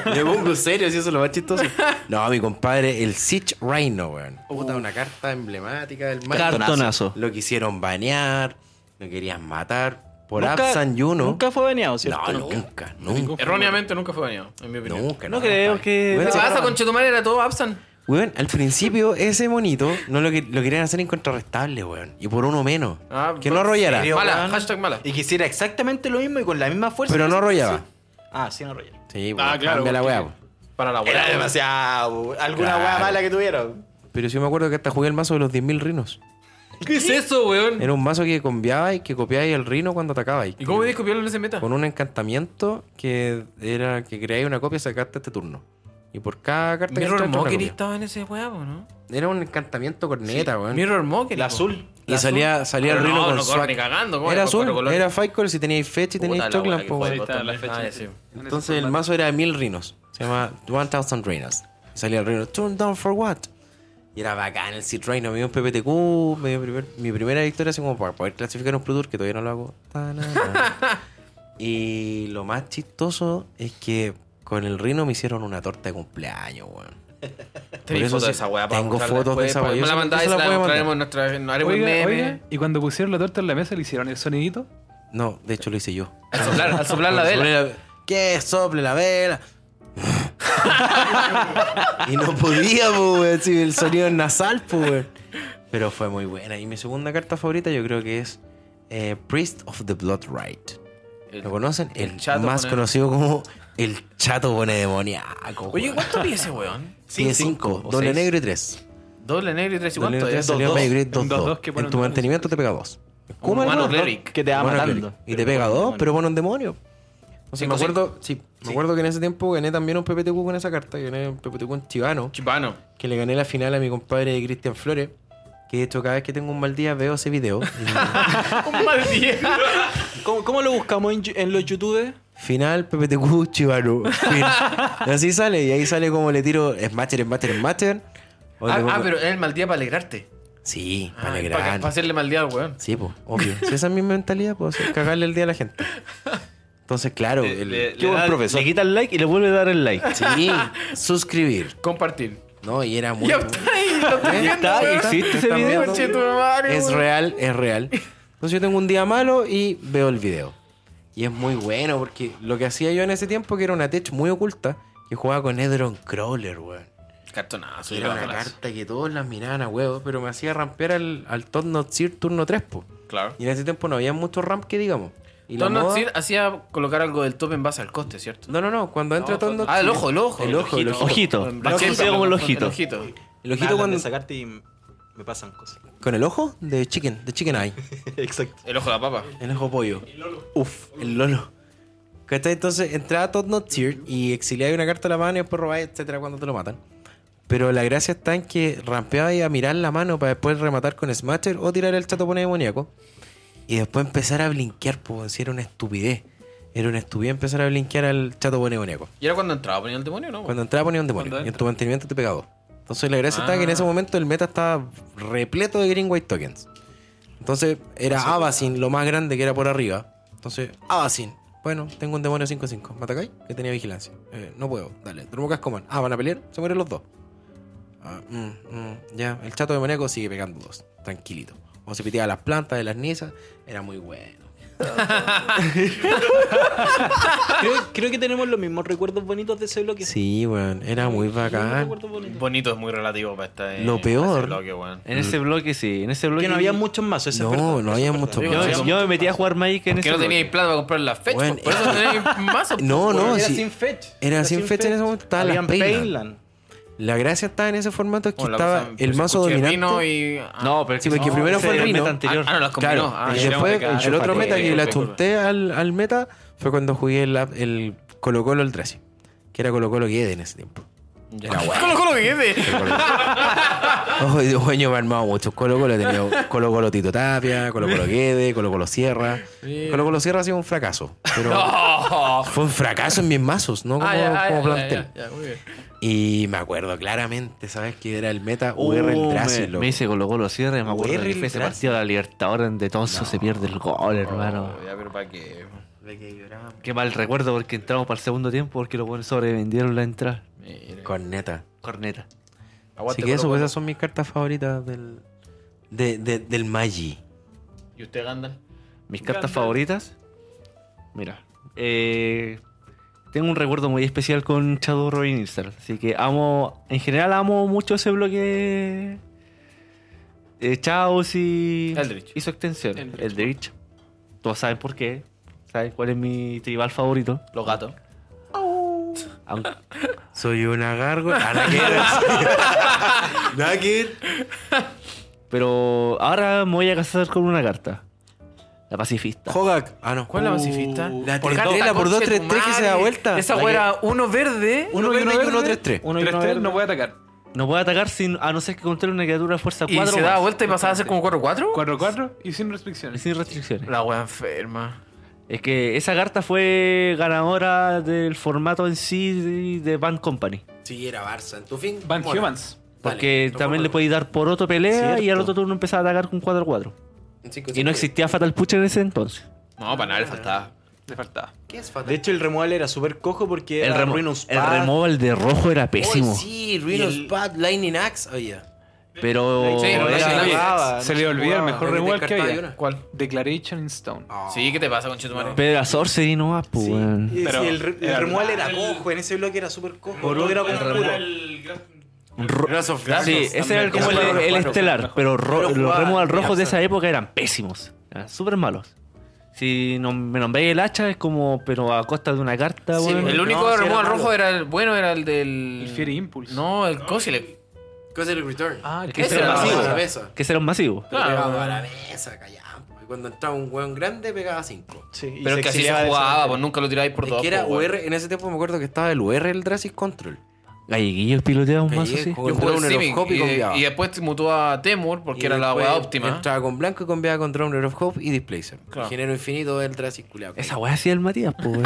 [SPEAKER 6] Me pongo serio, si eso es lo más chistoso. No, mi compadre, el Sitch Rhino, weón. Oh, Puta, una carta emblemática del mal.
[SPEAKER 3] Cartonazo.
[SPEAKER 6] Lo quisieron banear, lo querían matar por
[SPEAKER 2] Nunca-
[SPEAKER 6] Absan Yuno.
[SPEAKER 2] Nunca fue baneado, ¿cierto?
[SPEAKER 6] No, nunca, nunca.
[SPEAKER 1] Erróneamente nunca fue baneado, en mi opinión.
[SPEAKER 6] Nunca,
[SPEAKER 3] No creo
[SPEAKER 6] compadre.
[SPEAKER 3] que-
[SPEAKER 6] Weón,
[SPEAKER 1] ¿Qué
[SPEAKER 2] ah,
[SPEAKER 6] se
[SPEAKER 1] pasa
[SPEAKER 6] roban.
[SPEAKER 1] con Chetumal? Era todo Absan.
[SPEAKER 6] Weón, al principio ese monito no lo, que- lo querían hacer incontrarrestable, weón. Y por uno menos.
[SPEAKER 1] Ah,
[SPEAKER 6] que no arrollara.
[SPEAKER 2] serio?
[SPEAKER 1] Mala,
[SPEAKER 2] weón.
[SPEAKER 1] hashtag mala.
[SPEAKER 2] Y quisiera exactamente lo mismo y con la misma fuerza.
[SPEAKER 6] Pero no arrollaba.
[SPEAKER 2] Ah, sí, no arrollaba.
[SPEAKER 6] Sí, weón.
[SPEAKER 1] Ah, claro,
[SPEAKER 6] Cambia la
[SPEAKER 1] porque-
[SPEAKER 6] weá. weón.
[SPEAKER 1] Para la
[SPEAKER 2] Era
[SPEAKER 1] weá.
[SPEAKER 2] demasiado. Alguna
[SPEAKER 6] Claro.
[SPEAKER 2] weá mala que tuvieron.
[SPEAKER 6] Pero sí me acuerdo que hasta jugué el mazo de los 10.000 rinos.
[SPEAKER 1] ¿Qué es eso, weón?
[SPEAKER 6] Era un mazo que conviaba y que copiabais el rino cuando atacabais.
[SPEAKER 1] ¿Y cómo me copiarlo en ese meta?
[SPEAKER 6] Con un encantamiento que era que creáis una copia y sacaste este turno. Y por cada carta que
[SPEAKER 1] Mirror
[SPEAKER 6] sacaste, una
[SPEAKER 1] Mockery
[SPEAKER 6] copia.
[SPEAKER 1] estaba en ese weá, po, ¿no?
[SPEAKER 6] Era un encantamiento corneta, weón.
[SPEAKER 1] Mirror Mockery.
[SPEAKER 2] El
[SPEAKER 1] po.
[SPEAKER 2] azul.
[SPEAKER 6] Y salía, salía el
[SPEAKER 1] Pero
[SPEAKER 6] rino
[SPEAKER 1] no,
[SPEAKER 6] con
[SPEAKER 1] no corre
[SPEAKER 6] swag.
[SPEAKER 1] ni cagando, ¿cómo?
[SPEAKER 6] Era
[SPEAKER 1] Con cuatro
[SPEAKER 6] azul,
[SPEAKER 1] colores.
[SPEAKER 6] era Fight Color si teníais Fetch y
[SPEAKER 1] Puta
[SPEAKER 6] teníis
[SPEAKER 1] la
[SPEAKER 6] Choclan,
[SPEAKER 1] weá,
[SPEAKER 6] po,
[SPEAKER 1] que
[SPEAKER 6] weón.
[SPEAKER 1] fue
[SPEAKER 5] está la
[SPEAKER 1] botón.
[SPEAKER 5] fecha.
[SPEAKER 1] Ah, sí.
[SPEAKER 6] Entonces el mazo era de mil rinos. Se llama 1000 Rinos. Y salía el rino, turn down for what? Y era bacán el Seed Rhino. Me dio un PPTQ, me dio primer- mi primera victoria así como para poder clasificar un Pro Tour, que todavía no lo hago. Ta, na, na. y lo más chistoso es que con el rino me hicieron una torta de cumpleaños, weón.
[SPEAKER 1] Tengo
[SPEAKER 6] eso
[SPEAKER 1] fotos de
[SPEAKER 6] sí,
[SPEAKER 1] esa weá para
[SPEAKER 6] tengo
[SPEAKER 1] mostrarla
[SPEAKER 6] fotos de
[SPEAKER 1] después,
[SPEAKER 6] esa
[SPEAKER 1] para-
[SPEAKER 6] weá.
[SPEAKER 1] Me
[SPEAKER 6] Yo
[SPEAKER 1] la
[SPEAKER 6] se-
[SPEAKER 1] mandáis,
[SPEAKER 6] yo se la
[SPEAKER 1] la
[SPEAKER 6] puedo
[SPEAKER 1] mostraremos en nuestra... No haremos un meme.
[SPEAKER 5] Oiga, oiga, y cuando pusieron la torta en la mesa, ¿le hicieron el sonidito?
[SPEAKER 6] No, de hecho lo hice yo.
[SPEAKER 1] Al soplar, al soplar la
[SPEAKER 6] Sople
[SPEAKER 1] vela.
[SPEAKER 6] Que sople la vela. y no podía, po, weón, si el sonido es nasal, po, weón. Pero fue muy buena. Y mi segunda carta favorita yo creo que es eh, Priest of the Blood Right. ¿Lo conocen? El,
[SPEAKER 1] chato
[SPEAKER 6] más
[SPEAKER 1] pone-
[SPEAKER 6] conocido como el chato pone demoníaco.
[SPEAKER 1] Oye, ¿cuánto pide ese weón?
[SPEAKER 6] 5,
[SPEAKER 1] o
[SPEAKER 6] doble
[SPEAKER 1] seis.
[SPEAKER 6] negro y 3.
[SPEAKER 1] Doble negro y tres y
[SPEAKER 6] Doble
[SPEAKER 1] cuánto
[SPEAKER 6] negro y 3
[SPEAKER 1] es.
[SPEAKER 6] salió
[SPEAKER 1] Dos, dos.
[SPEAKER 6] Magic
[SPEAKER 5] Un 2-2
[SPEAKER 6] 2-2. En tu
[SPEAKER 5] que pone un demonio.
[SPEAKER 6] mantenimiento te pega 2.
[SPEAKER 1] Un humano cleric.
[SPEAKER 2] Que te va
[SPEAKER 6] Bueno,
[SPEAKER 2] matando.
[SPEAKER 6] Y te pega dos, pero pone un demonio. O sea,
[SPEAKER 1] Cinco,
[SPEAKER 6] me acuerdo, sí, me acuerdo que en ese tiempo gané también un PPTQ con esa carta. Gané un PPTQ en Chivano,
[SPEAKER 1] Chipano.
[SPEAKER 6] que le gané la final a mi compadre Cristian Flores. Que de hecho, cada vez que tengo un mal día veo ese video. Y-
[SPEAKER 1] Un mal día.
[SPEAKER 2] ¿Cómo, cómo lo buscamos en, en los YouTube?
[SPEAKER 6] final PPTQ Chivano. Fin. Y Así sale, y ahí sale como le tiro Smaster, Smaster, Smaster. O
[SPEAKER 1] Ah,
[SPEAKER 6] le pongo-
[SPEAKER 1] ah, pero es el mal día para alegrarte.
[SPEAKER 6] Sí,
[SPEAKER 1] Ah,
[SPEAKER 6] para alegrar.
[SPEAKER 1] Para para hacerle mal día al weón.
[SPEAKER 6] Sí, pues, obvio. Si esa es mi mentalidad, pues cagarle el día a la gente. Entonces, claro, el,
[SPEAKER 3] Qué buen profesor. Le quita el like y le vuelve a dar el like.
[SPEAKER 6] sí, suscribir.
[SPEAKER 1] Compartir.
[SPEAKER 6] No, y era muy.
[SPEAKER 1] Ya está ahí, lo estoy
[SPEAKER 6] Ya
[SPEAKER 1] viendo,
[SPEAKER 6] está,
[SPEAKER 1] weón.
[SPEAKER 3] existe ese video.
[SPEAKER 1] Conche tu madre,
[SPEAKER 6] Es
[SPEAKER 1] weón.
[SPEAKER 6] real, es real. Entonces yo tengo un día malo y veo el video. Y es muy bueno porque lo que hacía yo en ese tiempo, que era una tech muy oculta, que jugaba con Edron Crawler, weón.
[SPEAKER 1] Cartonazo.
[SPEAKER 6] Que era una
[SPEAKER 1] cartonazo.
[SPEAKER 6] carta que todos las miraban a huevo, pero me hacía rampear al, al Todd Notzir turno 3, po.
[SPEAKER 1] Claro.
[SPEAKER 6] Y en ese tiempo no había mucho ramp que digamos. Y la
[SPEAKER 1] Don
[SPEAKER 6] moda-
[SPEAKER 1] Notzir hacía colocar algo del top en base al coste, ¿cierto?
[SPEAKER 6] No, no, no. Cuando entra Todd
[SPEAKER 1] Ah, el
[SPEAKER 6] Notzir-
[SPEAKER 1] ojo, el ojo.
[SPEAKER 6] El ojo, el ojo.
[SPEAKER 3] Ojito. Así se
[SPEAKER 1] Machete,
[SPEAKER 3] llama como el ojito.
[SPEAKER 1] El ojito.
[SPEAKER 2] Lo
[SPEAKER 6] El
[SPEAKER 1] Ah,
[SPEAKER 6] ojito
[SPEAKER 2] cuando
[SPEAKER 6] cuando-
[SPEAKER 2] sacarte y me pasan cosas.
[SPEAKER 6] con el ojo de Chicken, de Chicken Eye.
[SPEAKER 2] Exacto.
[SPEAKER 1] El ojo de la papa.
[SPEAKER 6] El ojo pollo. El Lolo. Uf, el Lolo. ¿Cachai? Entonces entraba Todd Not Tier y exiliaba una carta a la mano y después robaba, etcétera, cuando te lo matan. Pero la gracia está en que rampeaba y a mirar la mano para después rematar con Smasher o tirar el chato pone demoníaco. Y después empezar a blinquear, pues si era una estupidez. Era una estupidez empezar a blinquear al chato pone demoníaco.
[SPEAKER 1] ¿Y era cuando entraba ponía el demonio o no?
[SPEAKER 6] Cuando entraba ponía un demonio
[SPEAKER 5] Cuando
[SPEAKER 6] y en
[SPEAKER 5] entra.
[SPEAKER 6] tu mantenimiento te pegaba dos. Entonces la gracia está que en
[SPEAKER 1] Ah.
[SPEAKER 6] ese momento el meta estaba repleto de Green White Tokens. Entonces era Abacin lo más grande que era por arriba. Entonces, Abacin. Bueno, tengo un demonio 5-5. ¿Me atacáis? Que tenía vigilancia. Eh, no puedo. Dale. Drumocas coman. Ah, van a pelear. Se mueren los dos. Ah, mm, mm, ya. El chato demoníaco sigue pegando dos. Tranquilito. O se piteaba las plantas de las nisas. Era muy bueno.
[SPEAKER 2] Creo, creo que tenemos los mismos recuerdos bonitos de ese bloque.
[SPEAKER 6] Sí, weón. Era muy bacán.
[SPEAKER 2] Recuerdos bonitos.
[SPEAKER 1] Bonito es muy relativo para esta. eh,
[SPEAKER 6] Lo peor.
[SPEAKER 1] para ese bloque, weón.
[SPEAKER 3] En ese bloque sí, en ese bloque.
[SPEAKER 2] Que no había muchos más. Eso es verdad,
[SPEAKER 6] No, no
[SPEAKER 2] eso
[SPEAKER 6] había
[SPEAKER 2] es
[SPEAKER 6] mucho
[SPEAKER 2] verdad.
[SPEAKER 1] más.
[SPEAKER 3] Yo, yo me metí a jugar Magic en
[SPEAKER 1] Porque
[SPEAKER 3] ese
[SPEAKER 1] no
[SPEAKER 3] bloque.
[SPEAKER 1] teníais plata para comprar las fechas.
[SPEAKER 6] Bueno,
[SPEAKER 1] por eso tenéis más.
[SPEAKER 6] eh, No, no,
[SPEAKER 2] Era
[SPEAKER 6] sí.
[SPEAKER 2] sin fetch.
[SPEAKER 6] Era sin fetch en ese momento, estaba la
[SPEAKER 2] Habían
[SPEAKER 6] Payland.
[SPEAKER 2] Payland.
[SPEAKER 6] La gracia estaba en ese formato es que
[SPEAKER 1] Bueno, la
[SPEAKER 6] estaba
[SPEAKER 1] cosa- pues,
[SPEAKER 6] el mazo
[SPEAKER 1] escuché
[SPEAKER 6] dominante.
[SPEAKER 1] Rino y- ah,
[SPEAKER 3] No, pero
[SPEAKER 6] Sí, porque
[SPEAKER 3] no,
[SPEAKER 6] primero
[SPEAKER 3] ese
[SPEAKER 6] fue
[SPEAKER 3] era
[SPEAKER 6] el Rino.
[SPEAKER 3] meta
[SPEAKER 1] Ah,
[SPEAKER 3] anterior.
[SPEAKER 1] ah, no, las combinó.
[SPEAKER 6] Claro,
[SPEAKER 1] Ah,
[SPEAKER 6] y
[SPEAKER 1] ya,
[SPEAKER 6] después
[SPEAKER 1] ya, ya,
[SPEAKER 6] el otro
[SPEAKER 1] ya,
[SPEAKER 6] meta
[SPEAKER 1] ya,
[SPEAKER 6] que
[SPEAKER 1] ya,
[SPEAKER 6] la
[SPEAKER 1] ya,
[SPEAKER 6] chunté al, al meta fue cuando jugué el, el Colo Colo el 13, que era Colo Colo Guede en ese tiempo.
[SPEAKER 1] ya. Colo Colo Guede.
[SPEAKER 6] Ojo, y dueño me ha armado mucho. Colo Colo tenía Colo Colo Tito Tapia, Colo Colo Guede, Colo Colo Sierra. Colo Colo Sierra ha sido un fracaso, pero
[SPEAKER 1] Oh.
[SPEAKER 6] fue un fracaso en mis mazos, no como,
[SPEAKER 1] Ah, ya, ah,
[SPEAKER 6] como
[SPEAKER 1] ya,
[SPEAKER 6] plantel.
[SPEAKER 1] ya, ya, muy bien.
[SPEAKER 6] Y me acuerdo claramente, ¿sabes? Que era el meta
[SPEAKER 3] Oh,
[SPEAKER 6] UR el
[SPEAKER 1] Uh,
[SPEAKER 3] me-
[SPEAKER 6] Draci,
[SPEAKER 3] me,
[SPEAKER 6] loco.
[SPEAKER 3] dice Colo Colo cierre, me acuerdo
[SPEAKER 6] UR
[SPEAKER 3] que
[SPEAKER 6] el
[SPEAKER 3] fue ese
[SPEAKER 6] Draci.
[SPEAKER 3] partido de la Libertadores donde Tonso se pierde el gol,
[SPEAKER 1] Oh,
[SPEAKER 3] hermano.
[SPEAKER 6] Ya, pero para qué. De que lloraba.
[SPEAKER 3] Qué mal recuerdo porque entramos para el segundo tiempo porque los buenos sobrevendieron la entrada.
[SPEAKER 1] eh,
[SPEAKER 6] Corneta.
[SPEAKER 3] Corneta.
[SPEAKER 6] Así que eso, pues esas son mis cartas favoritas del. de- de- del Magi.
[SPEAKER 1] ¿Y usted, Gandalf?
[SPEAKER 3] Mis cartas favoritas. Mira. eh, tengo un recuerdo muy especial con Shadow Robin Instar. Así que amo. En general amo mucho ese bloque. Eh, Chaos y.
[SPEAKER 1] Eldritch.
[SPEAKER 3] Y su extensión.
[SPEAKER 5] Eldritch.
[SPEAKER 3] Eldritch. Todos saben por qué. Saben cuál es mi tribal favorito.
[SPEAKER 1] Los gatos.
[SPEAKER 3] Aunque-
[SPEAKER 6] Soy una gárgola. Ah, nada que ver. Nada que ver.
[SPEAKER 3] pero ahora me voy a casar con una carta. La pacifista.
[SPEAKER 6] Hogak. Ah, no.
[SPEAKER 1] ¿Cuál es la pacifista?
[SPEAKER 6] La tetrela por 2, 3, 3 que se da vuelta.
[SPEAKER 1] Esa weá era uno verde.
[SPEAKER 6] Uno y uno
[SPEAKER 5] verde
[SPEAKER 6] y uno, tres, tres.
[SPEAKER 3] Uno y
[SPEAKER 5] Tres,
[SPEAKER 3] uno
[SPEAKER 5] tres,
[SPEAKER 3] verde.
[SPEAKER 5] no puede atacar.
[SPEAKER 3] No puede atacar sin, a no ser que controle una criatura de fuerza
[SPEAKER 1] Y
[SPEAKER 3] 4.
[SPEAKER 1] se daba vuelta y pasaba a ser como 4-4.
[SPEAKER 5] 4-4 y sin restricciones.
[SPEAKER 3] Sin restricciones.
[SPEAKER 1] La weá enferma.
[SPEAKER 3] Es que esa carta fue ganadora del formato en sí de, de Band Company.
[SPEAKER 6] Sí, era Barça. En tu fin.
[SPEAKER 5] Van
[SPEAKER 6] bueno.
[SPEAKER 5] Humans.
[SPEAKER 3] Porque también le podéis dar por otro pelea y al otro turno empezaba a atacar con 4-4.
[SPEAKER 6] Cinco,
[SPEAKER 3] Y no
[SPEAKER 6] cinco.
[SPEAKER 3] existía Fatal Push en ese entonces.
[SPEAKER 1] No, para nada le faltaba.
[SPEAKER 5] Le faltaba.
[SPEAKER 6] ¿Qué es fatal?
[SPEAKER 2] De hecho, el removal era súper cojo porque
[SPEAKER 3] El,
[SPEAKER 2] era
[SPEAKER 3] remo-
[SPEAKER 2] Ruinous
[SPEAKER 3] el
[SPEAKER 2] Path.
[SPEAKER 3] removal de rojo era pésimo.
[SPEAKER 6] Uy, Oh, sí, Ruinous
[SPEAKER 2] Y el-
[SPEAKER 6] Pad, Lightning Axe. Oh, Oye.
[SPEAKER 3] Pero
[SPEAKER 1] Sí, no, no,
[SPEAKER 3] era-
[SPEAKER 1] no, no, no.
[SPEAKER 5] Se le olvida el mejor revuelve que había.
[SPEAKER 1] ¿Cuál?
[SPEAKER 5] Declaration in Stone.
[SPEAKER 1] Sí, ¿qué te pasa con Chetumare?
[SPEAKER 3] pero era Sorcery no va, pues,
[SPEAKER 2] Sí,
[SPEAKER 3] weón.
[SPEAKER 2] y-
[SPEAKER 5] Pero
[SPEAKER 2] sí, el, re- el
[SPEAKER 5] era-
[SPEAKER 2] removal era cojo, en ese bloque era súper cojo.
[SPEAKER 3] Por
[SPEAKER 2] todo
[SPEAKER 3] un-
[SPEAKER 2] era
[SPEAKER 7] Bueno,
[SPEAKER 2] como
[SPEAKER 7] pero
[SPEAKER 2] puro.
[SPEAKER 7] era el gran-
[SPEAKER 3] Ro-
[SPEAKER 6] Grass of
[SPEAKER 3] Sí,
[SPEAKER 6] Grass.
[SPEAKER 3] ese era el-
[SPEAKER 6] También.
[SPEAKER 3] como el,
[SPEAKER 6] Claro,
[SPEAKER 3] el
[SPEAKER 6] claro,
[SPEAKER 3] estelar,
[SPEAKER 5] claro.
[SPEAKER 3] pero ro-
[SPEAKER 6] Pero
[SPEAKER 3] los
[SPEAKER 6] jugaba-
[SPEAKER 3] removals rojos de
[SPEAKER 6] ya, o sea.
[SPEAKER 3] esa época eran pésimos, eran súper malos. Si no, me nombré el hacha es como, pero a costa de una carta,
[SPEAKER 6] Sí,
[SPEAKER 3] weón.
[SPEAKER 1] El único
[SPEAKER 6] No, sí,
[SPEAKER 1] removal
[SPEAKER 6] era malo.
[SPEAKER 1] rojo era el bueno, era el del.
[SPEAKER 5] El Fury Impulse.
[SPEAKER 1] No, el Kosilek.
[SPEAKER 6] Cosmic Return.
[SPEAKER 5] Ah,
[SPEAKER 3] el
[SPEAKER 5] el
[SPEAKER 3] que
[SPEAKER 5] que
[SPEAKER 1] ese
[SPEAKER 5] se
[SPEAKER 1] era
[SPEAKER 5] era
[SPEAKER 1] masivo.
[SPEAKER 6] Pegaba a
[SPEAKER 5] masivo.
[SPEAKER 6] la mesa.
[SPEAKER 3] Que ese era un masivo.
[SPEAKER 6] Pegaba a la mesa, callamos. Y cuando entraba un weón grande, pegaba 5.
[SPEAKER 2] Sí, y
[SPEAKER 1] Pero que así se
[SPEAKER 2] exiliaba de esa
[SPEAKER 1] jugaba,
[SPEAKER 2] manera.
[SPEAKER 1] pues nunca lo tiráis por
[SPEAKER 6] Es
[SPEAKER 1] dos.
[SPEAKER 6] que era
[SPEAKER 1] po, weón.
[SPEAKER 6] UR, en ese tiempo me acuerdo que estaba el UR, el Dracis Control.
[SPEAKER 3] Galleguillos piloteaba un
[SPEAKER 6] Que
[SPEAKER 3] mazo
[SPEAKER 6] llegué
[SPEAKER 3] así.
[SPEAKER 6] con
[SPEAKER 1] Yo jugué
[SPEAKER 6] Drone
[SPEAKER 1] el Simic
[SPEAKER 6] Eurocope
[SPEAKER 1] y,
[SPEAKER 6] conviaba.
[SPEAKER 1] y después mutó a Temur porque
[SPEAKER 6] Y
[SPEAKER 1] era la
[SPEAKER 6] después
[SPEAKER 1] weá óptima.
[SPEAKER 6] Entraba con blanco y conviaba con Drone of Hope y Displacer.
[SPEAKER 1] Claro.
[SPEAKER 6] El género infinito del Dracis culeado.
[SPEAKER 3] Esa weá hacía el Matías, pues, weón.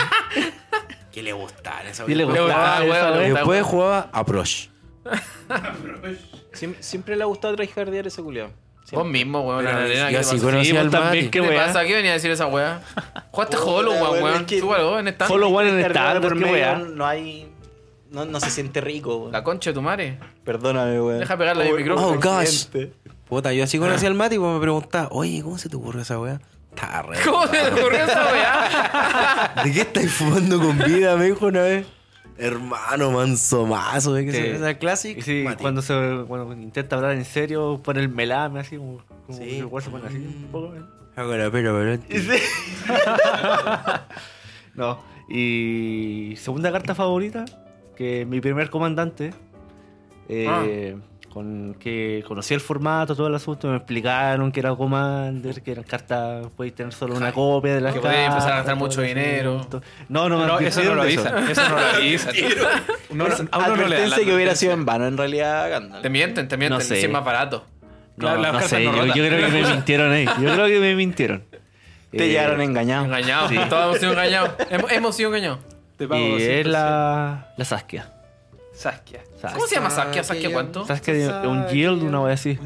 [SPEAKER 6] Que le gustaba esa
[SPEAKER 3] Y le
[SPEAKER 6] weá.
[SPEAKER 3] gustaba
[SPEAKER 1] gustaba,
[SPEAKER 3] esa
[SPEAKER 1] weón, le
[SPEAKER 3] weá.
[SPEAKER 1] gustaba.
[SPEAKER 6] Después jugaba Approach.
[SPEAKER 2] Siem- siempre le ha gustado tryhardear ese culiado.
[SPEAKER 1] Vos mismo, weón,
[SPEAKER 6] Pero
[SPEAKER 1] la
[SPEAKER 6] ni
[SPEAKER 1] arena. ¿Qué
[SPEAKER 6] siquiera
[SPEAKER 1] te
[SPEAKER 6] así
[SPEAKER 1] pasa?
[SPEAKER 6] conocí
[SPEAKER 1] Sí,
[SPEAKER 6] al
[SPEAKER 1] vos también,
[SPEAKER 6] Mati.
[SPEAKER 1] ¿Qué
[SPEAKER 3] ¿Qué
[SPEAKER 1] te
[SPEAKER 3] weá?
[SPEAKER 1] pasa? ¿Qué venía a decir esa weá? Jugaste
[SPEAKER 2] Puta,
[SPEAKER 1] Hollow,
[SPEAKER 2] weón,
[SPEAKER 1] weón,
[SPEAKER 2] es
[SPEAKER 1] weón.
[SPEAKER 2] que-
[SPEAKER 1] Súbalo, en esta.
[SPEAKER 3] Follow one en
[SPEAKER 2] Tryhardear
[SPEAKER 3] estándar,
[SPEAKER 2] por
[SPEAKER 3] qué
[SPEAKER 2] medio
[SPEAKER 3] weá.
[SPEAKER 2] no hay... No, no se siente rico, weón.
[SPEAKER 1] La concha de tu madre.
[SPEAKER 2] Perdóname, weón.
[SPEAKER 1] Deja pegarle ahí el
[SPEAKER 2] Oh,
[SPEAKER 1] micrófono.
[SPEAKER 2] oh,
[SPEAKER 6] gosh.
[SPEAKER 2] accidente.
[SPEAKER 6] Puta, yo así conocí al Mati, pues me preguntaba, oye, ¿cómo se te ocurrió esa weá? Está re-
[SPEAKER 1] ¿Cómo se te ocurrió esa weá?
[SPEAKER 6] ¿De qué estáis fumando con vida? Me dijo una vez. Hermano, manso mazo. ¿eh? Que
[SPEAKER 3] Sí.
[SPEAKER 6] esa- Esa classic.
[SPEAKER 3] Y sí,
[SPEAKER 6] Mati.
[SPEAKER 3] cuando se bueno, intenta hablar en serio, pone el melame así, como, como
[SPEAKER 6] Sí.
[SPEAKER 3] el weón se pone así un poco, weón.
[SPEAKER 6] Hago la pera, pero-
[SPEAKER 3] No. Y segunda carta favorita, que mi primer comandante, eh, con que conocía el formato, todo el asunto, me explicaron que era Commander, que eran cartas, podéis tener solo una copia de las
[SPEAKER 1] Que
[SPEAKER 3] cartas.
[SPEAKER 1] podías empezar a gastar
[SPEAKER 3] todo
[SPEAKER 1] mucho
[SPEAKER 3] el
[SPEAKER 1] dinero.
[SPEAKER 3] asunto. No, no, me
[SPEAKER 5] No, eso no
[SPEAKER 3] advirtieron
[SPEAKER 5] lo
[SPEAKER 3] de eso.
[SPEAKER 5] avisan. Eso no lo avisan. Uno- a uno no le dan la
[SPEAKER 2] Advertencia que hubiera
[SPEAKER 5] advertencia.
[SPEAKER 2] sido en vano en realidad, Gandalf.
[SPEAKER 1] Te mienten, te mienten.
[SPEAKER 3] No sé.
[SPEAKER 1] Sí, es más barato.
[SPEAKER 3] No,
[SPEAKER 5] Las
[SPEAKER 3] no
[SPEAKER 5] cartas
[SPEAKER 3] sé,
[SPEAKER 5] no
[SPEAKER 3] yo,
[SPEAKER 5] rotan.
[SPEAKER 3] yo creo que me mintieron ahí. Yo creo que me mintieron.
[SPEAKER 2] Te
[SPEAKER 3] Eh,
[SPEAKER 2] llegaron engañado.
[SPEAKER 1] Engañados. Todos hemos sido engañados. Hemos, hemos sido engañados.
[SPEAKER 5] Te pago
[SPEAKER 3] Y es
[SPEAKER 5] 200.
[SPEAKER 3] la, la Saskia.
[SPEAKER 5] Saskia.
[SPEAKER 3] Saskia.
[SPEAKER 1] ¿Cómo se llama Saskia? ¿Saskia cuánto?
[SPEAKER 3] Saskia de un yield, una wea así.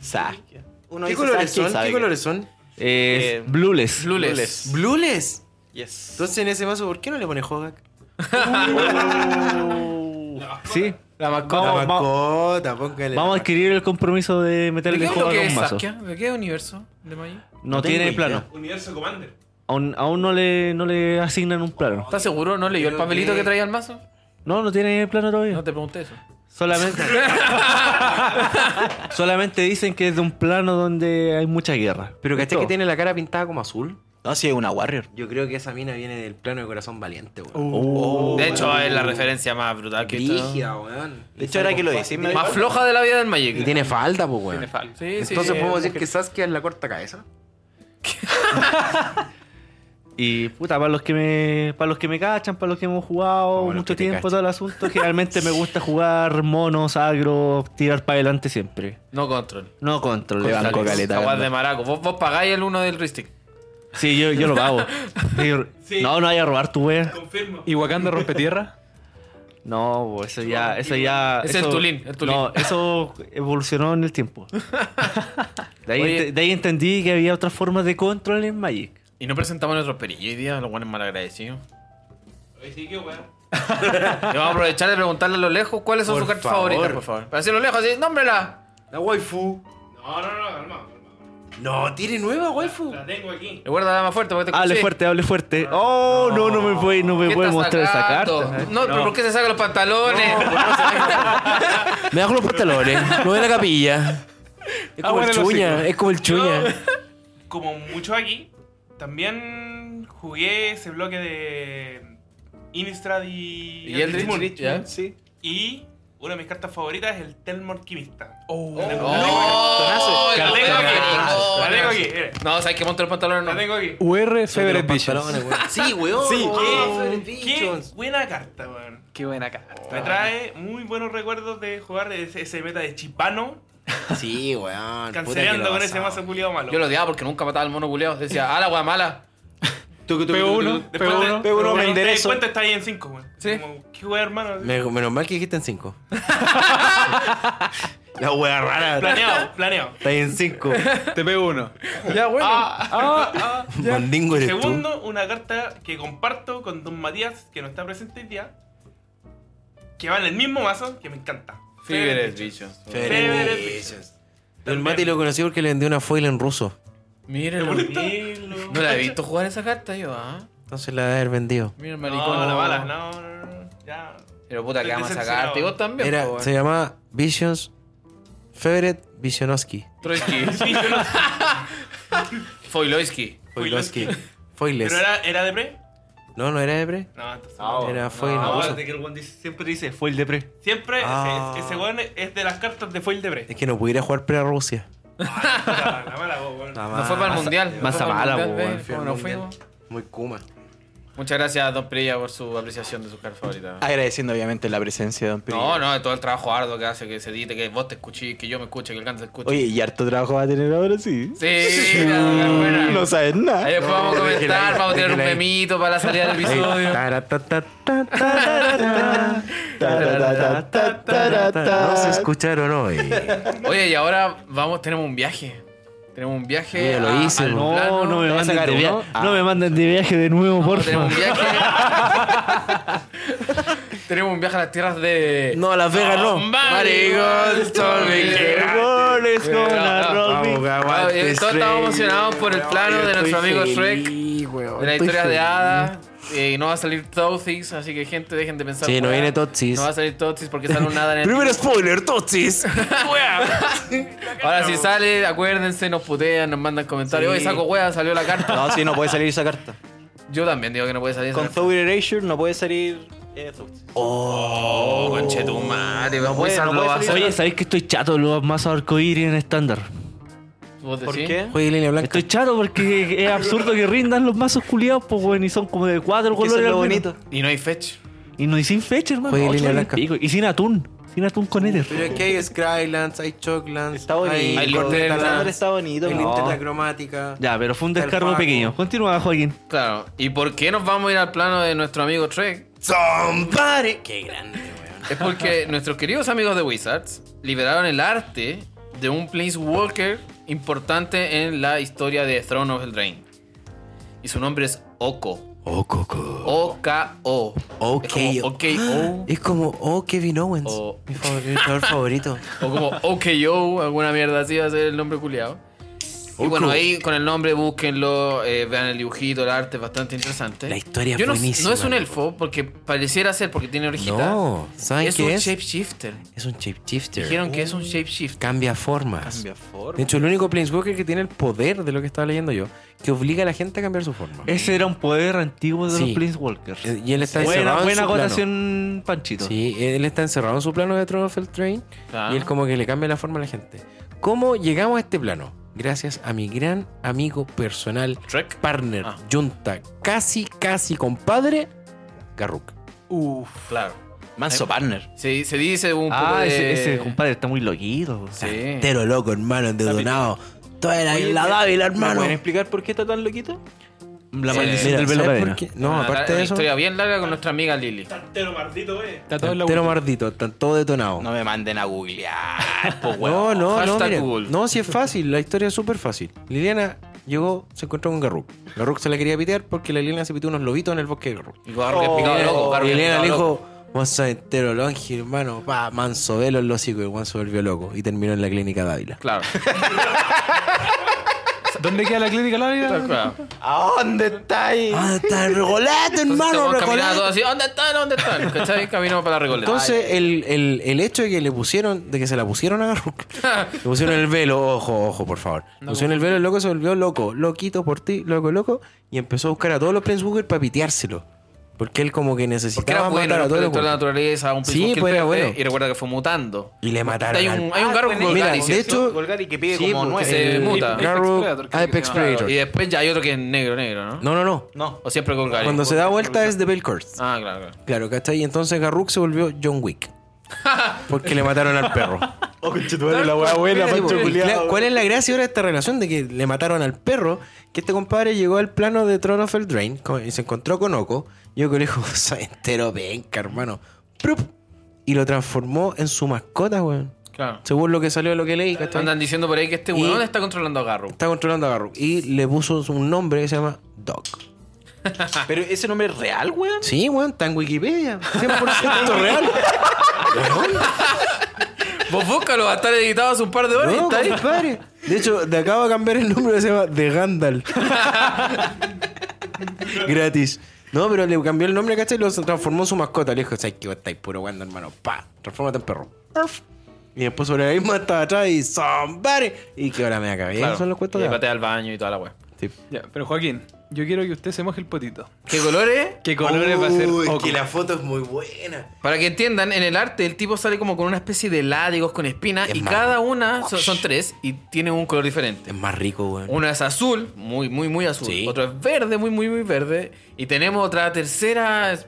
[SPEAKER 2] Saskia. Uno
[SPEAKER 6] ¿Qué
[SPEAKER 2] dice
[SPEAKER 6] colores
[SPEAKER 2] Saskia y
[SPEAKER 6] son?
[SPEAKER 2] sabe
[SPEAKER 6] ¿Qué
[SPEAKER 2] que-
[SPEAKER 6] colores son?
[SPEAKER 3] Eh,
[SPEAKER 2] Eh,
[SPEAKER 3] Blueless.
[SPEAKER 1] Lules.
[SPEAKER 6] Blules.
[SPEAKER 2] Yes.
[SPEAKER 6] Entonces en ese mazo, ¿por qué no le pone Hogak?
[SPEAKER 1] Uh.
[SPEAKER 3] Sí.
[SPEAKER 1] La
[SPEAKER 3] Vamos,
[SPEAKER 1] mascota.
[SPEAKER 3] vamos-
[SPEAKER 6] mascota, póngale.
[SPEAKER 3] Vamos a adquirir el compromiso de
[SPEAKER 1] ¿De qué
[SPEAKER 3] meterle
[SPEAKER 1] es lo
[SPEAKER 3] juego a
[SPEAKER 1] que es
[SPEAKER 3] un mazo.
[SPEAKER 1] Saskia? ¿De qué universo de Magic?
[SPEAKER 3] No,
[SPEAKER 6] No
[SPEAKER 3] tiene
[SPEAKER 6] tengo
[SPEAKER 3] plano.
[SPEAKER 6] idea.
[SPEAKER 7] Universo Commander.
[SPEAKER 3] Aún, aún no, le, no le asignan un plano.
[SPEAKER 1] ¿Estás seguro? ¿No leyó el
[SPEAKER 6] Creo
[SPEAKER 1] papelito
[SPEAKER 6] que-
[SPEAKER 1] que traía el mazo?
[SPEAKER 3] No, no tiene plano todavía.
[SPEAKER 1] No te pregunté eso.
[SPEAKER 3] Solamente. solamente dicen que es de un plano donde hay mucha guerra.
[SPEAKER 6] Pero caché que
[SPEAKER 3] Listo.
[SPEAKER 6] tiene la cara pintada como azul.
[SPEAKER 2] No, sí, es una Warrior.
[SPEAKER 6] Yo creo que esa mina viene del plano de corazón valiente, weón.
[SPEAKER 3] Oh.
[SPEAKER 1] De hecho, es la referencia más brutal que he visto.
[SPEAKER 6] Brígida, weón.
[SPEAKER 2] De hecho, ahora que lo decís, me
[SPEAKER 1] Más floja de la vida del Magic.
[SPEAKER 6] Y tiene falda, pues,
[SPEAKER 5] Tiene
[SPEAKER 6] weón.
[SPEAKER 5] falda.
[SPEAKER 1] Sí, sí,
[SPEAKER 6] Entonces
[SPEAKER 1] sí.
[SPEAKER 6] podemos decir que Saskia es la corta cabeza.
[SPEAKER 3] Y puta, para los que me. Para los que me cachan, para los que hemos jugado
[SPEAKER 6] Para los
[SPEAKER 3] mucho
[SPEAKER 6] que te
[SPEAKER 3] tiempo,
[SPEAKER 6] cachan.
[SPEAKER 3] todo el asunto, generalmente me gusta jugar monos, agro, tirar para adelante siempre.
[SPEAKER 1] No control.
[SPEAKER 3] No control,
[SPEAKER 2] Control.
[SPEAKER 3] banco caleta.
[SPEAKER 1] Aguas de maraco. Vos, vos pagáis el uno del Ristic.
[SPEAKER 3] Sí, yo, yo lo pago. Yo-
[SPEAKER 7] Sí.
[SPEAKER 3] No, no vaya a robar tu wea.
[SPEAKER 7] Confirmo.
[SPEAKER 5] ¿Y Wakanda rompe tierra?
[SPEAKER 3] No, bo, eso ya, eso ya.
[SPEAKER 1] Es
[SPEAKER 3] eso-
[SPEAKER 1] el Tulín, el Tulín.
[SPEAKER 3] No, eso evolucionó en el tiempo. De ahí,
[SPEAKER 1] Oye.
[SPEAKER 3] de ahí entendí que había otras formas de control en Magic.
[SPEAKER 1] Y no presentamos nuestros perillos hoy día, los buenos malagradecidos.
[SPEAKER 7] Oye, sí, qué weá.
[SPEAKER 1] Y vamos a aprovechar de preguntarle a lo lejos cuáles son
[SPEAKER 6] Por
[SPEAKER 1] sus cartas
[SPEAKER 6] favor.
[SPEAKER 1] favoritas, por favor. Para decirlo lejos, así, nómbrela.
[SPEAKER 6] La waifu.
[SPEAKER 7] No, no, no, calma, calma.
[SPEAKER 6] No, tiene nueva waifu.
[SPEAKER 7] La tengo aquí.
[SPEAKER 1] Recuerda más Ah, fuerte porque te
[SPEAKER 3] Hable
[SPEAKER 1] escuché.
[SPEAKER 3] Ah, fuerte, hable fuerte. Oh, no, no me puede, no me
[SPEAKER 1] ¿Qué
[SPEAKER 3] puede
[SPEAKER 1] estás
[SPEAKER 3] mostrar esa
[SPEAKER 1] sacando?
[SPEAKER 3] carta.
[SPEAKER 1] No, pero ¿por qué se saca los pantalones?
[SPEAKER 6] Me bajo los pantalones. No voy a la capilla. Es
[SPEAKER 5] Ah,
[SPEAKER 6] como el
[SPEAKER 5] bueno, lo
[SPEAKER 6] chuña.
[SPEAKER 5] sigo.
[SPEAKER 6] Es como el chuña.
[SPEAKER 7] Como mucho aquí, también jugué ese bloque de Innistrad y,
[SPEAKER 1] Y Eldritch Moon, ¿ya?
[SPEAKER 2] Sí.
[SPEAKER 7] Y una de mis cartas favoritas es el Telmor Alquimista.
[SPEAKER 5] Oh.
[SPEAKER 7] La tengo-
[SPEAKER 1] ¡Oh!
[SPEAKER 7] la tengo
[SPEAKER 1] cartonazo,
[SPEAKER 7] aquí. La tengo aquí.
[SPEAKER 1] cartonazo.
[SPEAKER 7] mira.
[SPEAKER 1] No, ¿sabes que monto los pantalones?
[SPEAKER 7] La
[SPEAKER 1] No.
[SPEAKER 7] tengo aquí.
[SPEAKER 5] UR Favorite Visions.
[SPEAKER 6] Sí, weón. Ah,
[SPEAKER 2] Sí.
[SPEAKER 6] Favorite
[SPEAKER 7] Qué
[SPEAKER 6] Visions.
[SPEAKER 7] buena carta, weón.
[SPEAKER 5] Qué buena carta.
[SPEAKER 7] Me trae muy buenos recuerdos de jugar ese, ese meta de Chipano,
[SPEAKER 6] Sí, weón. Puta que
[SPEAKER 7] cancelando
[SPEAKER 6] lo
[SPEAKER 7] con ese
[SPEAKER 6] pasaba.
[SPEAKER 7] mazo culiado malo.
[SPEAKER 1] Yo lo odiaba porque nunca mataba al mono culeado. Decía, ah, la wea mala.
[SPEAKER 5] Pego uno,
[SPEAKER 7] Después
[SPEAKER 5] pego
[SPEAKER 7] te-
[SPEAKER 5] uno.
[SPEAKER 2] Pego uno,
[SPEAKER 7] cuando
[SPEAKER 2] me
[SPEAKER 7] te das
[SPEAKER 2] enderezo.
[SPEAKER 7] cuenta está ahí en 5, weón.
[SPEAKER 1] Sí.
[SPEAKER 7] Como, qué weón, hermano.
[SPEAKER 6] Me- menos mal que dijiste en 5. la wea rara.
[SPEAKER 7] Planeado, planeado.
[SPEAKER 6] Está ahí en 5.
[SPEAKER 5] Te pego uno.
[SPEAKER 1] Ya, bueno.
[SPEAKER 6] Mandingo eres tú.
[SPEAKER 7] Segundo, una carta que comparto con Don Matías, que no está presente hoy día, que va en el mismo mazo, que me encanta.
[SPEAKER 1] Fibres, bicho.
[SPEAKER 7] Favorite
[SPEAKER 6] Favorite
[SPEAKER 7] Visions.
[SPEAKER 6] Don Mati lo conocí porque le vendió una foil en ruso.
[SPEAKER 1] Mírenlo. No la he visto jugar esa carta yo, ah.
[SPEAKER 6] Entonces la debe haber vendido.
[SPEAKER 1] Mira el
[SPEAKER 7] No,
[SPEAKER 1] maricón.
[SPEAKER 7] no, la mala, no, no, no, ya.
[SPEAKER 1] Pero puta, que
[SPEAKER 7] Estoy
[SPEAKER 1] amas esa
[SPEAKER 7] decepcionado.
[SPEAKER 1] carta. Y vos también,
[SPEAKER 6] Era,
[SPEAKER 1] po, weón.
[SPEAKER 6] se llamaba Visions Favorite Visionoski.
[SPEAKER 1] Troitsky. Foiloisky.
[SPEAKER 7] Foilowski.
[SPEAKER 6] Foiles.
[SPEAKER 7] ¿Pero era, era de pre?
[SPEAKER 6] No, no era Ebre.
[SPEAKER 7] No, entonces.
[SPEAKER 1] Ah,
[SPEAKER 6] Era foil en ruso.
[SPEAKER 3] Ah, que el one siempre dice, fue el de pre.
[SPEAKER 7] Siempre ese-
[SPEAKER 6] Ah.
[SPEAKER 7] ese, weón es de las cartas de foil de pre.
[SPEAKER 6] Es que no pudiera jugar pre a Rusia.
[SPEAKER 7] Ah, la mala, vos, weón.
[SPEAKER 1] No fue para el mundial.
[SPEAKER 3] más
[SPEAKER 1] fue para el
[SPEAKER 3] a
[SPEAKER 1] mundial,
[SPEAKER 3] bala, po,
[SPEAKER 1] ve,
[SPEAKER 3] weón.
[SPEAKER 1] ¿cómo no fuimos?
[SPEAKER 6] Muy Kuma.
[SPEAKER 1] Muchas gracias, Don Prilla, por su apreciación de su carta favorita.
[SPEAKER 2] Ah, Agradeciendo obviamente la presencia de Don Pedro.
[SPEAKER 1] No, no, de todo el trabajo arduo que hace, que se edite, que vos te escuchís, que yo me escuche, que el canto se escuche.
[SPEAKER 2] Oye, y harto trabajo va a tener ahora, sí.
[SPEAKER 1] Sí, la verdad,
[SPEAKER 2] Mm.
[SPEAKER 1] buena.
[SPEAKER 2] No sabes nada.
[SPEAKER 1] Ahí después vamos a comentar,
[SPEAKER 6] Déjela ahí,
[SPEAKER 1] vamos a tirar un
[SPEAKER 6] déjela ahí.
[SPEAKER 1] memito para la salida del episodio.
[SPEAKER 6] No se escucharon hoy.
[SPEAKER 1] Oye, y ahora vamos, tenemos un viaje. Tenemos un viaje.
[SPEAKER 6] Ya lo
[SPEAKER 1] a-
[SPEAKER 6] hice,
[SPEAKER 1] al
[SPEAKER 3] Ah,
[SPEAKER 6] bro.
[SPEAKER 3] No,
[SPEAKER 1] plano.
[SPEAKER 3] no me
[SPEAKER 2] ¿Te vas a
[SPEAKER 3] manden
[SPEAKER 2] sacar
[SPEAKER 3] de
[SPEAKER 2] uno?
[SPEAKER 3] viaje.
[SPEAKER 2] Ah.
[SPEAKER 3] No me manden de viaje de nuevo, por
[SPEAKER 1] Tenemos
[SPEAKER 3] favor.
[SPEAKER 1] un viaje. tenemos un viaje a las tierras de.
[SPEAKER 6] No, Las Vegas no.
[SPEAKER 1] Maricón,
[SPEAKER 3] Goles con la
[SPEAKER 1] No, no,
[SPEAKER 3] Robin.
[SPEAKER 1] Oye, Todos estábamos emocionados por el plano de nuestro amigo Shrek. De la historia de Ada. eh, Y no va a salir Toothies, así que gente, dejen de pensar.
[SPEAKER 6] Sí, no
[SPEAKER 1] weá.
[SPEAKER 6] viene Totsis.
[SPEAKER 1] No va a salir Toothies porque sale un Ada en el.
[SPEAKER 6] Primero spoiler, Totsis.
[SPEAKER 1] Ahora, si sale, acuérdense, nos putean, nos mandan comentarios. Oye, saco hueá, salió la carta.
[SPEAKER 2] No, sí, no puede salir esa carta.
[SPEAKER 1] Yo también digo que no puede salir. esa
[SPEAKER 2] Con
[SPEAKER 1] carta.
[SPEAKER 2] Thought Erasure no puede salir. eh, Thought.
[SPEAKER 1] Oh, conchetumare, vamos
[SPEAKER 2] puede-
[SPEAKER 1] a usarlo,
[SPEAKER 2] no puede
[SPEAKER 1] va a
[SPEAKER 2] salir.
[SPEAKER 1] ser-
[SPEAKER 3] Oye, ¿sabéis que estoy chato de los mazos arcoíris en estándar?
[SPEAKER 1] ¿Vos
[SPEAKER 2] ¿Por
[SPEAKER 1] decís?
[SPEAKER 2] qué?
[SPEAKER 6] Juegue línea blanca.
[SPEAKER 3] Estoy chato porque es absurdo que rindan los mazos culiados, pues, weón, y son como de cuatro
[SPEAKER 2] Que
[SPEAKER 3] colores.
[SPEAKER 2] Eso es lo
[SPEAKER 3] al menos.
[SPEAKER 2] bonito.
[SPEAKER 1] Y no hay fetch.
[SPEAKER 3] Y no y sin fecha, hermano.
[SPEAKER 6] Juega en
[SPEAKER 3] Ocho
[SPEAKER 6] línea
[SPEAKER 3] años
[SPEAKER 6] blanca.
[SPEAKER 3] y pico. Y sin atún. Sin atún con éter.
[SPEAKER 6] Pero aquí hay Skylands, hay Choclands.
[SPEAKER 2] Está bonito.
[SPEAKER 6] Hay
[SPEAKER 1] Hay
[SPEAKER 6] Cortana,
[SPEAKER 1] linterna.
[SPEAKER 2] El estándar está bonito.
[SPEAKER 6] hay
[SPEAKER 2] ¿no?
[SPEAKER 6] linterna cromática.
[SPEAKER 3] Ya, pero fue un
[SPEAKER 6] Está el
[SPEAKER 3] descargo
[SPEAKER 6] Paco.
[SPEAKER 3] pequeño. Continúa, Joaquín.
[SPEAKER 1] Claro. ¿Y por qué nos vamos a ir al plano de nuestro amigo Trek?
[SPEAKER 6] Somebody. Qué grande, weón.
[SPEAKER 1] Es porque nuestros queridos amigos de Wizards liberaron el arte de un Planeswalker importante en la historia de Throne of Eldraine. Y su nombre es Oko.
[SPEAKER 6] Oh, Coco.
[SPEAKER 1] O-K-O.
[SPEAKER 6] Ok.
[SPEAKER 1] Es como OKO.
[SPEAKER 6] Es como, oh, Kevin Owens.
[SPEAKER 1] O-
[SPEAKER 6] Mi favorito, mi jugador favorito.
[SPEAKER 1] O como OKO, alguna mierda así va a ser el nombre culiado. Y bueno, ahí con el nombre búsquenlo, eh, vean el dibujito, el arte, es bastante interesante.
[SPEAKER 6] La historia es
[SPEAKER 1] Yo no,
[SPEAKER 6] buenísima,
[SPEAKER 1] No es un
[SPEAKER 6] loco.
[SPEAKER 1] elfo, porque pareciera ser, porque tiene orejitas.
[SPEAKER 6] No, ¿saben
[SPEAKER 1] es
[SPEAKER 6] qué
[SPEAKER 1] un
[SPEAKER 6] es?
[SPEAKER 1] shapeshifter.
[SPEAKER 6] Es un shapeshifter.
[SPEAKER 1] Dijeron que es un shapeshifter.
[SPEAKER 6] Cambia formas.
[SPEAKER 2] Cambia forma.
[SPEAKER 6] De hecho, el único Planeswalker que tiene el poder de lo que estaba leyendo yo, que obliga a la gente a cambiar su forma.
[SPEAKER 3] Ese era un poder antiguo de
[SPEAKER 6] Sí.
[SPEAKER 3] los Planeswalkers.
[SPEAKER 6] Eh, Y él está encerrado
[SPEAKER 3] Buena,
[SPEAKER 6] en
[SPEAKER 3] buena
[SPEAKER 6] su plano.
[SPEAKER 3] acotación, Panchito.
[SPEAKER 6] Sí, él está encerrado en su plano de Throne of Train
[SPEAKER 1] Claro.
[SPEAKER 6] y él como que le cambia la forma a la gente. ¿Cómo llegamos a este plano? Gracias a mi gran amigo personal,
[SPEAKER 1] Trek.
[SPEAKER 6] partner,
[SPEAKER 1] Ah.
[SPEAKER 6] junta, casi, casi compadre, Garruk.
[SPEAKER 1] Claro.
[SPEAKER 2] Manso partner.
[SPEAKER 1] Se, se dice un poco
[SPEAKER 3] Ah,
[SPEAKER 1] de...
[SPEAKER 3] ese, ese compadre está muy loquito.
[SPEAKER 1] Sí.
[SPEAKER 6] Pero loco, hermano, endedonado. Toda la
[SPEAKER 2] Oye, eh,
[SPEAKER 6] isla
[SPEAKER 2] ¿me-
[SPEAKER 6] Dávila,
[SPEAKER 2] ¿Me
[SPEAKER 6] hermano.
[SPEAKER 2] pueden explicar por qué está tan loquito?
[SPEAKER 3] La
[SPEAKER 1] Eh,
[SPEAKER 3] maldición
[SPEAKER 1] mira,
[SPEAKER 3] del velo
[SPEAKER 6] ¿sabes
[SPEAKER 3] cadena.
[SPEAKER 6] por qué? No,
[SPEAKER 1] Una
[SPEAKER 6] aparte
[SPEAKER 1] tar-
[SPEAKER 6] de
[SPEAKER 1] una Ah,
[SPEAKER 6] eso,
[SPEAKER 1] historia bien larga con nuestra amiga Lili.
[SPEAKER 7] Tantero maldito, eh.
[SPEAKER 5] Está todo en la
[SPEAKER 6] entero
[SPEAKER 5] web.
[SPEAKER 6] mardito, está todo detonado.
[SPEAKER 2] No
[SPEAKER 6] No,
[SPEAKER 2] me manden a googlear, po, weón.
[SPEAKER 6] no, no,
[SPEAKER 1] Hashtag
[SPEAKER 6] miren.
[SPEAKER 1] Google.
[SPEAKER 6] no, si es fácil, la historia es súper fácil. Liliana llegó, se encontró con Garruk. Garruk se la quería pitear porque la Liliana se pitió unos lobitos en el bosque de Garruk.
[SPEAKER 1] Y Garro que es picado loco, Garro que es
[SPEAKER 6] Liliana
[SPEAKER 1] picado
[SPEAKER 6] le
[SPEAKER 1] loco.
[SPEAKER 6] Oh, dijo, Monza entero longe, hermano, pa, manso velo el hocico, y el guan se volvió loco y terminó en la clínica Dávila.
[SPEAKER 1] Claro.
[SPEAKER 5] ¿Dónde queda la clínica
[SPEAKER 1] Tal
[SPEAKER 5] Lávila?
[SPEAKER 1] cual.
[SPEAKER 2] ¿A dónde estáis?
[SPEAKER 6] Ah, está el regolato,
[SPEAKER 1] Entonces,
[SPEAKER 6] hermano,
[SPEAKER 1] vamos caminando
[SPEAKER 6] regolato.
[SPEAKER 1] así, ¿dónde están? ¿Dónde están? ¿Cachai? Caminamos para la Recoleta.
[SPEAKER 6] Entonces, el, el, el hecho de que le pusieron, de que se la pusieron a Garruk, le pusieron el velo, ojo, ojo, por favor. Le pusieron el velo, el loco se volvió loco, loquito por ti, loco, loco, y empezó a buscar a todos los Prince Booker para piteárselo. Porque él como que
[SPEAKER 1] Porque
[SPEAKER 6] necesitaba
[SPEAKER 1] era bueno,
[SPEAKER 6] matar
[SPEAKER 1] era
[SPEAKER 6] a
[SPEAKER 1] un
[SPEAKER 6] todos los
[SPEAKER 1] protector de la
[SPEAKER 6] Booker.
[SPEAKER 1] naturaleza, un
[SPEAKER 6] Sí,
[SPEAKER 1] pitbull que
[SPEAKER 6] pues, era
[SPEAKER 1] fue,
[SPEAKER 6] bueno.
[SPEAKER 1] Y recuerda que fue mutando.
[SPEAKER 6] Y le mataron
[SPEAKER 1] Hay
[SPEAKER 6] al-
[SPEAKER 1] un, hay un garro
[SPEAKER 7] Ah,
[SPEAKER 1] con
[SPEAKER 6] pues Mira,
[SPEAKER 1] Galicia.
[SPEAKER 6] de hecho,
[SPEAKER 2] Golgari que pide
[SPEAKER 6] sí, pues,
[SPEAKER 2] como
[SPEAKER 6] porque
[SPEAKER 1] que se
[SPEAKER 2] nueve.
[SPEAKER 1] muta.
[SPEAKER 5] Apex
[SPEAKER 6] Garruk,
[SPEAKER 5] Predator, creo que
[SPEAKER 6] Apex
[SPEAKER 5] se llama.
[SPEAKER 6] Predator.
[SPEAKER 1] Y después ya hay otro que es negro, negro, ¿no?
[SPEAKER 6] No, no, no.
[SPEAKER 2] No.
[SPEAKER 1] O siempre con Gary.
[SPEAKER 6] Cuando se da vuelta es de Belcourt.
[SPEAKER 1] Ah, claro, claro.
[SPEAKER 6] Claro, ¿cachai? Y entonces Garruk se volvió John Wick. Porque le mataron al perro.
[SPEAKER 2] Oh, conchetumare, la weá buena,
[SPEAKER 6] Espérate,
[SPEAKER 2] Pancho
[SPEAKER 6] po.
[SPEAKER 2] culiao.
[SPEAKER 6] La- ¿Cuál es la gracia ahora de esta relación de que le mataron al perro? Que este compadre llegó al plano de Throne of Eldraine co- y se encontró con Oko. Y Oko le dijo, "Soy entero venga, hermano. Prup. Y lo transformó en su mascota, weón.
[SPEAKER 1] claro.
[SPEAKER 6] Según lo que salió de lo que leí, ¿cachai?
[SPEAKER 1] Andan diciendo por ahí que este
[SPEAKER 6] Y-
[SPEAKER 1] weón está controlando a Garro.
[SPEAKER 6] Está controlando a Garruk. Y le puso un nombre que se llama Dog.
[SPEAKER 2] Pero ese nombre es real, weón.
[SPEAKER 6] Sí, weón, está en Wikipedia. 100% real.
[SPEAKER 1] Vos búscalo, va a estar editado hace un par de horas. y
[SPEAKER 6] No, pues,
[SPEAKER 1] está ahí.
[SPEAKER 6] compadre. De hecho, te acabo de cambiar el nombre, se llama The Gandalf. Gratis. No, pero le cambió el nombre, ¿cachai? Y lo transformó en su mascota. Le dijo, ¿sabes qué? Vos Estáis puro guando, hermano. Pa, transfórmate en perro. Arf. Y después sobre la misma estaba atrás y somebody. Y que ahora me acabé.
[SPEAKER 1] Claro.
[SPEAKER 6] Esos son los cuentos
[SPEAKER 1] Y
[SPEAKER 6] de
[SPEAKER 1] patea al baño y toda la weá.
[SPEAKER 5] Ya, pero Joaquín, yo quiero que usted se moje el potito.
[SPEAKER 1] ¿Qué colores?
[SPEAKER 5] ¿Qué colores va a ser
[SPEAKER 6] Uy,
[SPEAKER 5] Oco?
[SPEAKER 6] que la foto es muy buena.
[SPEAKER 1] Para que entiendan, en el arte el tipo sale como con una especie de látigos con espinas
[SPEAKER 6] Es
[SPEAKER 1] y
[SPEAKER 6] malo.
[SPEAKER 1] cada una son, son tres y tiene un color diferente.
[SPEAKER 6] Es más rico, weón.
[SPEAKER 1] Una es azul, muy, muy, muy azul.
[SPEAKER 6] Sí.
[SPEAKER 1] Otra es verde, muy, muy, muy verde. Y tenemos otra tercera es-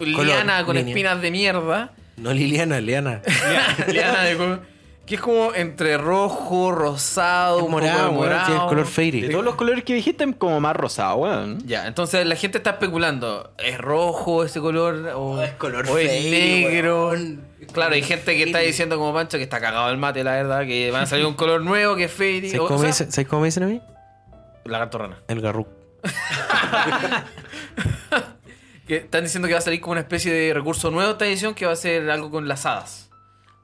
[SPEAKER 1] liana con
[SPEAKER 6] línea.
[SPEAKER 1] espinas de mierda.
[SPEAKER 6] No, Liliana, Liliana.
[SPEAKER 1] liana de co- que es como entre rojo, rosado,
[SPEAKER 6] Es
[SPEAKER 1] un poco de
[SPEAKER 6] morado, weón.
[SPEAKER 1] morado.
[SPEAKER 6] Tiene el color
[SPEAKER 2] De
[SPEAKER 6] fairy.
[SPEAKER 2] todos los colores que dijiste, como más rosado, weón.
[SPEAKER 1] Ya, entonces la gente está especulando. ¿Es rojo ese color? ¿O,
[SPEAKER 6] es color
[SPEAKER 1] o es
[SPEAKER 6] feo,
[SPEAKER 1] negro?
[SPEAKER 6] weón.
[SPEAKER 1] Claro, hay gente que está diciendo como Pancho que está cagado el mate, la verdad, que van a salir un color nuevo que es fairy.
[SPEAKER 6] ¿Sabes
[SPEAKER 1] o- o
[SPEAKER 6] cómo me
[SPEAKER 1] sea,
[SPEAKER 6] dicen- ¿sabes cómo me dicen a mí?
[SPEAKER 1] La gatorrana.
[SPEAKER 6] El garruco.
[SPEAKER 1] Que están diciendo que va a salir como una especie de recurso nuevo esta edición que va a ser algo con las hadas.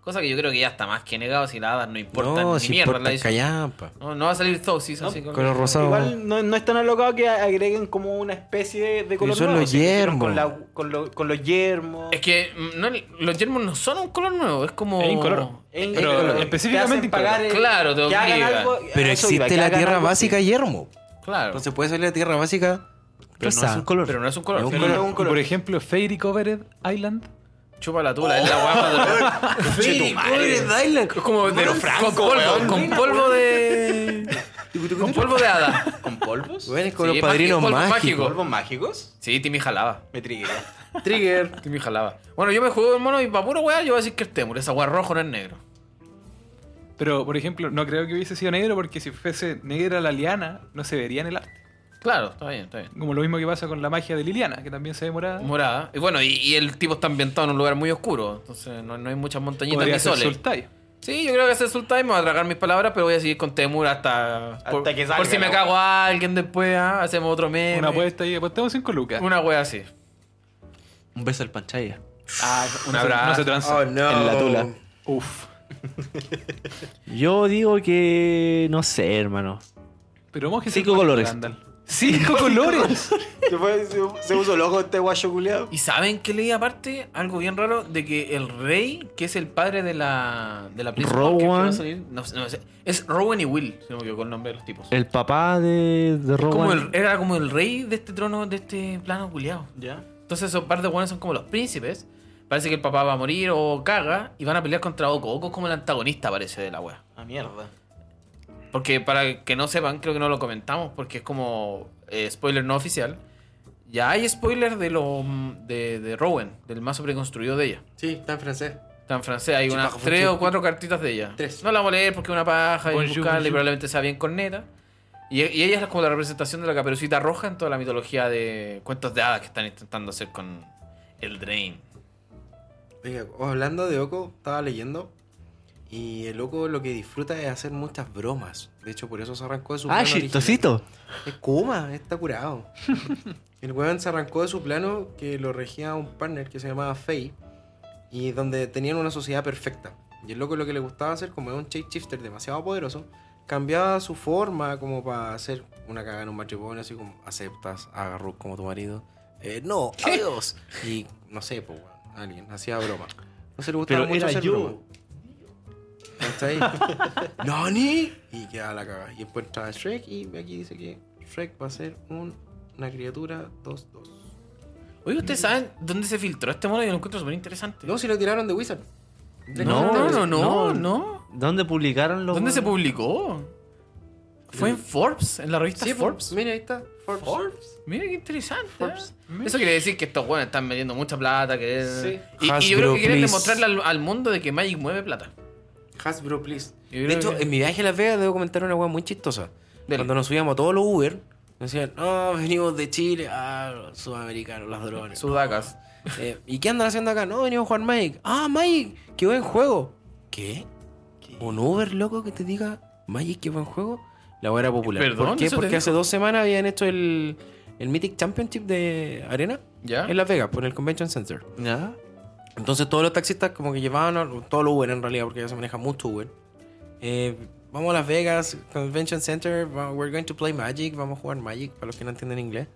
[SPEAKER 1] Cosa que yo creo que ya está más que negado si las hadas no importan
[SPEAKER 6] No,
[SPEAKER 1] ni
[SPEAKER 6] si
[SPEAKER 1] mierda en la
[SPEAKER 6] importa
[SPEAKER 1] edición.
[SPEAKER 6] callampa.
[SPEAKER 1] No, no va a salir Thoxis así con-
[SPEAKER 6] Color rosado.
[SPEAKER 2] Igual no, no es tan alocado que agreguen como una especie de, de color
[SPEAKER 6] son
[SPEAKER 2] nuevo,
[SPEAKER 6] los
[SPEAKER 2] si lo hicieron Con,
[SPEAKER 6] yermos.
[SPEAKER 2] la- con lo- con los yermos.
[SPEAKER 1] Es que mm, no, los yermos no son un color nuevo, es como.
[SPEAKER 5] Es incoloro.
[SPEAKER 2] En-
[SPEAKER 5] Pero
[SPEAKER 2] en-
[SPEAKER 5] específicamente
[SPEAKER 2] te hacen pagar
[SPEAKER 1] incoloro.
[SPEAKER 2] el-
[SPEAKER 1] Claro, te
[SPEAKER 2] que hagan
[SPEAKER 1] obligan.
[SPEAKER 2] algo-
[SPEAKER 6] Pero
[SPEAKER 2] eso iba,
[SPEAKER 6] existe
[SPEAKER 2] que
[SPEAKER 6] la
[SPEAKER 2] hagan
[SPEAKER 6] tierra
[SPEAKER 2] algo
[SPEAKER 6] básica
[SPEAKER 2] así.
[SPEAKER 6] yermo.
[SPEAKER 1] Claro.
[SPEAKER 6] Entonces puede ser la tierra básica.
[SPEAKER 3] Pero no
[SPEAKER 6] rosada.
[SPEAKER 3] es un color.
[SPEAKER 1] Pero no es un color.
[SPEAKER 6] Es un
[SPEAKER 5] El-
[SPEAKER 6] color.
[SPEAKER 5] y Por ejemplo, Fairy Covered Island.
[SPEAKER 1] Chupa la tula, es la guapa
[SPEAKER 6] Oh. Sí, pobre Dylan.
[SPEAKER 1] de. como de con polvo, con polvo de. con polvo de hada.
[SPEAKER 2] ¿Con polvos?
[SPEAKER 6] Bueno, es como
[SPEAKER 1] Sí,
[SPEAKER 6] los padrinos
[SPEAKER 1] polvo
[SPEAKER 6] mágicos.
[SPEAKER 2] ¿Polvos mágicos?
[SPEAKER 1] Sí, Timmy jalaba.
[SPEAKER 2] Me trigué.
[SPEAKER 1] Trigger. Timmy jalaba. Bueno, yo me juego, hermano, y para puro weá, yo voy a decir que es Temur. Esa weá rojo no es negro.
[SPEAKER 5] Pero, por ejemplo, no creo que hubiese sido negro porque si fuese negra la liana, no se vería en el arte.
[SPEAKER 1] Claro, está bien, está bien.
[SPEAKER 5] Como lo mismo que pasa con la magia de Liliana, que también se ve morada.
[SPEAKER 1] Morada. Y bueno, y, y el tipo está ambientado en un lugar muy oscuro. Entonces no, no hay muchas montañitas
[SPEAKER 5] Podría
[SPEAKER 1] ni
[SPEAKER 5] ser
[SPEAKER 1] soles.
[SPEAKER 5] Sultai.
[SPEAKER 1] Sí, yo creo que ese es Sultai. Me voy a tragar mis palabras, pero voy a seguir con Temur hasta. por,
[SPEAKER 2] que salga
[SPEAKER 1] por si
[SPEAKER 2] la
[SPEAKER 1] me
[SPEAKER 2] wea.
[SPEAKER 1] cago a alguien después, ¿ah? hacemos otro meme.
[SPEAKER 5] Una apuesta y apostamos 5 lucas.
[SPEAKER 1] Una wea así.
[SPEAKER 3] Un beso al panchaya.
[SPEAKER 1] Un
[SPEAKER 5] Ah, no, se, no se
[SPEAKER 1] abrazo.
[SPEAKER 5] tranza.
[SPEAKER 6] Oh, no.
[SPEAKER 2] En la tula.
[SPEAKER 5] Uf.
[SPEAKER 3] Yo digo que. No sé, hermano.
[SPEAKER 5] Pero mojese
[SPEAKER 3] Cinco
[SPEAKER 5] el pan,
[SPEAKER 3] colores.
[SPEAKER 5] Gandalf. Cinco colores.
[SPEAKER 2] Se fue- se- Se puso loco este guacho culiado.
[SPEAKER 1] ¿Y saben que leí aparte? Algo bien raro de que el rey, que es el padre de la, de la princesa Mock, que
[SPEAKER 3] Rowan.
[SPEAKER 1] va a salir, no sé- no sé, es Rowan y Will, si no me equivoco el nombre de los tipos.
[SPEAKER 3] El papá de, de Rowan.
[SPEAKER 1] Como el- era como el rey de este trono, de este plano culiado.
[SPEAKER 2] ¿Ya?
[SPEAKER 1] Entonces esos par de buenos son como los príncipes. Parece que el papá va a morir o caga y van a pelear contra Oko. Oko es como el antagonista, parece, de la wea.
[SPEAKER 2] A mierda.
[SPEAKER 1] Porque para que no sepan, creo que no lo comentamos, porque es como eh, spoiler no oficial. Ya hay spoiler de, lo, mm, de, de Rowan, del mazo preconstruido de ella.
[SPEAKER 6] Sí, está en francés.
[SPEAKER 1] Está en francés, hay unas
[SPEAKER 6] bajo
[SPEAKER 1] tres
[SPEAKER 6] función.
[SPEAKER 1] o cuatro cartitas de ella.
[SPEAKER 6] Tres.
[SPEAKER 1] No la voy a leer porque es una paja y
[SPEAKER 5] Bonjour,
[SPEAKER 1] buscarla y
[SPEAKER 5] bonjour.
[SPEAKER 1] probablemente sea bien corneta. Y, y ella es como la representación de la caperucita roja en toda la mitología de cuentos de hadas que están intentando hacer con el Drain.
[SPEAKER 6] Oiga, hablando de Oco, estaba leyendo. Y el Oco lo que disfruta es hacer muchas bromas. De hecho, por eso se arrancó de su
[SPEAKER 3] Ah,
[SPEAKER 6] plano original.
[SPEAKER 3] chistosito.
[SPEAKER 6] Es Kuma, está curado. el weón se arrancó de su plano que lo regía un partner que se llamaba Faye. Y donde tenían una sociedad perfecta. Y el loco lo que le gustaba hacer, como era un shape shifter demasiado poderoso, cambiaba su forma como para hacer una cagada en un matrimonio, así como aceptas a Garruk como tu marido. Eh, no, adiós. Y no sé, pues, weón, alguien hacía broma. No se le gustaba
[SPEAKER 3] Pero
[SPEAKER 6] mucho
[SPEAKER 3] era
[SPEAKER 6] hacer
[SPEAKER 3] yo.
[SPEAKER 6] broma. ¿Cachai? ¡Nani! Y queda la cagada. Y encuentra a Shrek y aquí dice que Shrek va a ser un- una criatura 2-2.
[SPEAKER 1] Oye, ¿ustedes saben dónde se filtró este mono? Yo lo encuentro súper interesante.
[SPEAKER 6] No, si lo tiraron de Wizard. Le
[SPEAKER 1] no,
[SPEAKER 6] tiraron de
[SPEAKER 1] no, no,
[SPEAKER 6] Wizard.
[SPEAKER 1] no,
[SPEAKER 3] No.
[SPEAKER 1] no.
[SPEAKER 3] ¿Dónde publicaron los.?
[SPEAKER 1] ¿Dónde se publicó? Fue en Forbes, en la revista
[SPEAKER 6] Sí,
[SPEAKER 1] Forbes.
[SPEAKER 6] Forbes. Mira, ahí está. Forbes.
[SPEAKER 1] Mira qué interesante. ¿eh? Eso quiere decir que estos buenos están metiendo mucha plata. Que...
[SPEAKER 5] Sí.
[SPEAKER 1] Y- Y, yo
[SPEAKER 6] Hasbro,
[SPEAKER 1] creo que quieren
[SPEAKER 6] please.
[SPEAKER 1] demostrarle al, al mundo de que Magic mueve plata.
[SPEAKER 6] Hasbro, please.
[SPEAKER 1] Yo
[SPEAKER 6] De
[SPEAKER 1] creo
[SPEAKER 6] hecho,
[SPEAKER 1] que-
[SPEAKER 6] en mi viaje a Las Vegas debo comentar una hueá muy chistosa.
[SPEAKER 1] Dele.
[SPEAKER 6] Cuando nos subíamos a todos los Uber, nos decían, no, venimos de Chile, ah, los sudamericanos, las drones.
[SPEAKER 1] Sudacas.
[SPEAKER 6] Eh, ¿Y qué andan haciendo acá? No, venimos a jugar Magic. Ah, Magic, qué buen juego. ¿Qué? ¿Un Uber loco que te diga Magic, qué buen juego? La hueá era popular.
[SPEAKER 1] Perdón,
[SPEAKER 6] ¿Por qué?
[SPEAKER 1] ¿eso te
[SPEAKER 6] Porque
[SPEAKER 1] dijo?
[SPEAKER 6] hace dos semanas habían hecho el, el Mythic Championship de Arena
[SPEAKER 1] ¿Ya?
[SPEAKER 6] en Las Vegas, por el Convention Center.
[SPEAKER 3] ¿Ya?
[SPEAKER 6] Entonces todos los taxistas como que llevaban, a- todos los Uber en realidad, porque ya se maneja mucho Uber. Eh, vamos a Las Vegas, Convention Center, va- we're going to play Magic, vamos a jugar Magic, para los que no entienden inglés.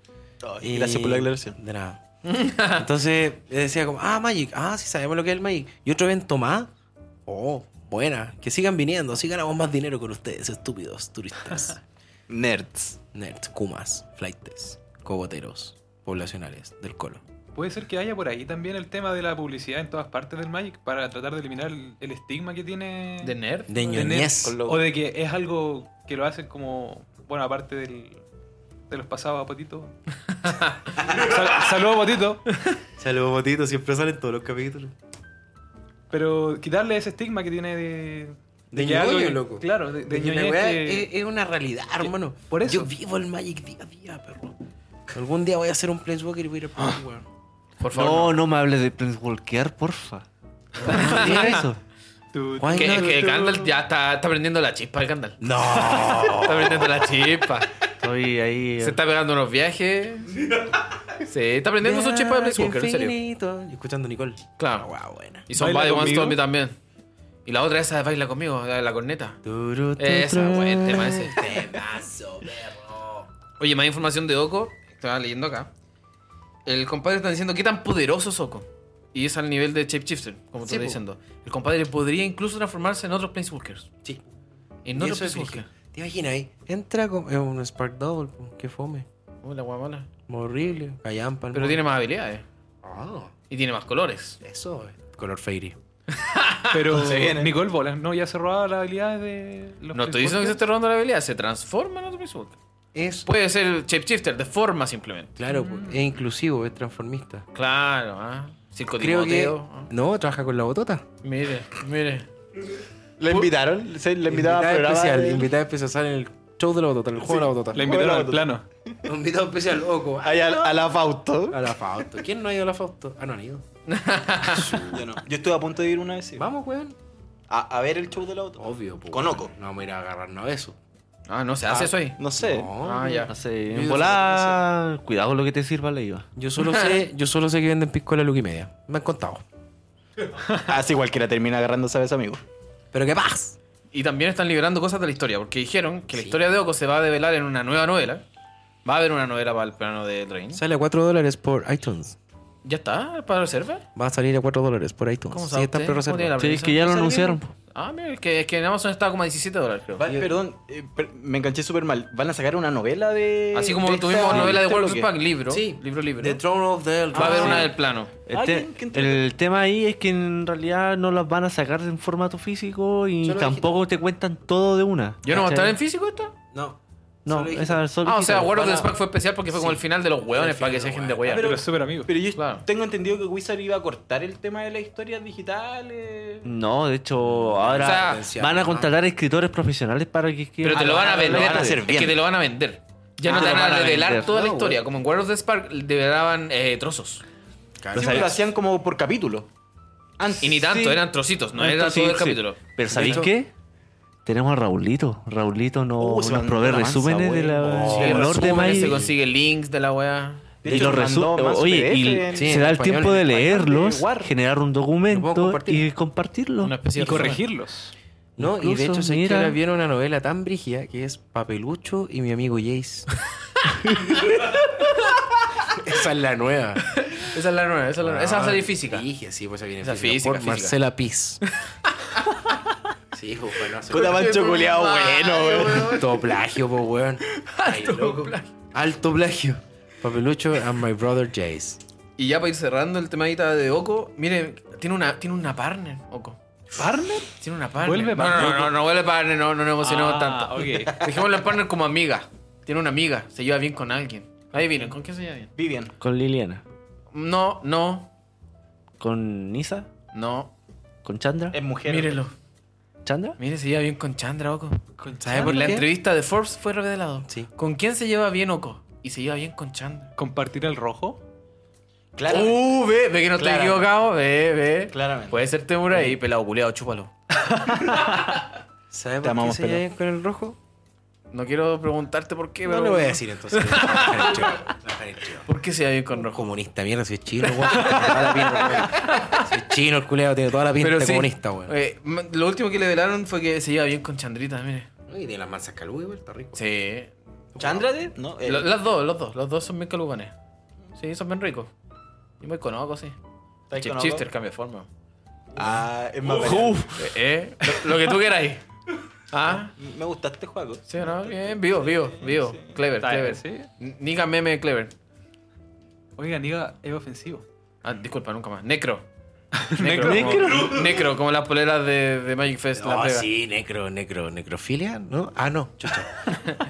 [SPEAKER 6] Y-
[SPEAKER 2] Gracias por la aclaración.
[SPEAKER 6] De nada. Entonces decía como, ah, Magic, ah, sí sabemos lo que es el Magic. Y otro evento más, oh, buena, que sigan viniendo, así ganamos más dinero con ustedes, estúpidos turistas.
[SPEAKER 2] Nerds.
[SPEAKER 6] Nerds, kumas, flightes, cogoteros, poblacionales, del colo.
[SPEAKER 5] Puede ser que haya por ahí también el tema de la publicidad en todas partes del Magic para tratar de eliminar el, el estigma que tiene.
[SPEAKER 1] ¿De nerd?
[SPEAKER 6] De
[SPEAKER 5] de nerd.
[SPEAKER 6] ñoñez.
[SPEAKER 5] O de que es algo que lo hacen como. Bueno, aparte del, de los pasados a Potito. Sal- Saludos, Potito.
[SPEAKER 6] Saludos, Botito, siempre salen todos los capítulos.
[SPEAKER 5] Pero quitarle ese estigma que tiene de.
[SPEAKER 6] De
[SPEAKER 5] que
[SPEAKER 6] ñoño,
[SPEAKER 5] algo
[SPEAKER 6] loco.
[SPEAKER 5] Claro, de, de
[SPEAKER 6] Porque la
[SPEAKER 5] ñoñez
[SPEAKER 6] weá
[SPEAKER 5] que-
[SPEAKER 6] es, es una realidad, hermano.
[SPEAKER 5] por eso.
[SPEAKER 6] Yo vivo el Magic día a día, perro. Algún día voy a hacer un Planeswalker y voy a ir al Planeswalker. weón.
[SPEAKER 1] Por favor.
[SPEAKER 3] No, no me hables de Planeswalker, porfa. Mira eso?
[SPEAKER 5] tu-
[SPEAKER 6] Juan-
[SPEAKER 1] Que,
[SPEAKER 6] Ay, no,
[SPEAKER 1] que
[SPEAKER 6] tú-
[SPEAKER 1] Gandalf ya está, está prendiendo la chispa, el Gandalf.
[SPEAKER 6] No.
[SPEAKER 1] Está prendiendo la chispa.
[SPEAKER 3] Estoy ahí. eh.
[SPEAKER 1] Se está pegando unos viajes. Sí, está prendiendo su chispa de Planeswalker, en serio.
[SPEAKER 6] Infinito. Y escuchando a Nicole.
[SPEAKER 1] Claro.
[SPEAKER 6] Ah, Guau, buena.
[SPEAKER 1] Y son
[SPEAKER 5] ¿Baila
[SPEAKER 1] Body One
[SPEAKER 5] conmigo?
[SPEAKER 1] Zombie también. Y la otra esa es Baila conmigo, la, de la corneta. Esa, buen tema ese.
[SPEAKER 6] Temazo, perro.
[SPEAKER 1] Oye, más información de Oco. Estaba leyendo acá. El compadre está diciendo qué tan poderoso es Oco. Y es al nivel de Shapeshifter, como te
[SPEAKER 6] Sí,
[SPEAKER 1] estoy
[SPEAKER 6] po.
[SPEAKER 1] diciendo. El compadre podría incluso transformarse en otros Planeswalkers.
[SPEAKER 6] Sí.
[SPEAKER 1] En
[SPEAKER 6] No
[SPEAKER 1] otros
[SPEAKER 6] eso es
[SPEAKER 1] Planeswalkers.
[SPEAKER 6] brígido. Te imaginas eh? ahí. Entra con. Es un Spark Double. po, Qué fome.
[SPEAKER 1] Uy, la guamala.
[SPEAKER 6] Horrible. Callampa. el
[SPEAKER 1] Pero
[SPEAKER 6] mono.
[SPEAKER 1] tiene más habilidades.
[SPEAKER 6] Ah,
[SPEAKER 1] Y tiene más colores.
[SPEAKER 6] eso. eh. Color fairy.
[SPEAKER 5] Pero Nicole Bolas, ¿no? Ya se robaba las habilidades de los
[SPEAKER 1] No estoy diciendo que se esté robando la habilidad, se transforma en otro Planeswalker.
[SPEAKER 6] Es.
[SPEAKER 1] Puede ser shapeshifter, de forma simplemente.
[SPEAKER 6] Claro, po, es inclusivo, es transformista.
[SPEAKER 1] Claro, ¿ah?
[SPEAKER 6] Creo que.
[SPEAKER 1] Circotimoteo. ¿ah?
[SPEAKER 6] No, trabaja con la botota.
[SPEAKER 1] Mire, mire.
[SPEAKER 2] ¿La invitaron? Se- ¿La invitaba al programa?
[SPEAKER 6] especial.
[SPEAKER 2] de-
[SPEAKER 6] Invitada especial sale en el show de la botota, en el juego de la botota.
[SPEAKER 5] La invitaron
[SPEAKER 2] Hola,
[SPEAKER 5] al
[SPEAKER 2] Potito.
[SPEAKER 5] plano.
[SPEAKER 6] Un invitado especial, loco.
[SPEAKER 2] Ahí al- a, la Fausto.
[SPEAKER 6] A la Fausto. ¿Quién no ha ido a la Fausto? Ah, no han ido.
[SPEAKER 2] Yo no. Yo estuve a punto de ir una vez. sí.
[SPEAKER 6] Vamos, weón.
[SPEAKER 2] A, a ver el show de la otra.
[SPEAKER 6] Obvio, po.
[SPEAKER 2] Con Oco.
[SPEAKER 6] No vamos a ir a agarrarnos a eso.
[SPEAKER 1] Ah, no se hace eso ahí.
[SPEAKER 2] No sé.
[SPEAKER 1] Ah, ya.
[SPEAKER 3] No sé,
[SPEAKER 6] Yo
[SPEAKER 3] en volar. Cuidado con lo que te sirva la IVA.
[SPEAKER 6] Yo solo sé, yo solo sé que venden pisco a la y media. Me han contado.
[SPEAKER 2] Así cualquiera termina agarrándose a veces, amigo.
[SPEAKER 6] Pero qué pasa.
[SPEAKER 1] Y también están liberando cosas de la historia, porque dijeron que la historia de Oco se va a develar en una nueva novela. Va a haber una novela para el plano de Drain.
[SPEAKER 6] Sale a 4 dólares por iTunes.
[SPEAKER 1] ¿Ya está? ¿Para reserva?
[SPEAKER 6] Va a salir a 4 dólares por iTunes.
[SPEAKER 1] ¿Cómo
[SPEAKER 6] Sí,
[SPEAKER 1] sabe
[SPEAKER 6] está
[SPEAKER 1] usted?
[SPEAKER 6] pre-reserva.
[SPEAKER 1] ¿Cómo tiene la
[SPEAKER 3] Sí, es
[SPEAKER 1] prensa?
[SPEAKER 3] que ya lo
[SPEAKER 2] ¿Sale
[SPEAKER 3] anunciaron.
[SPEAKER 2] bien?
[SPEAKER 1] Ah, mira, es que, es que en Amazon estaba como a 17 dólares, creo.
[SPEAKER 2] Va- perdón, eh, per- me enganché súper mal. ¿Van a sacar una novela de.
[SPEAKER 1] Así como
[SPEAKER 2] de
[SPEAKER 1] tuvimos
[SPEAKER 2] esta-
[SPEAKER 1] novela de
[SPEAKER 2] este
[SPEAKER 1] World
[SPEAKER 2] bloque?
[SPEAKER 1] Pack, libro.
[SPEAKER 6] Sí.
[SPEAKER 1] Libro, libro.
[SPEAKER 6] The Throne of the Elder.
[SPEAKER 1] Va a haber
[SPEAKER 6] Sí.
[SPEAKER 1] una del plano.
[SPEAKER 3] El,
[SPEAKER 2] Ah,
[SPEAKER 3] te-
[SPEAKER 2] ¿quién- quién te-
[SPEAKER 3] el tema ahí es que en realidad no las van a sacar en formato físico y
[SPEAKER 6] Solo
[SPEAKER 3] tampoco te cuentan todo de una.
[SPEAKER 1] ¿Yo no voy a
[SPEAKER 3] ¿cachai?
[SPEAKER 1] estar en físico esto?
[SPEAKER 6] No.
[SPEAKER 3] No,
[SPEAKER 6] Solo digital.
[SPEAKER 3] esa es solo
[SPEAKER 1] Ah, o sea,
[SPEAKER 3] digital.
[SPEAKER 1] World of the
[SPEAKER 6] Van a-
[SPEAKER 1] Smack fue especial porque fue como el final de los hueones Ah, para que se dejen de huear.
[SPEAKER 5] Pero es súper amigo.
[SPEAKER 2] Pero yo
[SPEAKER 1] Claro.
[SPEAKER 2] tengo entendido que Wizard iba a cortar el tema de las historias digitales.
[SPEAKER 3] No, de hecho, ahora
[SPEAKER 1] O
[SPEAKER 6] sea,
[SPEAKER 3] van a
[SPEAKER 6] ¿no?
[SPEAKER 3] contratar escritores profesionales para que escriban.
[SPEAKER 1] Pero te lo van a vender.
[SPEAKER 2] van a hacer
[SPEAKER 1] es
[SPEAKER 2] bien.
[SPEAKER 1] que te lo van a vender. Ya no
[SPEAKER 3] Ah,
[SPEAKER 1] te van a
[SPEAKER 3] te lo van a
[SPEAKER 1] revelar
[SPEAKER 3] vender.
[SPEAKER 1] toda la
[SPEAKER 3] No,
[SPEAKER 1] historia. Como en World of the Spark, develaban eh, trozos.
[SPEAKER 6] Claro.
[SPEAKER 2] Siempre lo hacían como por capítulo.
[SPEAKER 1] Y ni tanto, eran trocitos, no era
[SPEAKER 3] Esto sí,
[SPEAKER 1] todo el
[SPEAKER 3] sí.
[SPEAKER 1] capítulo.
[SPEAKER 3] Pero ¿sabéis
[SPEAKER 6] hecho-
[SPEAKER 3] qué? Tenemos a Raulito. Raulito no,
[SPEAKER 2] Uh, se
[SPEAKER 3] nos
[SPEAKER 2] mandó
[SPEAKER 3] provee
[SPEAKER 2] una mansa,
[SPEAKER 3] resúmenes de la
[SPEAKER 2] güey.
[SPEAKER 1] Sí,
[SPEAKER 3] del
[SPEAKER 2] el
[SPEAKER 3] norte de
[SPEAKER 1] resúmenes,
[SPEAKER 3] Mayo.
[SPEAKER 1] se consigue links de la weá.
[SPEAKER 2] De
[SPEAKER 3] y
[SPEAKER 2] hecho,
[SPEAKER 3] los
[SPEAKER 2] mandó
[SPEAKER 3] resu-
[SPEAKER 2] más
[SPEAKER 3] Oye,
[SPEAKER 2] PDF
[SPEAKER 3] y
[SPEAKER 2] en-
[SPEAKER 6] sí,
[SPEAKER 3] se da el
[SPEAKER 6] español,
[SPEAKER 3] tiempo de
[SPEAKER 2] en español de
[SPEAKER 3] leerlos,
[SPEAKER 2] War.
[SPEAKER 3] generar un
[SPEAKER 6] Lo puedo
[SPEAKER 3] documento
[SPEAKER 6] compartir.
[SPEAKER 3] y compartirlo.
[SPEAKER 1] Una especie
[SPEAKER 5] Y
[SPEAKER 1] de resumen.
[SPEAKER 5] corregirlos.
[SPEAKER 6] No, y de
[SPEAKER 3] Incluso,
[SPEAKER 6] hecho, se
[SPEAKER 3] mira.
[SPEAKER 6] quiere viene una novela tan brígida que es Papelucho y mi amigo Jace. Esa es la nueva.
[SPEAKER 1] Esa es la nueva, esa es la nueva. Esa va a salir física.
[SPEAKER 6] Dije, sí, pues esa viene
[SPEAKER 1] Esa
[SPEAKER 6] física.
[SPEAKER 1] física,
[SPEAKER 6] por
[SPEAKER 1] física.
[SPEAKER 6] Marcela Piz. sí, pues bueno. hace-
[SPEAKER 2] Puta mancho culiao, bueno, weón.
[SPEAKER 6] Alto plagio, pues weón. Alto plagio. Alto plagio. Papelucho and my brother Jace.
[SPEAKER 1] Y ya para ir cerrando el temadita de Oco, mire, tiene una, tiene una partner, Oco.
[SPEAKER 5] ¿Partner?
[SPEAKER 1] Tiene una partner.
[SPEAKER 5] Vuelve
[SPEAKER 1] no,
[SPEAKER 5] partner,
[SPEAKER 1] no, no, no, no vuelve partner, no, no nos emocionemos
[SPEAKER 5] Ah,
[SPEAKER 1] tanto.
[SPEAKER 5] ok.
[SPEAKER 1] Dejémosle al partner como amiga. Tiene una amiga, se lleva bien con alguien. Adivinen, ¿con quién se lleva bien?
[SPEAKER 2] Vivian.
[SPEAKER 3] Con Liliana,
[SPEAKER 1] No, no,
[SPEAKER 3] con Nisa,
[SPEAKER 1] no.
[SPEAKER 3] con Chandra.
[SPEAKER 1] Eh,
[SPEAKER 2] Es mujer.
[SPEAKER 1] Mírelo.
[SPEAKER 3] ¿Chandra?
[SPEAKER 1] Mire, se lleva bien con Chandra, Oco. ¿Sabes?
[SPEAKER 5] Chandra?
[SPEAKER 1] Por la
[SPEAKER 5] ¿Qué?
[SPEAKER 1] entrevista de Forbes fue revelado.
[SPEAKER 6] Sí.
[SPEAKER 1] ¿Con quién se lleva bien, Oco? Y se lleva bien con Chandra.
[SPEAKER 5] Compartir el rojo.
[SPEAKER 2] Clara.
[SPEAKER 1] Uh, ve, ve que no estoy
[SPEAKER 2] Claramente.
[SPEAKER 1] equivocado. Ve, ve.
[SPEAKER 2] Claramente.
[SPEAKER 1] Puede ser Temura ahí, pelado, culeado, chúpalo.
[SPEAKER 6] ¿Sabes
[SPEAKER 2] Te
[SPEAKER 6] por qué
[SPEAKER 2] amamos,
[SPEAKER 6] se
[SPEAKER 2] pelado.
[SPEAKER 6] llevan con el rojo?
[SPEAKER 1] No quiero preguntarte por qué,
[SPEAKER 6] No
[SPEAKER 1] pero.
[SPEAKER 6] le voy a decir entonces. Voy a dejar el chivo, voy a dejar el chivo.
[SPEAKER 1] ¿Por qué se lleva bien con Rojo?
[SPEAKER 6] Comunista, mierda, soy chino, weón. Tiene toda la pinta, weón. Soy chino, el culeado tiene toda la pinta de
[SPEAKER 1] sí,
[SPEAKER 6] comunista, weón.
[SPEAKER 1] eh, m- lo último que le velaron fue que se lleva bien con Chandrita, mire.
[SPEAKER 6] Y tiene las mansas calugas, weón, está rico.
[SPEAKER 1] Sí.
[SPEAKER 2] ¿Chandrade? No. eh,
[SPEAKER 1] Lo- las dos, los dos. Los dos son bien calugones. Sí, son bien ricos. Yo me conozco, sí.
[SPEAKER 2] ¿estáis
[SPEAKER 1] Chip
[SPEAKER 2] con algo?
[SPEAKER 1] Shifter cambia de forma.
[SPEAKER 2] Ah, es más
[SPEAKER 1] Uf. Eh, eh, lo, lo que tú queráis. Ah,
[SPEAKER 2] bacán. Me gusta este juego.
[SPEAKER 1] sí, o ¿no? Bien, vivo, vivo, vivo. Clever,
[SPEAKER 5] Está
[SPEAKER 1] clever.
[SPEAKER 5] bien,
[SPEAKER 1] N- Niga meme clever.
[SPEAKER 5] Oiga, diga, es ofensivo.
[SPEAKER 1] Ah, disculpa, nunca más. Necro. Necro. Como, necro, como las poleras de, de Magic Fest. Las
[SPEAKER 6] Oh,
[SPEAKER 1] Vegas.
[SPEAKER 6] sí, necro, necro, necrofilia, ¿no? Ah, no, chucha.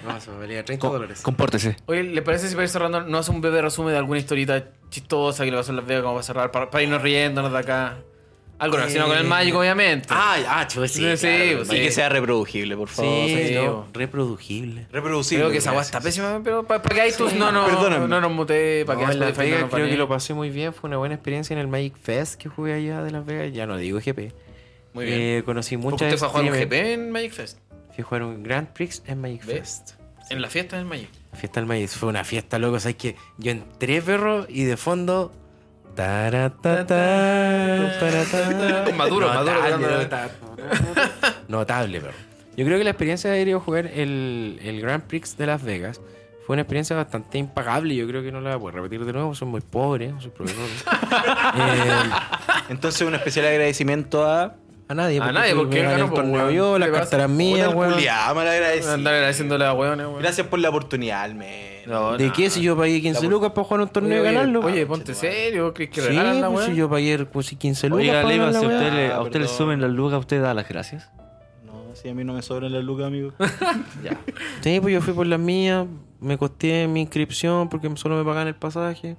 [SPEAKER 6] No, se me valía 30 dólares.
[SPEAKER 3] Compórtese.
[SPEAKER 1] Oye, ¿le parece si para ir cerrando no hace un breve resumen de alguna historita chistosa que le pasó en Las Vegas como para cerrar? Para, para irnos riéndonos de acá. Algo relacionado con el Magic, obviamente.
[SPEAKER 6] Eh, Ah, ah, chucha, sí.
[SPEAKER 1] Sí, sí,
[SPEAKER 6] claro,
[SPEAKER 1] sí.
[SPEAKER 2] Y que sea reproducible, por favor.
[SPEAKER 6] Sí,
[SPEAKER 1] sí,
[SPEAKER 6] no,
[SPEAKER 1] sí.
[SPEAKER 6] reproducible.
[SPEAKER 2] Reproducible.
[SPEAKER 1] creo que esa agua está pésima, pero para que iTunes no, no,
[SPEAKER 2] Perdóname.
[SPEAKER 1] no nos mutee, para
[SPEAKER 6] No,
[SPEAKER 1] que
[SPEAKER 6] en Las
[SPEAKER 1] Spotify
[SPEAKER 6] Vegas
[SPEAKER 1] no nos
[SPEAKER 6] creo
[SPEAKER 1] banee.
[SPEAKER 6] que lo pasé muy bien. Fue una buena experiencia en el Magic Fest que jugué allá de Las Vegas. Ya no digo GP.
[SPEAKER 1] Muy bien.
[SPEAKER 6] Eh, conocí
[SPEAKER 1] Porque
[SPEAKER 6] muchas
[SPEAKER 1] usted fue a jugar un
[SPEAKER 6] streamers.
[SPEAKER 1] GP en Magic Fest.
[SPEAKER 6] Fui a jugar un Grand Prix en Magic
[SPEAKER 1] ¿Ves?
[SPEAKER 6] Fest.
[SPEAKER 1] En la fiesta del Magic.
[SPEAKER 6] Fiesta del Maíz. Fue una fiesta, loco. Sabes que yo entré, perro, y de fondo. taratata, taratata.
[SPEAKER 1] Maduro, Maduro,
[SPEAKER 6] Notable,
[SPEAKER 1] dándole-
[SPEAKER 6] notable. Notable, perro. Yo creo que la experiencia de haber ido a jugar el, el Grand Prix de Las Vegas fue una experiencia bastante impagable. Yo creo que no la voy a repetir de nuevo. Son muy pobres, son proveedores. Eh,
[SPEAKER 2] Entonces, un especial agradecimiento a.
[SPEAKER 6] a nadie,
[SPEAKER 1] A nadie, porque
[SPEAKER 6] yo gané
[SPEAKER 1] ganó,
[SPEAKER 6] el
[SPEAKER 1] pues,
[SPEAKER 6] torneo
[SPEAKER 1] weón.
[SPEAKER 6] yo,
[SPEAKER 1] ¿Qué
[SPEAKER 6] la
[SPEAKER 1] le
[SPEAKER 6] carta
[SPEAKER 1] pasa?
[SPEAKER 6] era mía,
[SPEAKER 2] Puta,
[SPEAKER 6] weón.
[SPEAKER 2] culiao, mal agradecido.
[SPEAKER 1] Andar agradeciéndole a hueones, weón.
[SPEAKER 2] Gracias por la oportunidad, al menos.
[SPEAKER 1] No,
[SPEAKER 6] ¿De
[SPEAKER 1] nah.
[SPEAKER 6] qué si yo pagué 15
[SPEAKER 2] La-
[SPEAKER 6] lucas para jugar un torneo y
[SPEAKER 1] Oye,
[SPEAKER 6] ganarlo?
[SPEAKER 1] Oye, ponte serio, ¿crees que
[SPEAKER 6] Sí,
[SPEAKER 1] regalan la
[SPEAKER 6] pues,
[SPEAKER 1] weá?
[SPEAKER 6] si yo pagué el- pues, si 15 lucas.
[SPEAKER 3] Oiga,
[SPEAKER 6] para
[SPEAKER 3] Leiva,
[SPEAKER 6] ganar la
[SPEAKER 3] si a
[SPEAKER 6] weá.
[SPEAKER 3] usted, le, a
[SPEAKER 2] Ah,
[SPEAKER 3] usted le
[SPEAKER 2] perdón.
[SPEAKER 3] suben las lucas, usted da las gracias.
[SPEAKER 2] No, si a mí no me sobran las lucas, amigo.
[SPEAKER 6] Sí, pues yo fui por las mías, me costé mi inscripción porque solo me pagan el pasaje.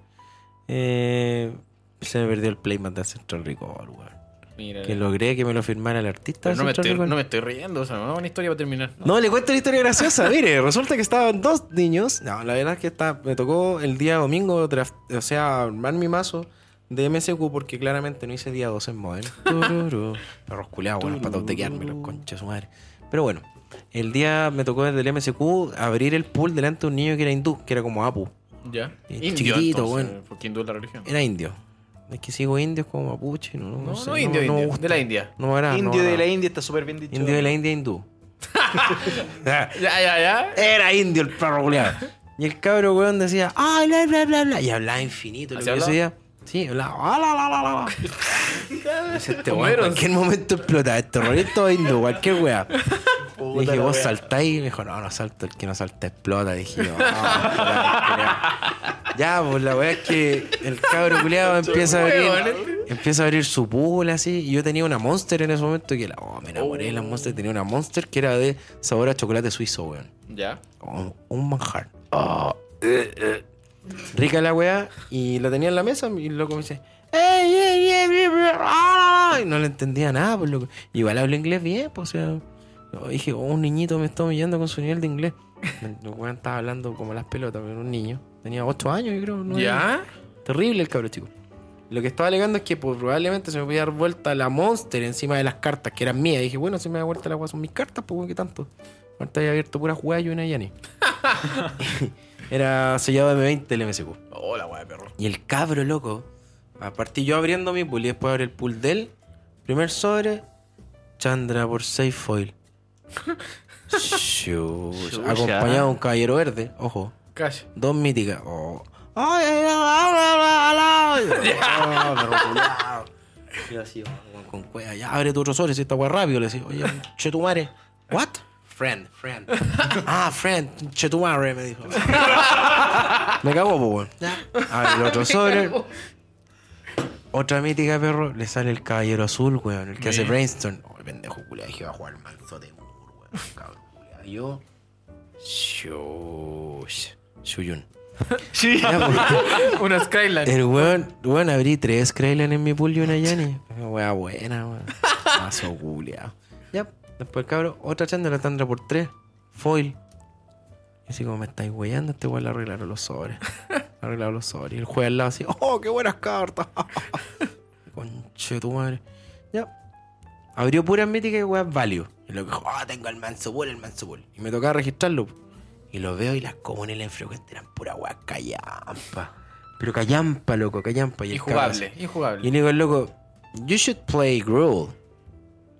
[SPEAKER 6] Eh, se me perdió el playmat de Central Record, weón.
[SPEAKER 1] Mira,
[SPEAKER 6] Que logré que me lo firmara el artista.
[SPEAKER 1] pero
[SPEAKER 6] de
[SPEAKER 1] no me,
[SPEAKER 6] Central
[SPEAKER 1] estoy,
[SPEAKER 6] Record.
[SPEAKER 1] no me estoy riendo, o sea, no es una historia para terminar.
[SPEAKER 6] No, le cuento una historia graciosa. Mire, resulta que estaban dos niños. No, la verdad es que está, me tocó el día domingo, draft- o sea, armar mi mazo de MSQ porque claramente no hice día 12 en Modern. Tururú. Perros culiados, buenos para tautequearme, los conches su madre. Pero bueno, el día me tocó desde el MSQ abrir el pool delante de un niño que era hindú, que era como Apu.
[SPEAKER 1] Ya.
[SPEAKER 6] Eh, chiquitito, bueno.
[SPEAKER 1] Porque hindú es la religión.
[SPEAKER 6] Era indio. Es que sigo indios como mapuche, no, no,
[SPEAKER 1] No,
[SPEAKER 6] sé,
[SPEAKER 1] no, indio,
[SPEAKER 6] me
[SPEAKER 1] indio.
[SPEAKER 6] gusta.
[SPEAKER 1] De la India.
[SPEAKER 6] No me agrada, no me
[SPEAKER 2] Indio de la
[SPEAKER 6] agrada.
[SPEAKER 2] India está súper bien dicho.
[SPEAKER 6] Indio de la India, hindú.
[SPEAKER 1] Ya, ya, ya.
[SPEAKER 6] Era indio el perro culiado. Y el cabro weón decía, ah, bla, bla, bla, bla. Y hablaba infinito. Lo
[SPEAKER 1] ¿Así
[SPEAKER 6] que
[SPEAKER 1] hablaba?
[SPEAKER 6] decía. Sí, hablaba. "Ah, la, la, la, la, la". Dice este
[SPEAKER 1] Como
[SPEAKER 6] weón, en
[SPEAKER 1] Eros.
[SPEAKER 6] cualquier momento este explota. El terrorista indio, cualquier weá. Le dije,
[SPEAKER 2] la
[SPEAKER 6] vos
[SPEAKER 2] wea.
[SPEAKER 6] saltáis. Me dijo, no, no salto. El que no salta explota. Dije, yo, "Ah, puta, culiao". Ya, pues la weá es que el cabro culiado empieza a abrir. Empieza a abrir su púbula así. Y yo tenía una monster en ese momento que la. Oh, me enamoré de la monster. Tenía una monster que era de sabor a chocolate suizo, weón.
[SPEAKER 1] Ya.
[SPEAKER 6] Oh, un manjar. Oh, eh, eh. Rica la weá. Y la tenía en la mesa y el loco me dice. "Ey, ey, ey, ey, ey, ah". Y no le entendía nada, pues loco. Igual hablo inglés bien, pues o sea. yo Dije, oh, un niñito me está humillando con su nivel de inglés. El weón estaba hablando como las pelotas, pero era un niño. Tenía 8 años, yo creo. nueve años.
[SPEAKER 1] ¿Ya?
[SPEAKER 6] Terrible el cabro chico. Lo que estaba alegando es que pues, probablemente se me podía dar vuelta la monster encima de las cartas, que eran mías. Y dije, bueno, si me da vuelta la agua son mis cartas, pues, weón, ¿qué tanto? Ahorita había abierto pura jugada y una Yanni. Era sellado M20 el MSQ.
[SPEAKER 1] Hola, Oh, weá, perro.
[SPEAKER 6] Y el cabro loco, a partir yo abriendo mi pool y después abre el pool de él, primer sobre, Chandra por 6 foil. Shush. Acompañado de un caballero verde, ojo.
[SPEAKER 1] Cash.
[SPEAKER 6] Dos míticas. Oh. Ay, ay, ay, ay, ay, ay, ay. Oh, perro culiao. Yo así, oh, weón, con cueva. Ya abre tu otro sobre si esta weá rápido. Le decía, oye, chetumare. ¿What? Friend, friend. ah, friend, chetumare, me dijo. me cagó, po, weón. Ya. Abre el otro sobre. Otra mítica, perro. Le sale el caballero azul, weón. El que hace brainstorm. Oh, el pendejo culiao. Dije, va a jugar manzo de mur, weón. Cabrón, culiao. Y Yo. Shush. Shuyun.
[SPEAKER 1] Sí.
[SPEAKER 6] Ya, po.
[SPEAKER 1] Una Skyline.
[SPEAKER 6] El weón, weón, abrí tres Kraylan en mi pool y una Yanni. Wea buena, weón. Mazo culiao. Ya, después cabro, otra chanda la Tandra por tres. Foil. Y así como me estáis weyando, este weón le arreglaron los sobres. Le Arreglaron los sobres. Y el juez al lado así, oh, qué buenas cartas. Conche tu madre. Ya. Abrió pura mítica y weón value. Y lo que dijo, oh, tengo el manso pool, el manso pool. Y me tocaba registrarlo. Y lo veo y las comunes en frecuente eran pura weá callampa. Pero callampa, loco, callampa. Y el cabro así,
[SPEAKER 1] Injugable, injugable.
[SPEAKER 6] y le digo al loco, you should play Gruul.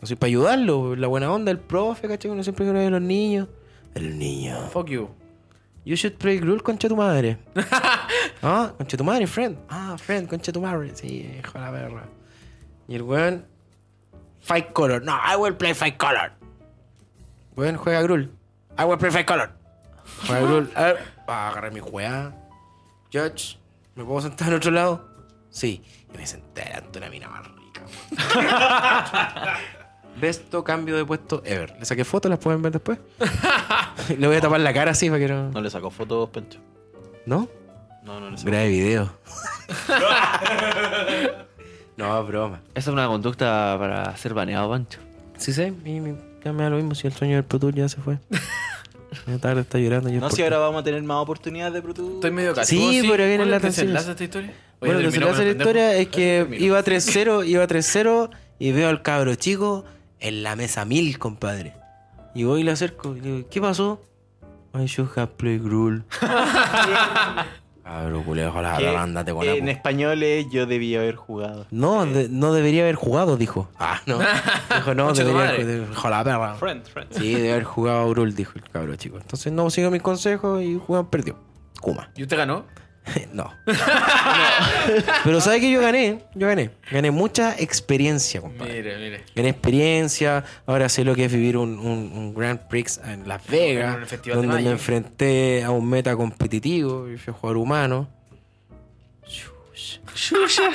[SPEAKER 6] Así para ayudarlo, la buena onda, el profe, ¿cachai? Uno siempre quiere de los niños. El niño.
[SPEAKER 1] Fuck you.
[SPEAKER 6] You should play Gruul, concha tu madre. ah, concha tu madre, friend. Ah, friend, concha tu madre. Sí, hijo de la perra. Y el weón, Fight Color. No, I will play Fight Color. Weón, juega Gruul. I will play Fight Color. Juega Gruul. A ver, ah, agarré mi weá. Judge, ¿me puedo sentar al otro lado? Sí. Y me senté delante de una mina más rica. weón. Besto cambio de puesto ever. Le saqué fotos, las pueden ver después. Le voy a tapar la cara así para que no.
[SPEAKER 2] No le sacó fotos, Pencho.
[SPEAKER 6] ¿No?
[SPEAKER 2] No, no le sacó.
[SPEAKER 6] Grave video. no, broma.
[SPEAKER 3] Esa es una conducta para ser baneado, Pancho.
[SPEAKER 6] Sí sé, y me- ya me da lo mismo si el sueño del Pro Tour ya se fue. Ya tarde está llorando. yo
[SPEAKER 2] No,
[SPEAKER 6] por
[SPEAKER 2] si
[SPEAKER 6] ti.
[SPEAKER 2] ahora vamos a tener más oportunidades de Pro Tour.
[SPEAKER 1] Estoy medio casi.
[SPEAKER 6] Sí, pero viene la
[SPEAKER 1] atención.
[SPEAKER 6] canción.
[SPEAKER 1] ¿Desenlaza esta historia? Oye,
[SPEAKER 6] Bueno, lo que se
[SPEAKER 1] terminó
[SPEAKER 6] le
[SPEAKER 1] con
[SPEAKER 6] hace la
[SPEAKER 1] el pendejo.
[SPEAKER 6] historia es que
[SPEAKER 1] Terminó.
[SPEAKER 6] iba 3-0, iba 3-0 y veo al cabro chico en la mesa 1000, compadre. Y voy y le acerco y le digo, ¿qué pasó? I should have played Gruul. Cabro, culeo, la
[SPEAKER 2] Que
[SPEAKER 6] ándate con la
[SPEAKER 2] en español es yo debía haber jugado.
[SPEAKER 6] No, de- no debería haber jugado, dijo. Ah, no. Dijo, no,
[SPEAKER 1] Concha tu
[SPEAKER 6] debería
[SPEAKER 1] madre.
[SPEAKER 6] haber jugado. Dijo, la perra.
[SPEAKER 5] Friend, friend.
[SPEAKER 6] Sí, debe haber jugado Urul, dijo el cabro chico. Entonces no siguió mis consejos y Juan perdió. Kuma.
[SPEAKER 1] ¿Y usted ganó?
[SPEAKER 6] no. Pero ¿sabe que yo gané? Yo gané. Gané mucha experiencia, compadre.
[SPEAKER 1] Mire, mire.
[SPEAKER 6] Gané experiencia. Ahora sé lo que es vivir un, un- un Grand Prix en Las Vegas.
[SPEAKER 1] En el Festival de
[SPEAKER 6] Donde me
[SPEAKER 1] Mayo.
[SPEAKER 6] enfrenté a un meta competitivo. Yo fui a jugar humano. Chucha.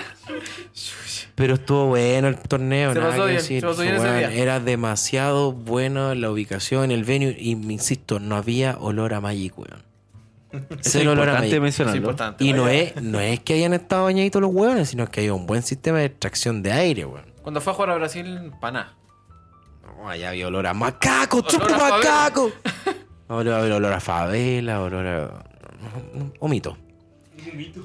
[SPEAKER 6] Pero estuvo bueno el torneo.
[SPEAKER 1] Se
[SPEAKER 6] nada
[SPEAKER 1] pasó
[SPEAKER 6] que
[SPEAKER 1] bien,
[SPEAKER 6] decir.
[SPEAKER 1] se pasó bien ese
[SPEAKER 6] Weón,
[SPEAKER 1] día.
[SPEAKER 6] Era demasiado bueno la ubicación, el venue. Y me insisto, no había olor a Magic, weón.
[SPEAKER 3] Eso es
[SPEAKER 6] Cero olor
[SPEAKER 3] importante
[SPEAKER 6] a Magic.
[SPEAKER 1] Es
[SPEAKER 3] mencionarlo.
[SPEAKER 1] importante.
[SPEAKER 6] Y no
[SPEAKER 1] vaya.
[SPEAKER 6] es, no es que hayan estado bañaditos los hueones, sino que hay un buen sistema de extracción de aire, weón.
[SPEAKER 1] Cuando fue a jugar a Brasil, paná.
[SPEAKER 6] No, allá había olor a macaco, chupa
[SPEAKER 1] a favela.
[SPEAKER 6] macaco. Olor, había olor a favela, olor a. Omito.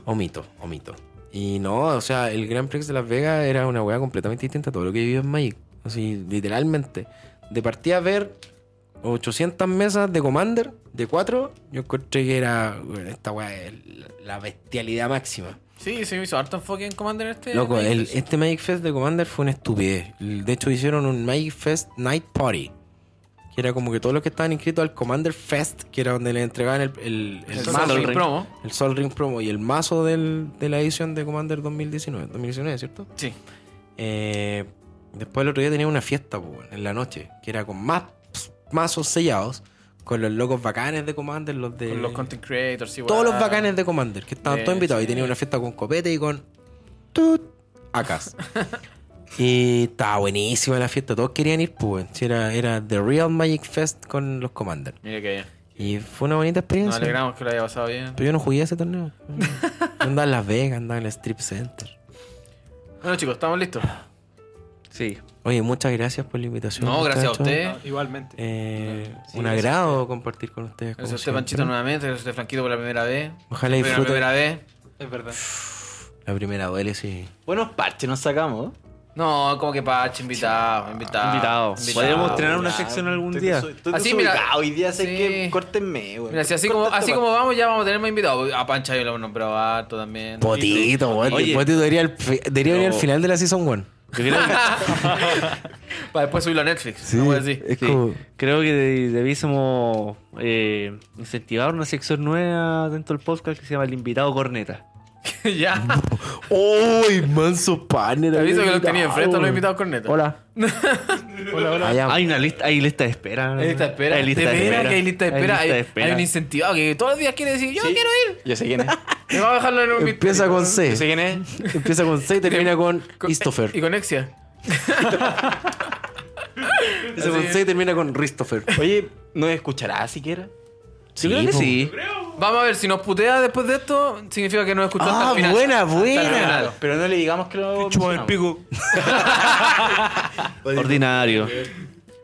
[SPEAKER 6] Omito, omito. Y no, o sea, el Grand Prix de Las Vegas era una hueá completamente distinta a todo lo que vivió en Magic. Así, literalmente. De partida a ver 800 mesas de Commander, de 4, yo encontré que era. bueno, esta hueá es la bestialidad máxima.
[SPEAKER 1] Sí, se me hizo harto enfoque en Commander este.
[SPEAKER 6] Loco,
[SPEAKER 1] Magic
[SPEAKER 6] el,
[SPEAKER 1] Fest.
[SPEAKER 6] este Magic Fest de Commander fue una estupidez. De hecho, hicieron un Magic Fest Night Party. Que era como que todos los que estaban inscritos al Commander Fest, que era donde le entregaban el, el, el
[SPEAKER 1] El
[SPEAKER 6] mazo,
[SPEAKER 1] Sol Ring promo.
[SPEAKER 6] el Sol Ring Promo y el mazo del- de la edición de Commander 2019. 2019, ¿cierto?
[SPEAKER 1] Sí.
[SPEAKER 6] Eh, después el otro día tenía una fiesta po, weón, en la noche, que era con más mazos sellados, con los locos bacanes de Commander, los de...
[SPEAKER 1] Con los content creators, sí,
[SPEAKER 6] todos
[SPEAKER 1] weón.
[SPEAKER 6] los bacanes de Commander, que estaban
[SPEAKER 1] De-
[SPEAKER 6] todos invitados. Y
[SPEAKER 1] sí.
[SPEAKER 6] tenía una fiesta con copete y con... tut, Acas. Y estaba buenísima la fiesta, todos querían ir, pues. sí, Era, era The Real Magic Fest con los Commander.
[SPEAKER 1] Mira que bien.
[SPEAKER 6] Y fue una bonita
[SPEAKER 1] Nos
[SPEAKER 6] experiencia.
[SPEAKER 1] alegramos que lo haya pasado bien.
[SPEAKER 6] Pero yo no jugué a ese torneo. andaba en Las Vegas, andaba en el Strip Center.
[SPEAKER 1] Bueno, chicos, estamos listos.
[SPEAKER 3] Sí.
[SPEAKER 6] Oye, muchas gracias por la invitación.
[SPEAKER 1] No, gracias a
[SPEAKER 6] muchachos.
[SPEAKER 1] usted.
[SPEAKER 5] No, igualmente.
[SPEAKER 6] Eh,
[SPEAKER 5] Sí,
[SPEAKER 6] un
[SPEAKER 5] gracias.
[SPEAKER 6] agrado compartir con ustedes. como
[SPEAKER 1] Gracias a usted,
[SPEAKER 6] siempre.
[SPEAKER 1] Panchito, nuevamente. Gracias a usted, Franquito, por la primera vez.
[SPEAKER 6] Ojalá
[SPEAKER 1] Fue la
[SPEAKER 6] disfruten
[SPEAKER 1] primera vez.
[SPEAKER 5] Es verdad.
[SPEAKER 6] la primera duele, sí.
[SPEAKER 2] Buenos parches nos sacamos.
[SPEAKER 1] No, como que Pache, invitado, invitado.
[SPEAKER 3] Invitado. Podríamos tener una
[SPEAKER 1] invitado.
[SPEAKER 3] sección algún
[SPEAKER 2] Ah, Estoy
[SPEAKER 3] día.
[SPEAKER 2] desu- estoy
[SPEAKER 1] Así, mira.
[SPEAKER 2] desubicado, Hoy día sé
[SPEAKER 1] Sí.
[SPEAKER 2] que córtenme, güey.
[SPEAKER 1] Mira, si así como,
[SPEAKER 2] Corta
[SPEAKER 1] así
[SPEAKER 6] este
[SPEAKER 2] esta
[SPEAKER 1] como vamos, ya vamos a tener más invitados. A Pancha yo lo hemos nombrado harto también.
[SPEAKER 6] Potito, weón.
[SPEAKER 3] Oye.
[SPEAKER 6] Potito debería, el fi- debería venir al
[SPEAKER 3] No.
[SPEAKER 6] final de la Season 1.
[SPEAKER 1] Para después subirlo a Netflix. no voy a decir.
[SPEAKER 6] es
[SPEAKER 3] Sí.
[SPEAKER 6] como-
[SPEAKER 3] Creo que de- debiésemos eh, incentivar una sección nueva dentro del podcast que se llama El Invitado Corneta.
[SPEAKER 1] ya.
[SPEAKER 6] ¡Uy, manso panel!
[SPEAKER 1] Te aviso que lo
[SPEAKER 6] había
[SPEAKER 1] tenía enfrente, lo he invitado con Neto.
[SPEAKER 3] Hola.
[SPEAKER 5] Hola, hola.
[SPEAKER 6] Ah, ya.
[SPEAKER 3] Hay una lista, hay lista de espera.
[SPEAKER 1] Hay lista de espera.
[SPEAKER 3] Hay lista
[SPEAKER 1] de
[SPEAKER 3] de
[SPEAKER 1] veras
[SPEAKER 3] espera.
[SPEAKER 1] que hay lista de
[SPEAKER 3] Hay
[SPEAKER 1] espera. Hay,
[SPEAKER 3] lista de espera.
[SPEAKER 1] hay un incentivado que todos los días quiere decir, yo
[SPEAKER 2] Sí.
[SPEAKER 1] quiero ir.
[SPEAKER 2] Yo sé quién es.
[SPEAKER 1] Me va a dejarlo en un
[SPEAKER 6] Empieza
[SPEAKER 1] misterio.
[SPEAKER 6] con
[SPEAKER 2] Yo sé
[SPEAKER 6] C.
[SPEAKER 2] quién es.
[SPEAKER 6] Empieza con C y termina con
[SPEAKER 1] Con- E, Y
[SPEAKER 6] Christopher.
[SPEAKER 1] con Exia.
[SPEAKER 6] Empieza con C y termina con Christopher.
[SPEAKER 2] Oye, ¿nos escuchará siquiera?
[SPEAKER 6] Sí,
[SPEAKER 3] Yo creo que
[SPEAKER 6] po.
[SPEAKER 3] sí.
[SPEAKER 1] Vamos a ver, si nos putea después de esto, significa que nos escuchó hasta
[SPEAKER 6] Ah,
[SPEAKER 1] el final.
[SPEAKER 6] buena, buena.
[SPEAKER 1] final.
[SPEAKER 2] Pero no le digamos que lo mencionamos.
[SPEAKER 3] Ordinario.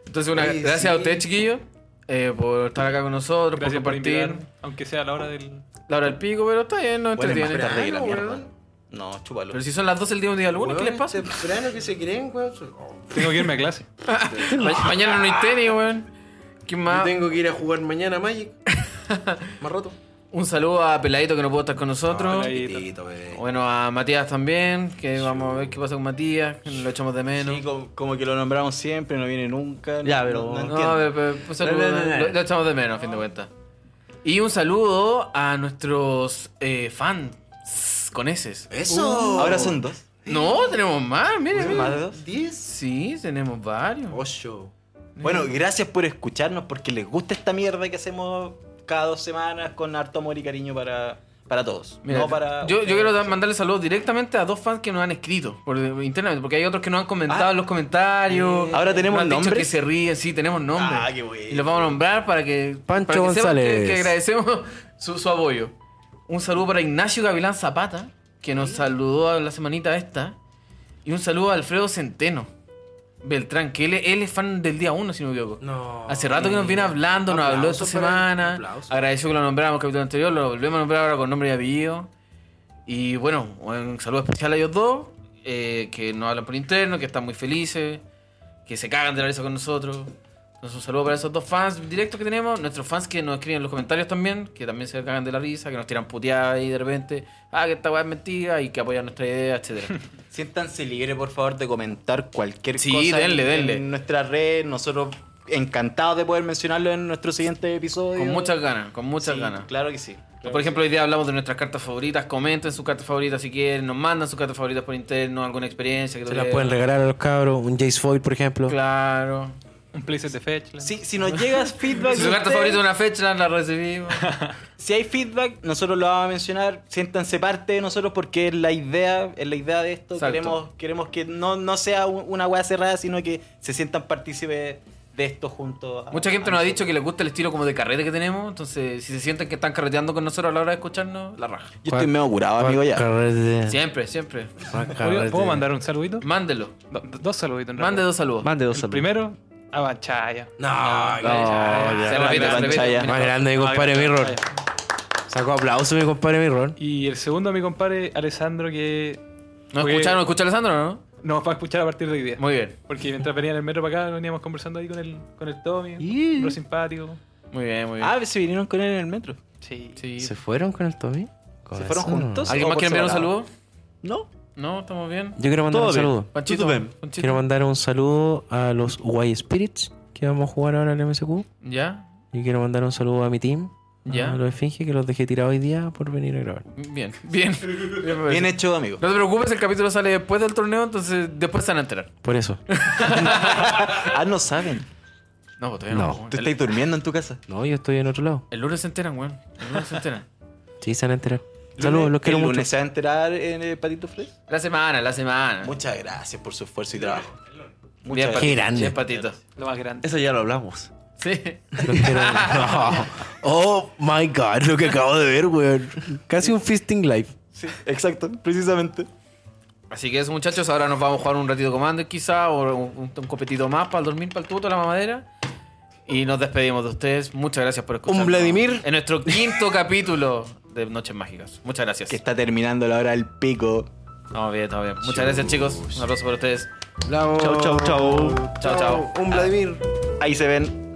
[SPEAKER 1] Entonces, una,
[SPEAKER 4] Oye,
[SPEAKER 1] gracias
[SPEAKER 4] sí.
[SPEAKER 1] a usted, chiquillo, eh, por estar acá con nosotros,
[SPEAKER 5] Gracias
[SPEAKER 1] por
[SPEAKER 5] por
[SPEAKER 1] compartir.
[SPEAKER 5] invitarme. Aunque sea a la hora del.
[SPEAKER 1] la hora del pico, pero está bien, no
[SPEAKER 2] Huele más
[SPEAKER 1] entretiene.
[SPEAKER 2] tarde que la
[SPEAKER 1] Ah, no,
[SPEAKER 2] mierda.
[SPEAKER 1] bueno.
[SPEAKER 2] No, chúpalo.
[SPEAKER 1] Pero si son las 12 del día un día alguno, ¿qué les
[SPEAKER 4] Weón,
[SPEAKER 1] pasa?
[SPEAKER 4] temprano que se creen, weón. Yo
[SPEAKER 5] Tengo que irme a clase.
[SPEAKER 1] Ma- mañana no hay tenis, weón. ¿Quién más?
[SPEAKER 4] tengo que ir a jugar mañana a Magic. Más roto.
[SPEAKER 1] Un saludo a Peladito que no pudo estar con nosotros.
[SPEAKER 5] Ahí,
[SPEAKER 6] Tito, bebé.
[SPEAKER 1] Bueno, a Matías también, que vamos a ver qué pasa con Matías, que lo echamos de menos.
[SPEAKER 2] Sí, como, como que lo nombramos siempre, no viene nunca.
[SPEAKER 3] Ya,
[SPEAKER 2] no-
[SPEAKER 3] pero-
[SPEAKER 2] No,
[SPEAKER 3] No,
[SPEAKER 1] No,
[SPEAKER 2] entiendo.
[SPEAKER 1] pero- pero un saludo,
[SPEAKER 3] No, no, no, no.
[SPEAKER 1] Lo, lo echamos de menos, a fin de cuentas. Y un saludo a nuestros eh, fans con S.
[SPEAKER 6] Eso.
[SPEAKER 2] Ahora son dos.
[SPEAKER 1] No, tenemos más, miren.
[SPEAKER 2] ¿Son
[SPEAKER 1] miren.
[SPEAKER 2] más de dos?
[SPEAKER 4] 10.
[SPEAKER 1] Sí, tenemos varios.
[SPEAKER 2] Ocho. Bueno,
[SPEAKER 1] Mm.
[SPEAKER 2] gracias por escucharnos, porque les gusta esta mierda que hacemos cada dos semanas con harto amor y cariño para, para todos.
[SPEAKER 1] Mira,
[SPEAKER 2] no para.
[SPEAKER 1] yo, yo quiero dar- mandarle saludos directamente a dos fans que nos han escrito por internamente, porque hay otros que nos han comentado
[SPEAKER 2] Ah.
[SPEAKER 1] en los comentarios.
[SPEAKER 2] Eh, ahora tenemos
[SPEAKER 1] nos han dicho
[SPEAKER 2] nombres.
[SPEAKER 1] que se ríen, sí, tenemos nombres.
[SPEAKER 2] Ah, qué bueno.
[SPEAKER 1] Y los vamos a nombrar para que.
[SPEAKER 6] Pancho
[SPEAKER 1] para que sepan
[SPEAKER 6] González.
[SPEAKER 1] Que, que agradecemos su, su apoyo. Un saludo para Ignacio Gavilán Zapata, que nos saludó a la semanita esta. Y un saludo a Alfredo Centeno Beltrán, que él, él es fan del día 1, si no me equivoco.
[SPEAKER 6] No.
[SPEAKER 1] Hace rato que nos viene hablando, nos habló esta
[SPEAKER 6] Eh, Aplausos para él,
[SPEAKER 1] semana.
[SPEAKER 6] aplausos.
[SPEAKER 1] Agradeció que lo nombramos el capítulo anterior, lo volvemos a nombrar ahora con nombre y apellido. Y bueno, un saludo especial a ellos dos, eh, que nos hablan por interno, que están muy felices, que se cagan de la risa con nosotros. Entonces un saludo para esos dos fans directos que tenemos, nuestros fans que nos escriben en los comentarios también, que también se cagan de la risa, que nos tiran puteadas ahí de repente, ah, que esta weá es mentira y que apoyan nuestra idea, etcétera.
[SPEAKER 2] Siéntanse libre, por favor, de comentar cualquier
[SPEAKER 1] Sí,
[SPEAKER 2] cosa en-
[SPEAKER 1] denle, denle.
[SPEAKER 2] en nuestra red. Nosotros encantados de poder mencionarlo en nuestro siguiente episodio.
[SPEAKER 1] con muchas ganas, con muchas
[SPEAKER 2] Sí,
[SPEAKER 1] ganas.
[SPEAKER 2] Claro que sí.
[SPEAKER 1] Por ejemplo, hoy día hablamos de nuestras cartas favoritas. Comenten sus cartas favoritas si quieren. Nos mandan sus cartas favoritas por interno, alguna experiencia. Que
[SPEAKER 6] Se las
[SPEAKER 1] tuvieron.
[SPEAKER 6] pueden regalar a los cabros. Un Jace Foil, por ejemplo.
[SPEAKER 1] Claro.
[SPEAKER 5] Un playset de fetch. la-
[SPEAKER 2] Si, si nos llega feedback,
[SPEAKER 1] Si
[SPEAKER 2] de
[SPEAKER 1] su carta
[SPEAKER 2] ustedes,
[SPEAKER 1] favorita es una fecha, la recibimos.
[SPEAKER 2] si hay feedback, nosotros lo vamos a mencionar. Siéntanse parte de nosotros porque es la idea, es la idea de esto.
[SPEAKER 1] Exacto.
[SPEAKER 2] Queremos, queremos que no, no sea un- una hueá cerrada, sino que se sientan partícipes de esto junto. a-
[SPEAKER 1] Mucha gente
[SPEAKER 2] a
[SPEAKER 1] nos ha
[SPEAKER 2] nosotros.
[SPEAKER 1] dicho que les gusta el estilo como de carrete que tenemos. Entonces, si se sienten que están carreteando con nosotros a la hora de escucharnos, la raja.
[SPEAKER 2] Yo estoy medio curado, amigo, ya.
[SPEAKER 6] Carrete,
[SPEAKER 1] Siempre, siempre.
[SPEAKER 5] ¿Puedo,
[SPEAKER 6] carrete.
[SPEAKER 5] ¿Puedo mandar un saludito?
[SPEAKER 1] Mándelo.
[SPEAKER 5] Do- dos saluditos. en
[SPEAKER 1] Mande
[SPEAKER 5] realidad.
[SPEAKER 1] dos saludos.
[SPEAKER 3] Mande dos
[SPEAKER 5] El
[SPEAKER 3] saludos.
[SPEAKER 5] primero, a Banchaya.
[SPEAKER 6] No,
[SPEAKER 1] Vale, ya,
[SPEAKER 6] no,
[SPEAKER 1] ya.
[SPEAKER 6] ya.
[SPEAKER 1] Se repite,
[SPEAKER 2] Grande
[SPEAKER 1] se repite.
[SPEAKER 2] Panchaya.
[SPEAKER 1] Mira,
[SPEAKER 6] Más grande mi compadre Mirror. Sacó aplauso mi compadre Mirror.
[SPEAKER 5] Y el segundo, mi compadre Alessandro, que
[SPEAKER 1] ¿No
[SPEAKER 5] Oye.
[SPEAKER 1] escucharon? ¿No escucha Alessandro no?
[SPEAKER 5] nos va a escuchar a partir de hoy día.
[SPEAKER 1] Muy bien,
[SPEAKER 5] Porque mientras venía en el metro para acá, veníamos conversando ahí con el, con el Tommy.
[SPEAKER 6] Yeah.
[SPEAKER 5] Lo simpático.
[SPEAKER 1] muy bien, muy bien.
[SPEAKER 2] Ah, se vinieron con él en el metro.
[SPEAKER 5] Sí.
[SPEAKER 1] Sí.
[SPEAKER 6] ¿Se fueron con el Tommy?
[SPEAKER 2] ¿Se fueron juntos?
[SPEAKER 1] ¿Alguien
[SPEAKER 2] o
[SPEAKER 1] más
[SPEAKER 2] por
[SPEAKER 1] quiere enviar un saludo?
[SPEAKER 2] separado?
[SPEAKER 3] No.
[SPEAKER 1] No, estamos bien.
[SPEAKER 6] Yo quiero mandar
[SPEAKER 3] Todo
[SPEAKER 6] un
[SPEAKER 3] bien.
[SPEAKER 6] saludo.
[SPEAKER 1] Panchito,
[SPEAKER 3] Tú, tú ven.
[SPEAKER 1] Panchito.
[SPEAKER 6] Quiero mandar un saludo a los White Spirits que vamos a jugar ahora al MSQ.
[SPEAKER 1] ¿Ya?
[SPEAKER 6] Y quiero mandar un saludo a mi team.
[SPEAKER 1] Ya.
[SPEAKER 6] A los Esfinge que los dejé tirados hoy día por venir a grabar.
[SPEAKER 1] Bien, bien.
[SPEAKER 2] Bien hecho, amigo.
[SPEAKER 1] No te preocupes, el capítulo sale después del torneo, entonces después se van a enterar.
[SPEAKER 6] Por eso.
[SPEAKER 2] Ah, no saben.
[SPEAKER 1] No, pues todavía no.
[SPEAKER 6] No.
[SPEAKER 1] weón.
[SPEAKER 2] Tú
[SPEAKER 1] el,
[SPEAKER 2] estás durmiendo en tu casa.
[SPEAKER 6] No, yo estoy en otro lado.
[SPEAKER 1] el lunes se enteran, weón. El lunes se enteran.
[SPEAKER 6] Sí, se van a enterar.
[SPEAKER 4] Saludos, los
[SPEAKER 2] ¿El
[SPEAKER 4] quiero
[SPEAKER 2] lunes
[SPEAKER 4] mucho.
[SPEAKER 2] se va a enterar en el Patito Fresh?
[SPEAKER 1] La semana, la semana.
[SPEAKER 2] Muchas gracias por su esfuerzo y trabajo.
[SPEAKER 1] Bien,
[SPEAKER 2] Muchas
[SPEAKER 1] patito,
[SPEAKER 2] gracias.
[SPEAKER 6] grande.
[SPEAKER 1] bien, patito.
[SPEAKER 5] Lo más grande.
[SPEAKER 3] Eso ya lo hablamos.
[SPEAKER 1] Sí.
[SPEAKER 6] Los quiero- No. Oh my god, lo que acabo de ver, weón. Casi un fisting live.
[SPEAKER 2] Sí, exacto, precisamente.
[SPEAKER 1] Así que eso, muchachos, ahora nos vamos a jugar un ratito Commander quizá, o un, un competito más para el dormir, para el tuto, la mamadera. Y nos despedimos de ustedes. Muchas gracias por escucharnos.
[SPEAKER 6] Vladimir.
[SPEAKER 1] En nuestro quinto capítulo de Noches Mágicas. Muchas gracias.
[SPEAKER 2] Que está terminando la hora del pico.
[SPEAKER 1] Estamos bien, estamos bien. Muchas gracias, chicos. Un abrazo para ustedes.
[SPEAKER 3] Chau, chau, chau.
[SPEAKER 1] Chao, chao.
[SPEAKER 4] Un Vladimir.
[SPEAKER 2] Ahí se ven.